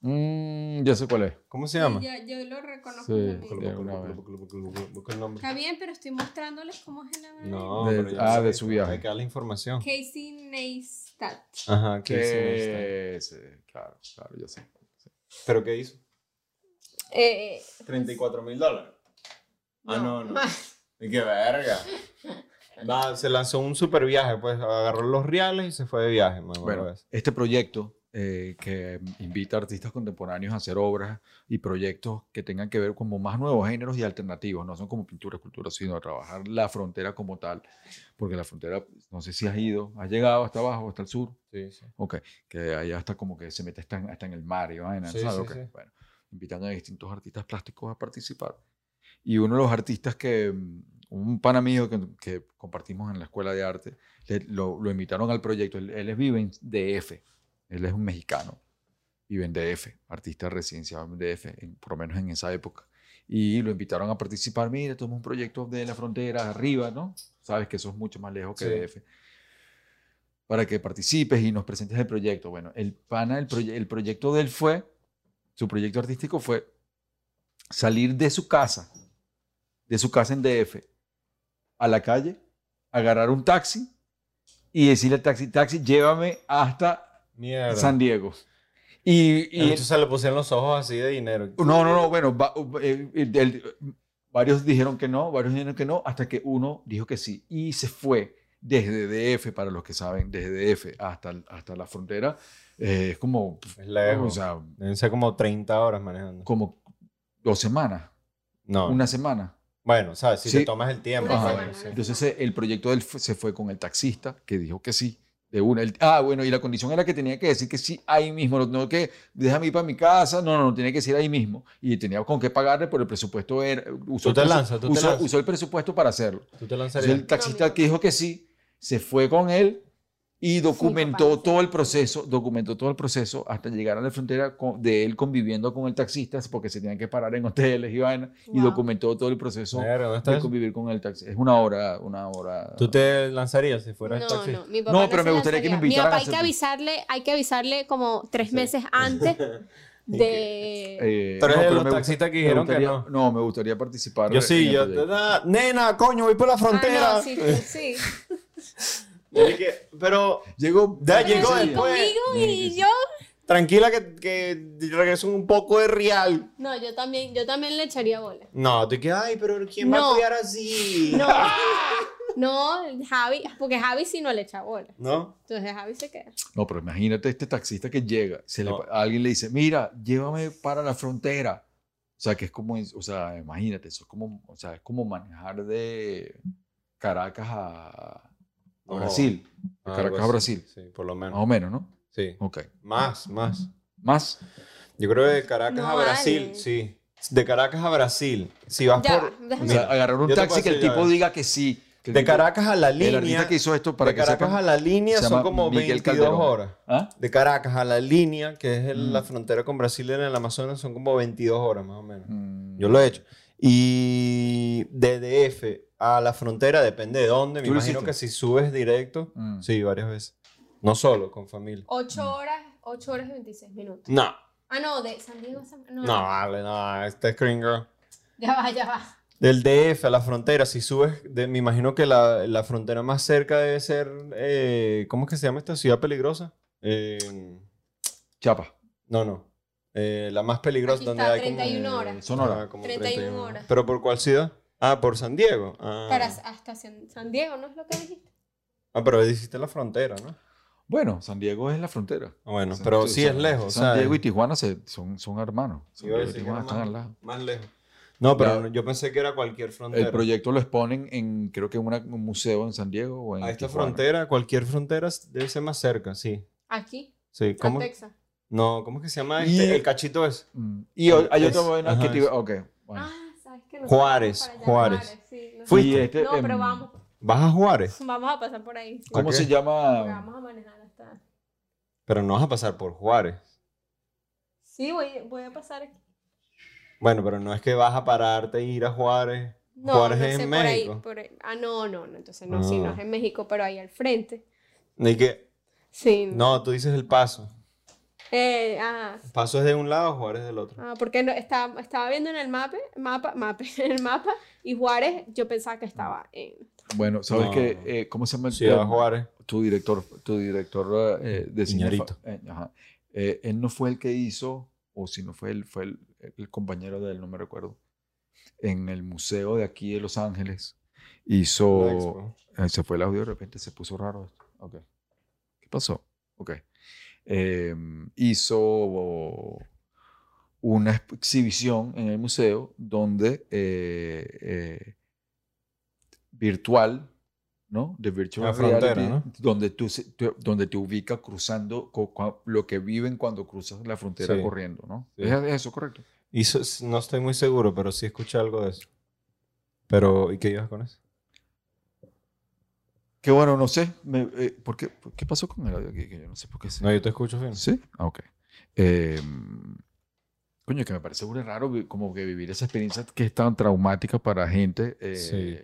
Mm, ya sé cuál es. ¿Cómo se llama? Ya- yo lo reconozco. Sí. también. De una vez. Busca el nombre. Está bien, pero estoy mostrándoles cómo es la vaina. No, De- pero ya ah, sé, de su viaje. Hay que dar la información. Casey Neistat. Ajá, ¿qué hizo en esta? Que sí, claro, claro, ya sé. ¿Pero qué hizo? Eh, 34 mil dólares. Ah, no, no. más. ¿Y qué verga? Va, se lanzó un super viaje, pues agarró los reales y se fue de viaje. Me acuerdo de Bueno, eso. este proyecto eh, que invita a artistas contemporáneos a hacer obras y proyectos que tengan que ver como más nuevos géneros y alternativos, no son como pintura, escultura, sino a trabajar la frontera como tal, porque la frontera, no sé si has ido, has llegado hasta abajo, hasta el sur, Sí, sí. Ok, que ahí hasta como que se mete hasta en, hasta en el mar y vaina, Sí, ¿sabes? sí, Ok, sí. Bueno, invitan a distintos artistas plásticos a participar. Y uno de los artistas que, mm, un pana mío que, que compartimos en la escuela de arte, le- lo, lo invitaron al proyecto. Él, él es vive en DF, él es un mexicano, vive en DF, artista residenciado en DF, en- por lo menos en esa época. Y lo invitaron a participar, mira, esto es un proyecto de la frontera arriba, ¿no? Sabes que eso es mucho más lejos que Sí. DF para que participes y nos presentes el proyecto. Bueno, el pana, el, proye- el proyecto de él fue, su proyecto artístico fue salir de su casa, de su casa en DF, a la calle, agarrar un taxi y decirle al taxi, taxi, llévame hasta Mierda. San Diego. Y, y Y se le pusieron los ojos así de dinero. no, no, no, bueno, va- eh, eh, del- varios dijeron que no, varios dijeron que no, hasta que uno dijo que sí y se fue desde DF, para los que saben, desde DF hasta, hasta la frontera, eh, es como, Es o lejos. sea, Deben ser como 30 horas manejando. como dos semanas, No. una semana. Bueno, ¿sabes? Si Sí. te tomas el tiempo. Una ¿sabes? semana, Sí. una Entonces eh, el proyecto del, se fue con el taxista que dijo que sí. De una, El- ah, bueno, y la condición era que tenía que decir que sí ahí mismo, no, no que déjame ir para mi casa, no, no, no, tenía que decir ahí mismo. Y tenía con qué pagarle, pero el presupuesto era... eh, Usó, el te presu- lanzas, tú te usó- lanzas. usó el presupuesto para hacerlo. ¿Tú te lanzarías? Entonces, el taxista que dijo que sí, se fue con él y documentó papá. todo el proceso, documentó todo el proceso hasta llegar a la frontera con- de él conviviendo con el taxista, porque se tenían que parar en hoteles y vaina, y Wow. documentó todo el proceso Verga, ¿dónde está de eso? convivir con el taxi. Es una hora, una hora. ¿Tú te lanzarías si fueras No, taxista? no, mi papá No, pero se me gustaría que me lanzaría. invitaran Mi papá a hay que hacer- avisarle, hay que avisarle como tres meses antes de. Eh, Tú eres de los me gusta- taxistas que me dijeron que gustaría- no. me gustaría participar. Yo sí, en el yo. proyecto. "Ah, Nena, coño, voy por la Ah, frontera. no, sí, tú sí. Yo dije, Pero Llegó, Ya llegó Sí. después. Conmigo y yo. tranquila que, que regreso un poco de real. No, yo también, yo también le echaría bola. No, tú que, ay, pero ¿quién va No. a cuidar así? No, no, Javi, porque Javi sí no le echa bola. ¿No? Entonces Javi se queda. No, pero imagínate este taxista que llega, se le No. pa- alguien le dice, mira, llévame para la frontera. O sea, que es como, o sea, imagínate, eso es como, o sea, es como manejar de Caracas a, a No. Brasil, de Algo Caracas a así, Brasil, Ah. Sí, por lo más menos. o menos, ¿no? Sí. Ok. Más, más. Más, Yo creo que de Caracas No a Brasil, vale. sí. De Caracas a Brasil. Si vas Ya, por. déjame- o Mira, sea, agarrar un yo te taxi puedo que el decir, ya tipo ves. diga que sí. que el De tipo- Caracas a la el línea. artista que hizo esto para de que Caracas sepan, a la línea se son llama como Miguel 22 Calderón. horas. ¿Ah? De Caracas a la línea, que es el- Mm. la frontera con Brasil en el Amazonas, son como 22 horas más o menos. Mm. Yo lo he hecho. Y de DF a la frontera, depende de dónde. Me ¿Tú lo imagino hiciste? que si subes directo, Mm. sí, varias veces. No solo, con familia. Ocho horas, ocho horas y 26 minutos. No, Ah, no, de San Diego a San- No, no, vale, no, este es Green Girl. Ya va, ya va. Del DF a la frontera, si subes, de- me imagino que la, la frontera más cerca debe ser, eh, ¿cómo es que se llama esta ciudad peligrosa? Eh, Chapa. no, no. Eh, la más peligrosa Aquí donde está, hay como... 31 horas. Eh, Sonora. Ah, como 31 horas. ¿Pero por cuál ciudad? Ah, por San Diego. Ah, Para hasta San San Diego, ¿no es lo que dijiste? Ah, pero dijiste la frontera, ¿no? Bueno, San Diego es la frontera. Ah, Bueno, pero sí es San- lejos. San ¿sabes? Diego y Tijuana se- son, son hermanos. San Iba Diego a y decir que Tijuana era están más- al lado. Más lejos. No, pero La- yo pensé que era cualquier frontera. El proyecto lo exponen en, creo que en una- un museo en San Diego o en A esta Tijuana. frontera, cualquier frontera debe ser más cerca, sí. Aquí, Sí, a ¿cómo? Texas. No, ¿cómo es que se llama Y- este? El cachito es. Mm. Y o- hay Es- otra buena ajá, que te es- iba- ok, bueno. Ah, ¿sabes qué? Nosotros Juárez, vamos para allá, Juárez. sí, nosotros- Fuiste. Y este, No, pero em, vamos, ¿Vas a Juárez? vamos a pasar por ahí. sí, ¿Cómo Ok. se porque llama? Vamos a manejar hasta... Pero no vas a pasar por Juárez. Sí, voy, voy a pasar aquí. Bueno, pero no es que vas a pararte e ir a Juárez. No, Juárez no es sé, en por ahí, México. por ahí. Ah, no, no, no, entonces no, sí, no Ah. es en México, pero ahí al frente. Ni que, Sí. no, tú dices el paso. Eh, ah, El paso es de un lado, Juárez es del otro. ah, porque no, estaba, estaba viendo en el mapa, mapa, mapa, en el mapa, y Juárez yo pensaba que estaba en... Bueno, ¿sabes No. qué? Eh, ¿Cómo se llama el Ciudad em, Juárez. tu director, tu director eh, de cine? Iñárritu. fa- eh, ajá. Eh, él no fue el que hizo, o si no fue él, fue el, el compañero de él, no me recuerdo. En el museo de aquí de Los Ángeles hizo. la expo. Eh, se fue el audio de repente, se puso raro esto. Ok. ¿Qué pasó? Ok. Em, hizo una exp- exhibición en el museo donde eh, eh, virtual, ¿no? De virtual La frontera, ¿no? donde tú se- te- donde te ubicas cruzando co- cua- lo que viven cuando cruzas la frontera Sí. corriendo, ¿no? Sí. ¿Es, es eso correcto? Hizo- no estoy muy seguro, pero sí escuché algo de eso. Pero, ¿y qué ibas con eso? Que bueno, no sé, me- eh, ¿por qué, por qué pasó con el audio aquí? Que yo no sé por qué se- No, yo te escucho, Fino. Sí, ah, ok. Eh, coño, que me parece muy raro vi- como que vivir esa experiencia que es tan traumática para gente. eh, Sí.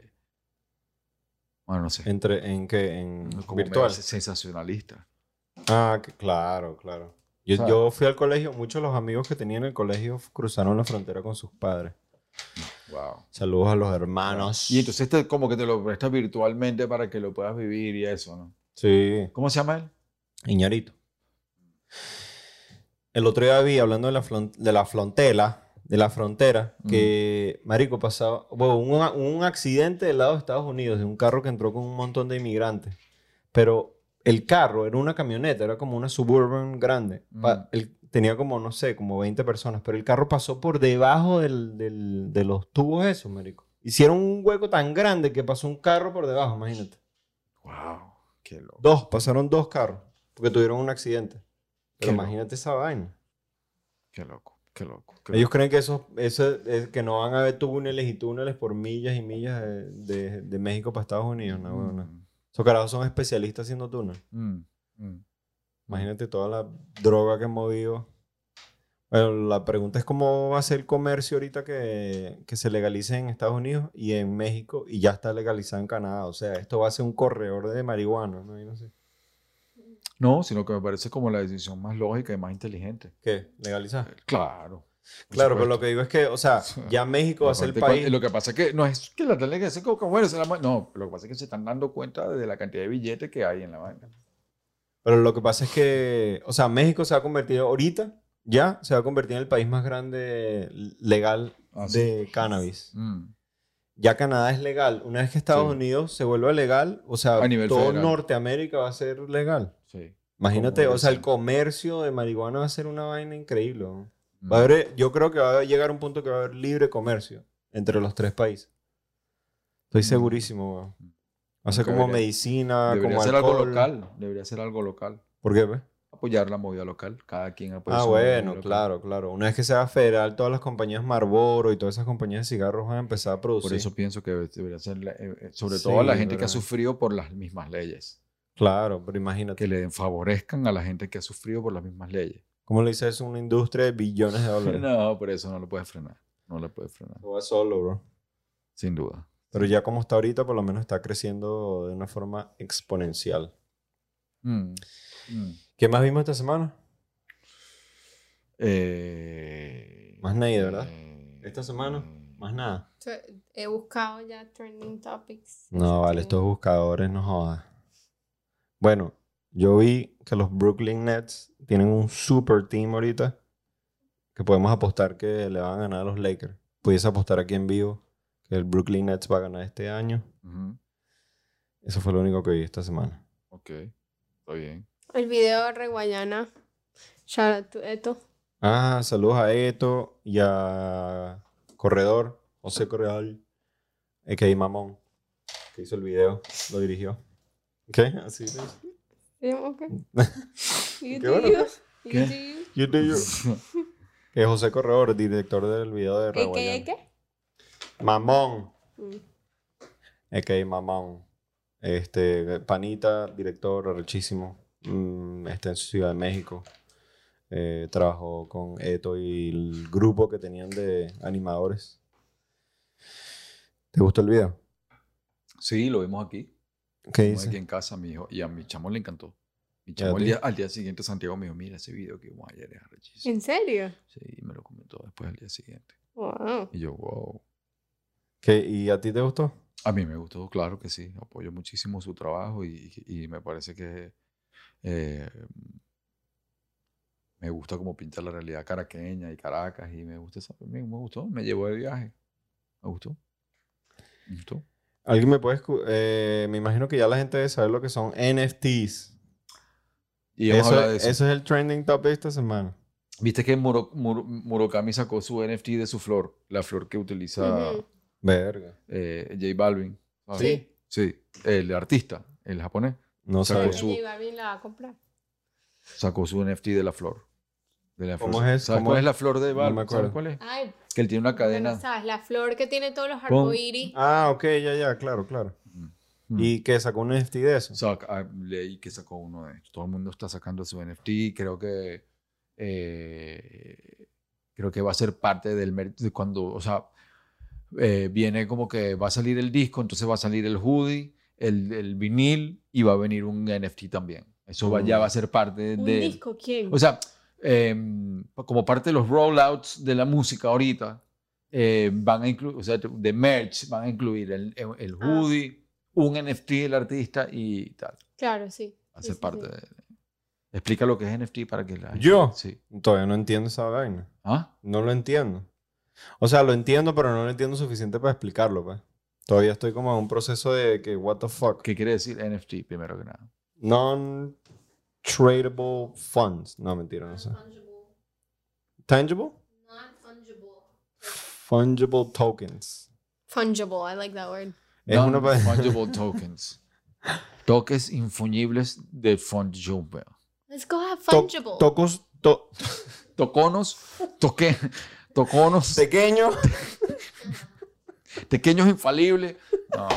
Bueno, no sé. Entre, ¿En qué? En como virtual. medio sensacionalista. Ah, que- claro, claro. Yo, Claro. yo fui al colegio, muchos de los amigos que tenía en el colegio f- cruzaron la frontera con sus padres. Wow. Saludos a los hermanos. Y entonces te- como que te lo prestas virtualmente para que lo puedas vivir y eso, ¿no? Sí, ¿Cómo se llama él? Iñarito. El otro día vi, hablando de la, flon- de la frontera, de la frontera, que Marico pasaba, bueno, un, a- un accidente del lado de Estados Unidos, de un carro que entró con un montón de inmigrantes. Pero el carro era una camioneta, era como una suburban grande. Pa- el- tenía como, no sé, como 20 personas, pero el carro pasó por debajo del- del- de los tubos esos, Marico. Hicieron un hueco tan grande que pasó un carro por debajo, imagínate. Wow. Qué loco. Dos, pasaron dos carros porque tuvieron un accidente. Pero Qué loco. imagínate esa vaina. Qué loco. Qué loco. qué Ellos loco. creen que esos, eso es que no van a haber túneles y túneles por millas y millas de, de- de México para Estados Unidos. No, no, no. Esos carajos son especialistas haciendo túneles. Mm, mm, mm. Imagínate toda la droga que han movido. Bueno, la pregunta es cómo va a ser el comercio ahorita que, que se legalice en Estados Unidos y en México y ya está legalizado en Canadá. O sea, esto va a ser un corredor de marihuana. ¿no? Y no sé. No, sino que me parece como la decisión más lógica y más inteligente. ¿Qué? ¿Legalizar? Claro. por Claro, pero supuesto. lo que digo es que, o sea, ya México va a ser el Aparte, cuan- país. Lo que pasa es que no es que la tele que se como que, bueno, se la ma- no, lo que pasa es que se están dando cuenta de la cantidad de billetes que hay en la vaina. Pero lo que pasa es que, o sea, México se va a convertir ahorita, ya se va a convertir en el país más grande legal Ah, sí. de cannabis. Mm. Ya Canadá es legal. Una vez que Estados Sí. Unidos se vuelva legal, o sea, A nivel todo federal. Norteamérica va a ser legal. Sí. Imagínate, Como o sea, el dicen. comercio de marihuana va a ser una vaina increíble. ¿no? Mm. Va a haber, yo creo que va a llegar un punto que va a haber libre comercio entre los tres países. Estoy Mm. segurísimo, weón. Va a ser Aunque como debería- medicina, Debería como ser algo alcohol. local, debería ser algo local. ¿Por qué, pues? Apoyar la movida local, cada quien apoya ah, su movida bueno, Pues local. claro, claro. Una vez que sea federal, todas las compañías Marlboro y todas esas compañías de cigarros van a empezar a producir. Por eso pienso que debería ser, la- eh, eh, sobre pues Sí, todo a la gente que ha verdad. sufrido por las mismas leyes, Claro, pero que imagínate. le favorezcan a la gente que ha sufrido por las mismas leyes. ¿Cómo le dices eso a una industria de billones de dólares? No, por eso no lo puedes frenar, no lo puedes frenar, Eso va solo, bro. sin duda. Pero ya como está ahorita, por lo menos está creciendo de una forma exponencial. Mm, mm. ¿Qué más vimos esta semana? Eh, Más Ney, ¿verdad? eh, Esta semana, eh, Más nada. Tre- He buscado ya trending topics. No, vale, estos buscadores no jodas. Bueno, yo vi que los Brooklyn Nets tienen un super team ahorita que podemos apostar que le van a ganar a los Lakers. Pudiese apostar aquí en vivo que el Brooklyn Nets va a ganar este año. Ujú, Eso fue lo único que vi esta semana. Ok, está bien. El video de Reguayana. Shout out to Eto. Ah, saludos a Eto y a Corredor, José Corredor, a.k.a. Mamón, que hizo el video, lo dirigió. ¿Qué? Así es. Sí, ok. You Qué do bueno. you. You ¿Qué? do you. You do you. Que es José Corredor, director del video de ¿Qué, qué, Reguayana. qué? Mamón. Mm. A.K.A. Mamón. Este, panita, director, arrechísimo. Mm, está en Ciudad de México. Eh, trabajó con Eto y el grupo que tenían de animadores. ¿Te gustó el video? Sí, lo vimos aquí. ¿Qué Estuvimos aquí dice? en casa, mi hijo, y a mi chamo le encantó. Mi Ya, chamo al tío. día, al día siguiente Santiago me dijo, mira ese video que guay, eres arrechísimo. ¿En serio? Sí, y me lo comentó después al día siguiente. Wow. Y yo, wow. ¿Qué- ¿Y a ti te gustó? A mí me gustó, claro que sí. Apoyo muchísimo su trabajo y, y me parece que eh, me gusta como pinta la realidad caraqueña y Caracas y me gusta esa- me, me gustó, me llevó de viaje. Me gustó. Me gustó. ¿Alguien me puede... escu- eh, me imagino que ya la gente debe saber lo que son NFTs. Y vamos a Eso- hablar de eso. eso es el trending topic esta semana. Viste que Muro- Muro- Murakami sacó su NFT de su flor, la flor que utiliza Ujú. Verga. eh, J Balvin. ¿sabes? Sí. Sí, el artista, el japonés, No Sacó Creo sabía. que su- J Balvin la va a comprar. sacó su NFT de la flor. De la ¿Cómo flor. es? ¿Sabes ¿Cómo cuál es? es la flor de No me Balvin? acuerdo. ¿Sabes cuál es? Ay, Que él tiene una cadena. bueno, sabes, la flor que tiene todos los Pon- arcoíris. Ah, ok, ya, ya, claro, claro. Mm. ¿Y que sacó un NFT de eso? Sac- ah, leí que sacó uno de Todo el mundo está sacando su NFT. Creo que. eh, creo que va a ser parte del. mer- de cuando. O sea, eh, viene como que va a salir el disco, entonces va a salir el hoodie, el, el vinil y va a venir un NFT también. Eso va- ya va a ser parte ¿Un de. disco quién? O sea, em, como parte de los rollouts de la música ahorita, eh, van a incluir, o sea, de merch, van a incluir el, el, el Ah. hoodie, un NFT del artista y tal. claro, sí. Sí, Hace sí, parte sí. de. Explica lo que es NFT para que la. gente- ¿Yo? Sí. Todavía no entiendo esa vaina. ¿Ah? No lo entiendo. O sea, lo entiendo, pero no lo entiendo suficiente para explicarlo, pues. Todavía estoy como en un proceso de que, what the fuck. ¿Qué quiere decir NFT primero que nada? Non-tradable funds. No, mentira, no sé. ¿Tangible? Fungible tokens. Fungible, I like that word. Es una pa- fungible tokens. Tokens infungibles de fungible. Let's go have To- fungible. tocos to- Toconos, toque, toconos. pequeño. Pequeños infalibles. No,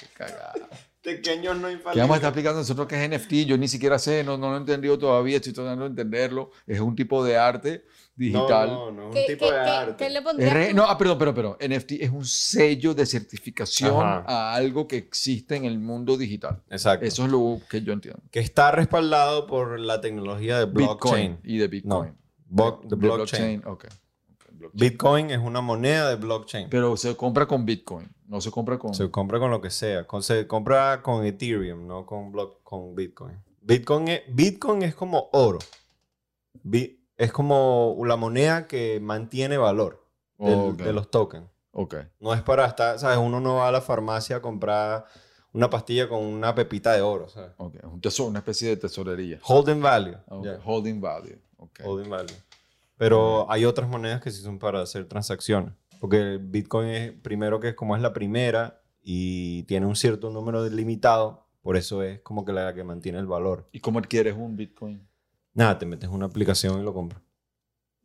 qué cagada. pequeño no ¿Qué vamos a estar infalible. explicando nosotros qué es NFT? Yo ni siquiera sé, no, no lo he entendido todavía, estoy tratando de entenderlo. Es un tipo de arte digital. No, no, no. Es ¿Qué, un tipo qué- de qué- arte. qué le Es pondrías re- tú? no, ah, perdón, pero, pero, NFT es un sello de certificación Ajá. a algo que existe en el mundo digital. Exacto. Eso es lo que yo entiendo. que está respaldado por la tecnología de blockchain. Bitcoin y de Bitcoin. Bo- De- de de blockchain. ok. Ok, blockchain. Bitcoin es una moneda de blockchain. Pero se compra con Bitcoin, no se compra con... Se compra con lo que sea. Con- se compra con Ethereum, no con, block, con Bitcoin. Bitcoin es, Bitcoin es como oro. Bi- es como la moneda que mantiene valor del- Oh, Ok, de los tokens. ok. No es para estar, ¿sabes? Uno no va a la farmacia a comprar una pastilla con una pepita de oro, ¿sabes? ok. Es un tesoro, una especie de tesorería. Holding value. Ok, ya. Holding value. ok. Holding value. Pero hay otras monedas que sí son para hacer transacciones. Porque el Bitcoin es primero que es como es la primera y tiene un cierto número de- limitado. Por eso es como que la que mantiene el valor. ¿Y cómo adquieres un Bitcoin? Nada, te metes en una aplicación y lo compras.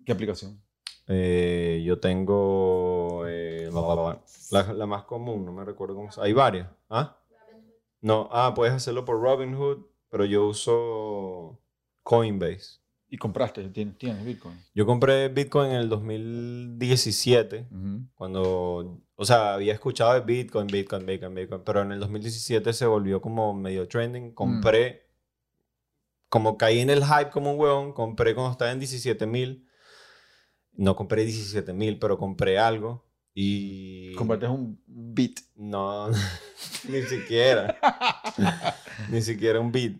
¿Qué aplicación? Eh, yo tengo eh, la, la- la- la- la más común, no me recuerdo cómo se Hay varias. ¿Ah? No, ah, puedes hacerlo por Robinhood, pero yo uso Coinbase. ¿Y compraste? ¿Tienes, tienes Bitcoin? Yo compré Bitcoin en el 2017. Cuando, o sea, había escuchado de Bitcoin, Bitcoin, Bitcoin, Bitcoin, pero en el 2017 se volvió como medio Mm. trending. Compré, como caí en el hype como un huevón, compré cuando estaba en 17 mil. No compré 17 mil, pero compré algo. Y. Compartes un beat. No, ni siquiera. ni siquiera un beat.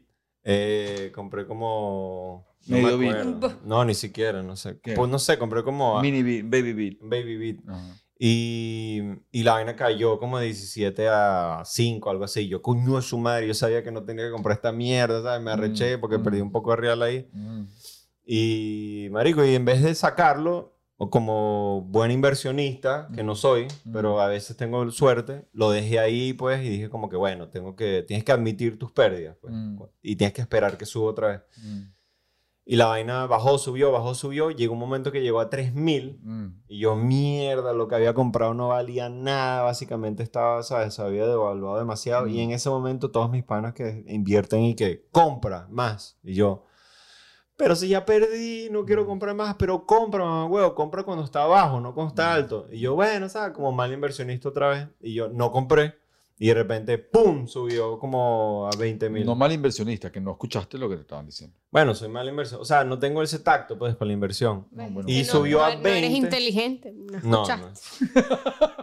Eh, compré como. No me Medio beat. acuerdo. Un po- No, ni siquiera, no sé. ¿Qué? Pues no sé, compré como. a- Mini beat, baby beat. un Baby beat. Ajá. Y, y la vaina cayó como de 17 a 5, algo así. Yo, coño, de su madre. Yo sabía que no tenía que comprar esta mierda, ¿sabes? Me Mm, arreché porque mm. perdí un poco de real ahí. Mm. Y, marico, y en vez de sacarlo, o como buen inversionista, que no soy, Ujú. pero a veces tengo suerte, lo dejé ahí, pues, y dije como que, bueno, tengo que, tienes que admitir tus pérdidas, pues, Mm. y tienes que esperar que suba otra vez. Mm. Y la vaina bajó, subió, bajó, subió, llegó un momento que llegó a 3000, Mm. y yo, mierda, lo que había comprado no valía nada, básicamente estaba, ¿sabes? Se había devaluado demasiado, y Mm. en ese momento todos mis panos que invierten y que compra más, y yo, pero si ya perdí, no quiero comprar más, pero compra, mamá, huevo, compra cuando está bajo, no cuando está alto. Y yo, bueno, ¿sabes? Como mal inversionista otra vez, y yo no compré, y de repente, ¡pum!, subió como a 20 mil. No mal inversionista, que no escuchaste lo que te estaban diciendo. Bueno, soy mal inversor, o sea, no tengo ese tacto, pues, para la inversión. No, Ves, Ah, bueno. que Y subió a No eres 20. inteligente. No No, escuchaste. no.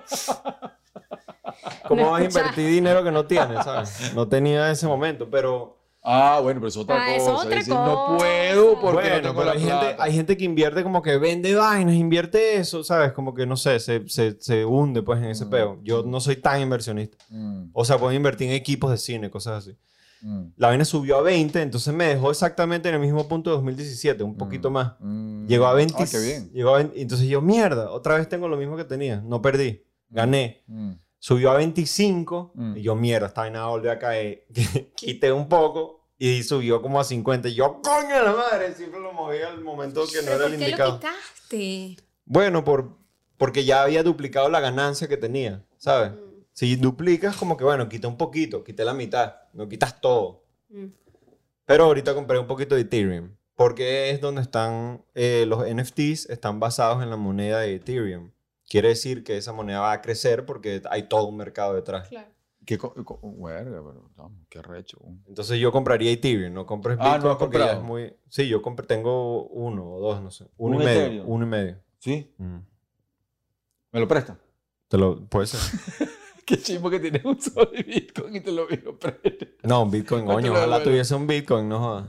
¿Cómo No vas escuchaste. a invertir dinero que no tienes, sabes? No tenía en ese momento, pero... Ah, bueno, pero es otra Ah, es cosa. otra decir, cosa. No puedo porque no Bueno, tengo pero la hay plata. gente, hay gente que invierte como que vende vainas, invierte eso, ¿sabes? Como que, no sé, se, se, se hunde pues en ese Mm. peo. Yo no soy tan inversionista. Mm, O sea, puedo invertir en equipos de cine, cosas así. mm, La vaina subió a 20, entonces me dejó exactamente en el mismo punto de 2017, un poquito mm, más. mm. Llegó a 20. Ah, qué bien. Llegó a 20 entonces yo, mierda, otra vez tengo lo mismo que tenía. No perdí, gané. Mm, Subió a 25 Mm. y yo, mierda, esta vaina volvió a caer. Quité un poco y subió como a 50. Y yo, coño de la madre, siempre lo moví al momento que no ¿Pero era por el qué indicado. lo quitaste? Bueno, por, porque ya había duplicado la ganancia que tenía, ¿sabes? Si duplicas, como que bueno, quita un poquito, quité la mitad, no quitas todo. Mm. Pero ahorita compré un poquito de Ethereum, porque es donde están eh, los NFTs, están basados en la moneda de Ethereum. Quiere decir que esa moneda va a crecer porque hay todo un mercado detrás. Claro. Qué co- co- uh, verga, pero no, qué recho. uh. Entonces yo compraría Ethereum, no compres Ah, ¿no Bitcoin has porque ya comprado? es muy... Sí, yo compré, tengo uno o dos, no sé. Uno ¿Un y medio. Ethereum? Uno y medio. ¿Sí? Mm. ¿Me lo presta? Te lo... Puede ser. Qué chismo que tienes un solo Bitcoin y te lo vino presta. No, un Bitcoin, No te coño. lo Ojalá devuelvo. tuviese un Bitcoin, no jodas.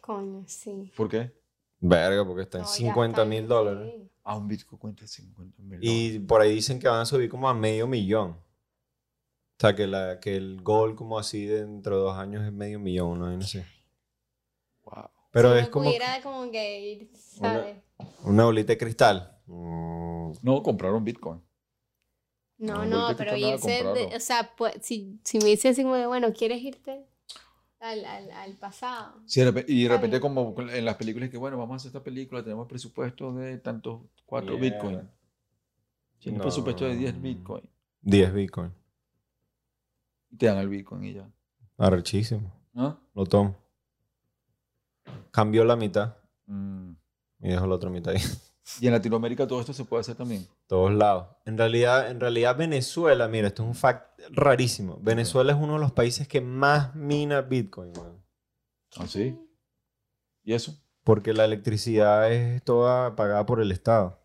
Coño, sí. ¿Por qué? Verga, porque está en No, ya 50 está, mil sí. dólares. Ah, un Bitcoin cuenta 50 mil Y por ahí dicen que van a subir como a medio millón. O sea, que, la, que el gol como así dentro de dos años es medio millón, ¿no? no sé. Wow. Pero Si es uno como pudiera como que ir, Una- ¿sabes? una bolita de cristal. Mm, No, compraron Bitcoin. No, No, no, ahorita pero que está nada irse, de- comprado. o sea, pues, si, si me dicen así como de, bueno, ¿quieres irte al, al, al pasado? Sí, de repe- y de Ah, Está repente bien. como en las películas que, bueno, vamos a hacer esta película, tenemos presupuesto de tantos, cuatro Mierda. Bitcoin. Tiene No. un presupuesto de 10 Bitcoin. 10 Bitcoin. Y te dan el Bitcoin y ya. Arrechísimo. ¿Ah? Lo tomo. Cambió la mitad Mm. y dejo la otra mitad ahí. Y en Latinoamérica todo esto se puede hacer también. Todos lados. En realidad, en realidad Venezuela, mira, esto es un fact rarísimo. Venezuela es uno de los países que más mina Bitcoin, weón. ¿Ah, sí? ¿Y eso? Porque la electricidad es toda pagada por el Estado.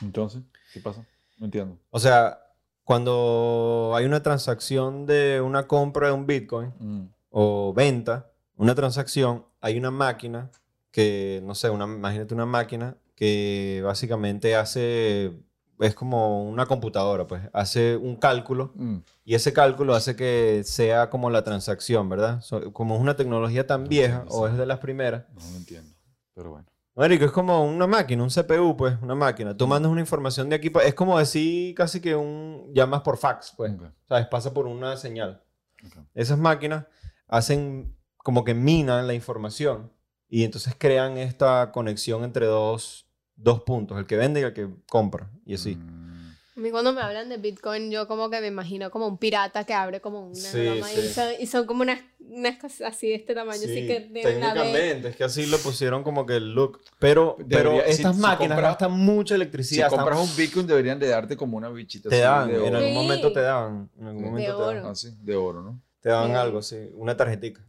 Entonces, ¿qué pasa? No entiendo. O sea, cuando hay una transacción de una compra de un Bitcoin Mm. o venta, una transacción, hay una máquina que, no sé, una, imagínate una máquina que básicamente hace, es como una computadora, pues, hace un cálculo Mm. Y ese cálculo hace que sea como la transacción, ¿verdad? So- como es una tecnología tan No vieja entiendo, o sí. es de las primeras. No lo entiendo. Pero bueno. Marico, es como una máquina, un CPU, pues, una máquina. Tú mandas una información de aquí, pa- es como decir casi que un llamas por fax, pues. Ok, ¿Sabes? Pasa por una señal. ok. Esas máquinas hacen como que minan la información y entonces crean esta conexión entre dos, dos puntos, el que vende y el que compra. Y así. Mm. A mí cuando me hablan de Bitcoin, yo como que me imagino como un pirata que abre como una Sí, broma sí. Y, son, y son como unas, unas cosas así de este tamaño, así que deben haber... técnicamente, es que así lo pusieron como que el look. Pero, pero Debería- si- estas si máquinas compras- gastan mucha Si electricidad. están- compras un Bitcoin deberían de darte como una bichita así te dan, de en oro. algún Sí. momento te dan. En algún De momento te dan, oro. Así, de oro, ¿no? te dan Sí. algo, sí. Una tarjetica.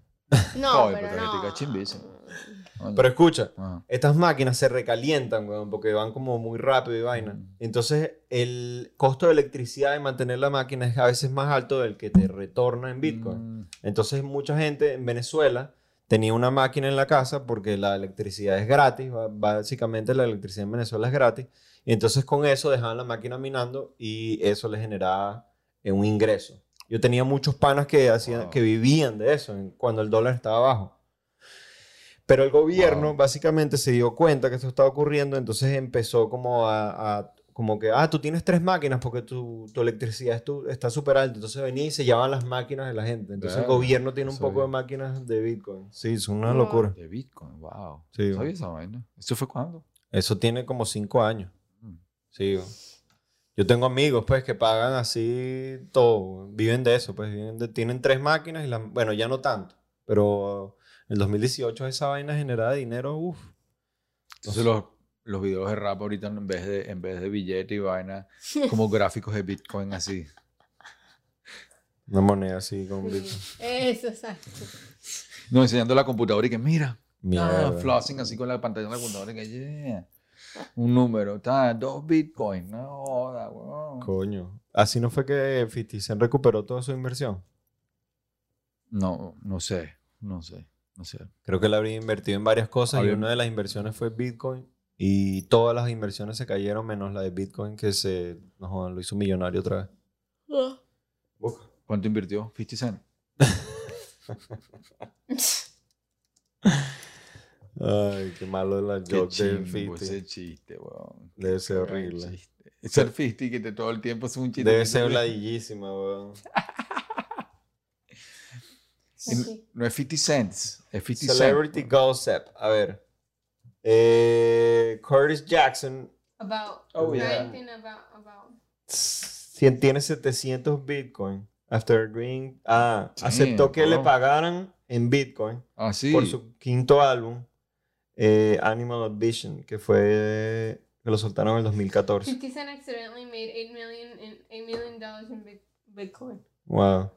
No, Ay, pero pero la no. genética es chimbísima. Coño. Pero escucha, Ajá. estas máquinas se recalientan, weón, porque van como muy rápido y vaina. Mm. Entonces, el costo de electricidad de mantener la máquina es a veces más alto del que te retorna en Bitcoin. Mm, Entonces, mucha gente en Venezuela tenía una máquina en la casa porque la electricidad es gratis. ba- Básicamente, la electricidad en Venezuela es gratis. Y entonces, con eso dejaban la máquina minando y eso les generaba eh, un ingreso. Yo tenía muchos panas que, hacían, Wow. que vivían de eso en- cuando el dólar estaba bajo. Pero el gobierno Wow. básicamente se dio cuenta que esto estaba ocurriendo, entonces empezó como a, a- como que, ah, tú tienes tres máquinas porque tu, tu electricidad es tu- está súper alta, entonces venía y se llevaban las máquinas de la gente. Entonces Verga, el gobierno tiene no un poco de sabía. máquinas de Bitcoin. Sí, es una Wow. locura. De Bitcoin, wow. Sí, ¿Sabía güey. esa vaina? ¿Eso fue cuándo? Eso tiene como cinco años. Mm. Sí. güey. Yo tengo amigos, pues, que pagan así todo. güey. Viven de eso, pues. viven de- tienen tres máquinas y las... Bueno, ya no tanto. Pero el 2018 esa vaina generaba dinero, uff. Entonces los, los videos de rap ahorita en vez de, en vez de billete y vaina, como gráficos de Bitcoin así. Una moneda así con Bitcoin. Eso, exacto. No, enseñando la computadora y que mira, Mierda. ah, flossing así con la pantalla de la computadora y que yeah. Un número, ta, dos Bitcoin, no joda, weón. Coño. Así no fue que 50 Cent recuperó toda su inversión. No, no sé, no sé, no sé. Creo que él habría invertido en varias cosas Había- y una de las inversiones fue Bitcoin. Y todas las inversiones se cayeron menos la de Bitcoin que se... No jodan, lo hizo millonario otra vez. Busca. ¿Cuánto invirtió? 50 cent. Ay, qué malo la Qué joke del chimbo 50. ese chiste, weón. Debe ser Qué horrible. chiste. Ser 50 que te todo el tiempo es un chiste. Debe que ser te- ladillísima, weón. Y no- No es 50 cents, es 50 cent. Celebrity gossip. A ver. Eh, Curtis Jackson About. Oh, yeah. writing about, about. tien- tiene 700 Bitcoin. After agreeing. Ah, Sí, aceptó que le bro. pagaran en Bitcoin Ah, sí. por su quinto álbum, eh, Animal Ambition, que fue. que lo soltaron en el 2014. 50 Cent accidentally made 8 million, in, $8 million dollars in Bit- Bitcoin. Wow.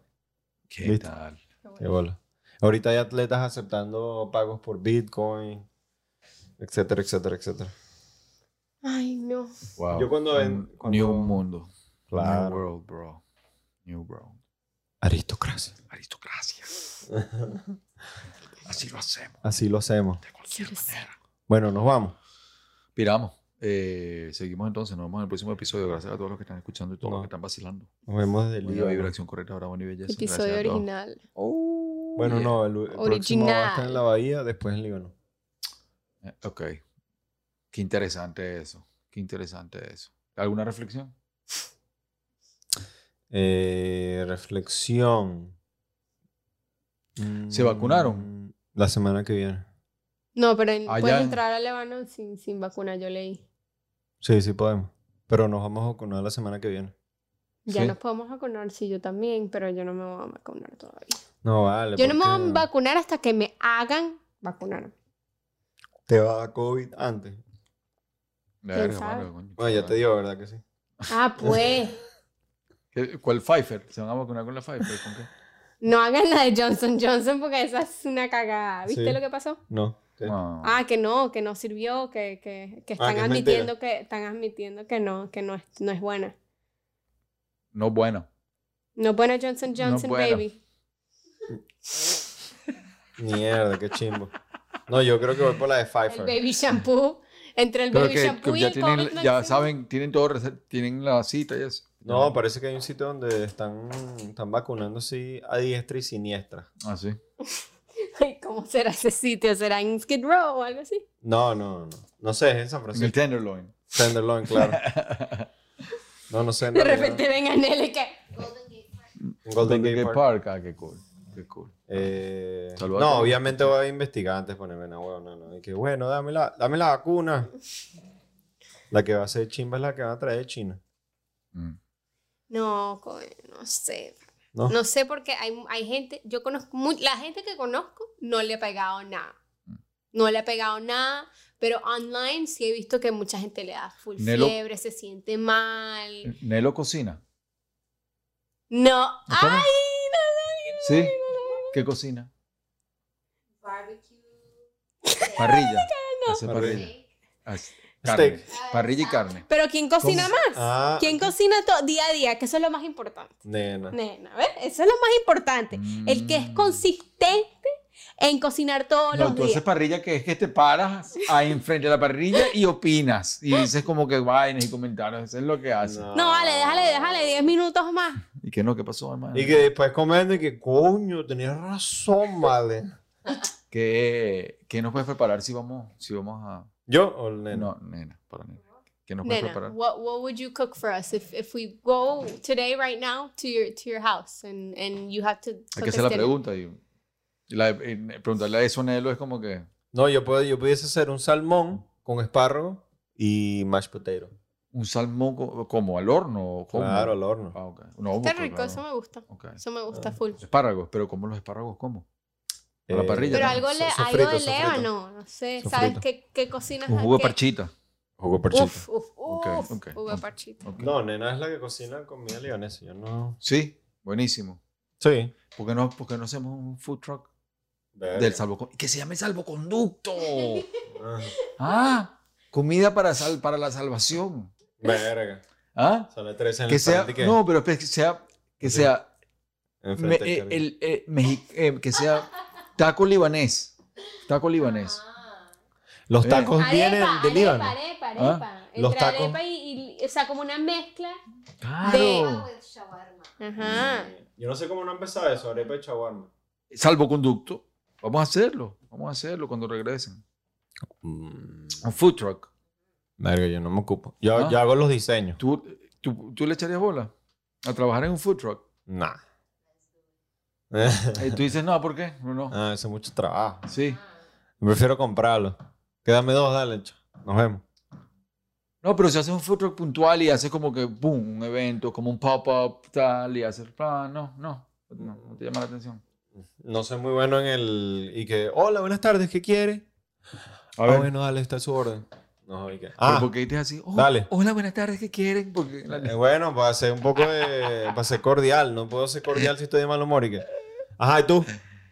¿Qué ¿Viste? tal? Qué bueno. Qué bola. Ahorita hay atletas aceptando pagos por Bitcoin, etcétera, etcétera, etcétera. Ay, no. Wow. Yo cuando ven- Un cuando- New mundo. Claro. New world, bro. New world. Aristocracia. Aristocracia. Así lo hacemos. Así lo hacemos. De cualquier manera. Bueno, nos vamos. Piramos. Eh, seguimos entonces. Nos vemos en el próximo episodio. Gracias a todos los que están escuchando y todos No. los que están vacilando. Nos vemos del Viva día. vibración correcta, bravo y belleza. Gracias Episodio a todos. original. Bueno, Yeah. no, el, el próximo va a estar en Original. la Bahía, después en Líbano. Eh, Ok. Qué interesante eso. Qué interesante eso. ¿Alguna reflexión? Eh, reflexión. ¿Se vacunaron? Mm, La semana que viene. No, pero en- Allá puedes en- entrar a Lebanon sin, sin vacuna, yo leí. Sí, sí podemos. Pero nos vamos a vacunar la semana que viene. Ya Sí. nos podemos vacunar, sí, yo también, pero yo no me voy a vacunar todavía. No, vale. Yo no me porque voy a vacunar hasta que me hagan vacunar. Te va a dar COVID antes. Verga, sabe? mano, coño, Bueno, ya chaval. te dio, ¿verdad que sí? Ah, pues. ¿Qué- Eh, ¿Cuál Pfeiffer? ¿Se van a vacunar con la Pfeiffer? ¿Con qué? No hagan la de Johnson Johnson porque esa es una cagada. ¿Viste Sí. lo que pasó? No. ¿qué? No. Ah, que no, que no sirvió, que, que, que Ah, están que es admitiendo que están admitiendo que no, que no es, no es buena. No, bueno. No es buena Johnson No es Johnson, buena. baby. Mierda, qué chimbo. No, yo creo que voy por la de El Pfeiffer. baby shampoo. Entre el Pero baby que, shampoo que y ya, el tienen, COVID ya vaccine. saben, tienen todo, rece- tienen la cita y eso. Ah, No, parece que hay un sitio donde están, están vacunando así a diestra y siniestra. Ah, sí. Ay, ¿Cómo será ese sitio? ¿Será en Skid Row o algo así? No, no, no. No sé, es en San En el Francisco. Tenderloin. Tenderloin, claro. No, no sé. en De realidad. repente ven a Nelly que... En Golden Gate Park. Ah, qué cool. Qué cool. Eh, Salvador. no, obviamente voy a investigar antes de ponerme una huevo. No, no. Y que bueno, dame la, dame la vacuna. La que va a ser chimba es la que va a traer de China. Mm. No, coño, no sé. ¿No? No sé porque hay, hay gente, yo conozco, mu- la gente que conozco no le ha pegado nada. Mm. No le ha pegado nada, pero online sí he visto que mucha gente le da full Nelo- fiebre, se siente mal. Nelo cocina. No, ¿No comes? ay, no, no, ¿Sí? ¿Qué cocina? Barbecue. Parrilla. Hace Parrilla. parrilla. Hace carne. Steak. Parrilla y carne. Pero ¿quién cocina ¿Cómo? más? Ah. ¿Quién cocina todo día a día? Que eso es lo más importante. Nena. Nena, ¿ves? Eso es lo más importante. El que es Mm. consistente en cocinar todos No, los tú días. haces parrilla que es que te paras ahí enfrente de la parrilla y opinas. Y dices como que vainas y comentarios. Eso es lo que haces. No, vale, déjale, déjale 10 minutos más. ¿Y qué no? ¿Qué pasó, hermano? Y que después comiendo y que, coño, tenías razón, vale. ¿Qué, qué nos puedes preparar si vamos, si vamos a...? ¿Yo o el nena? No, nena, para nena. ¿Qué nos puedes Nena, preparar? what, what would you cook for us if, if we go today, right now, to your, to your house and, and you have to Hay cook us que hacer la dinner? pregunta. Y, y la- y preguntarle a eso a Nelo es como que No, yo, puedo, yo pudiese hacer un salmón con espárrago y mashed potato. un salmón co- como al horno. o cómo? Claro, al horno. Ah, ok. No, Está pues, rico, claro. eso me gusta. Ok. Eso me gusta Ah. full. Espárragos, pero ¿cómo los espárragos como? A Eh, la parrilla, Pero ¿no? algo, le, so- algo de sofrito, sofrito. lébano, no sé, Sofrito. ¿sabes qué, qué cocinas? Un jugo de ¿Qué? parchita. Jugo parchita. Uf, uf, Ok, uf, ok, jugo de ok. parchita. Ok. No, nena es la que cocina comida leonesa. Yo no. Sí, buenísimo. Sí. ¿Por qué no, por qué no hacemos un food truck del salvoconducto? Que se llame salvoconducto. Ajá. Ah, comida para, sal, para la salvación. Verga. Ah, Son las tres en que el sea, frente que- no, pero es que sea, que Sí. sea enfrente Me- eh, del carril. el, eh, mexi- eh, que sea taco libanés. Taco libanés. Los eh. tacos vienen Arepa, de Líbano. arepa, arepa, Ah, arepa. los Entre tacos. arepa y, y- o sea, como una mezcla. Claro. Mm. Ajá. Yo no sé cómo no empezaba eso, arepa y chaguarma. Salvoconducto. Vamos a hacerlo. Vamos a hacerlo cuando regresen. Un food truck. Verga, yo no me ocupo. Yo, Ah. yo hago los diseños. ¿Tú, tú, tú le echarías bola a trabajar en un food truck? Nah. Y tú dices, no, ¿por qué? No, no. ah, eso es mucho trabajo. Sí. Prefiero comprarlo. Quédame dos, dale, cha. Nos vemos. No, pero si haces un food truck puntual y haces como que, boom, un evento, como un pop-up, tal, y haces, ah, no, no, no, no te llama la atención. No soy muy bueno en el. Y que, hola, buenas tardes, ¿qué quiere? A Ah, ver. bueno, dale, está su orden. No, y que. Ah, Ah, porque dices así, oh, dale. hola, buenas tardes, ¿qué quieren? Porque la- eh, bueno, para ser un poco de. Para ser cordial. No puedo ser cordial si estoy de mal humor y que. Ajá, ¿y tú?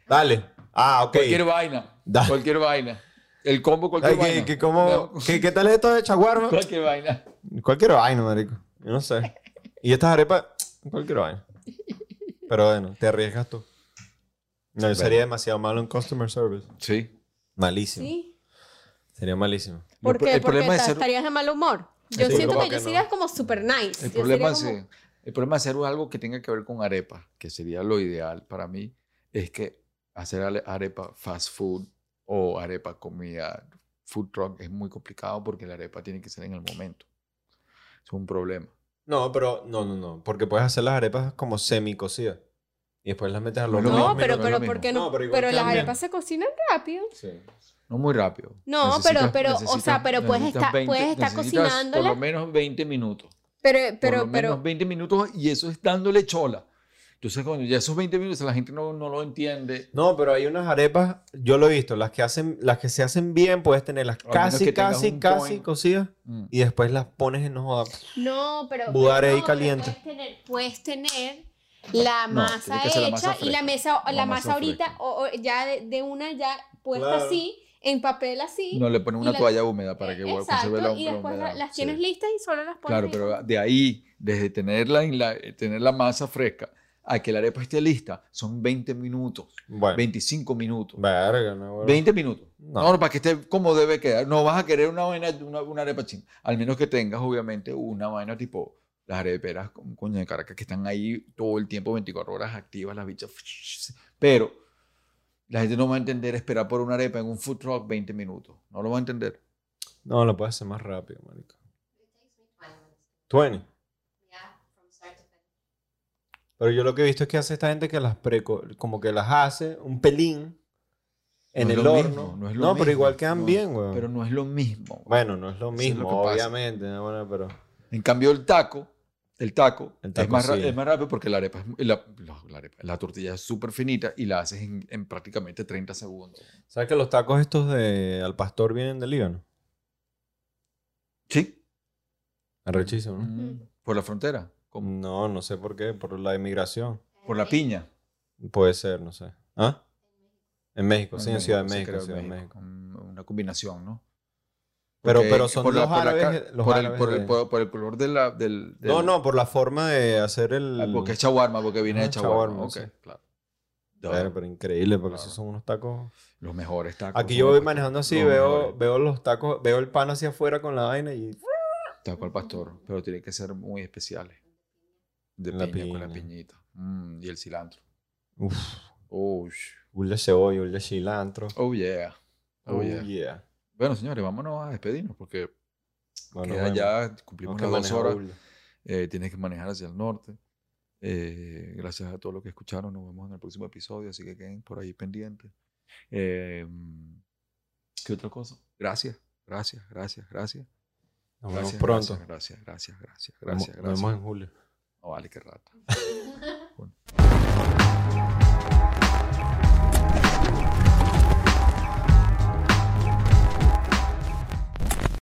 Dale. Ah, ok. Cualquier vaina. Da- Cualquier vaina. El combo, cualquier Ay, que, vaina. que como, No, que- ¿Qué tal esto de chaguarma? Cualquier vaina. Cualquier vaina, marico. Yo no sé. Y estas arepas, cualquier vaina. Pero bueno, te arriesgas tú. No, yo sería demasiado malo en customer service. Sí. Malísimo. ¿Sí? Sería malísimo. ¿Por El pro- qué? Porque el problema es ta- ser- estarías de mal humor. Yo Sí, siento como que yo que no. sería como super nice. El Yo problema, sería como- sí. el problema de hacer algo que tenga que ver con arepa, que sería lo ideal para mí, es que hacer ale- arepa fast food o arepa comida food truck es muy complicado porque la arepa tiene que ser en el momento. Es un problema. No, pero no, no, no. Porque puedes hacer las arepas como semi cocidas. Y después las metes al No es horno. lo mismo, No, es pero, lo pero, mismo. ¿por qué no? No, pero igual pero las quedan bien. arepas se cocinan rápido. Sí. No muy rápido. No, pero- pero, o sea, pero puedes necesitas estar- puedes estar necesitas Por cocinándola. lo menos 20 minutos. Pero, por pero, lo pero, menos 20 minutos y eso es dándole chola. Entonces, cuando ya esos 20 minutos la gente no, no lo entiende. No, pero hay unas arepas, yo lo he visto, las que, hacen, las que se hacen bien, puedes tenerlas menos que casi, tengas casi, un casi point. cocidas. Mm. Y después las pones en hoja. no, pero. Budare pero ahí no, pero caliente. Puedes tener, puedes tener la No, masa tiene que ser la hecha masa y la fresca. mesa, la, La masa, masa ahorita, fresca. o, o ya de, de una ya puesta Claro. así, en papel así. No le y ponen una la- toalla húmeda para que pues, Eh, vuelva- Exacto, conserve la, y la después la- humedad. las tienes Sí. listas y solo las pones. Claro, ahí. pero de ahí, desde tenerla en la, eh, tener la masa fresca a que la arepa esté lista, son 20 minutos, Bueno. 25 minutos. Verga, no, bueno. 20 minutos. No. No. no, para que esté como debe quedar. No vas a querer una vaina, una, una arepa china. Al menos que tengas, obviamente, una vaina tipo las areperas con coño de Caracas que están ahí todo el tiempo, 24 horas activas, las bichas. Pero la gente no va a entender esperar por una arepa en un food truck 20 minutos. No lo va a entender. No, lo puedes hacer más rápido, marico. 20. Pero yo lo que he visto es que hace esta gente que las preco, como que las hace un pelín en No es el lo horno. mismo, no, no es lo pero mismo. igual quedan No, bien, weón. Pero no es lo mismo. Bueno, no es lo Eso es lo mismo, que pasa. obviamente. ¿no? Bueno, pero... En cambio, el taco, el taco, El taco es, más ra- sí. es más rápido porque la arepa, es- la, la- la arepa- la tortilla es súper finita y la haces en, en prácticamente 30 segundos. ¿Sabes que los tacos estos de al pastor vienen del Líbano? Sí. Arrechísimo, ¿no? Mm. Por la frontera, como- No, no sé por qué, por la inmigración. por la piña. Puede ser, no sé. ¿Ah? En México, En Pues sí, en Ciudad de se México, creó Ciudad de México. Un, un una combinación, ¿no? Pero- Porque pero son por la- los por la ca- árabes- los por el- árabes por el- de- por- por el color de la, del, del- No, no, por la forma de hacer el. Ah, porque es chaguarma, porque viene de Ajá, chaguarma. Ok, shawarma, sí. claro. Claro, pero increíble, porque ¿eh? Claro. esos son unos tacos. Los mejores tacos. Aquí son yo los voy mejores. manejando así, Los veo, mejores. veo los tacos, veo el pan hacia afuera con la vaina y. Taco al pastor, pero tienen que ser muy especiales. De La piña, con la piña. piñita. Mm, y el cilantro. Uf, Oh, un de cebolla, un de cilantro. oh yeah. Oh, yeah. yeah. Bueno, señores, vámonos a despedirnos porque Bueno, queda bueno. ya cumplimos Tengo que las dos manejar horas. burla. Eh, tienes que manejar hacia el norte. Eh, gracias a todos los que escucharon. Nos vemos en el próximo episodio, así que queden por ahí pendientes. Eh, ¿Qué otra cosa? Gracias, gracias, gracias, gracias. Nos vemos Gracias, pronto. Gracias, gracias, gracias, gracias, gracias. Nos vemos- gracias. Nos vemos en julio. No vale, qué rata.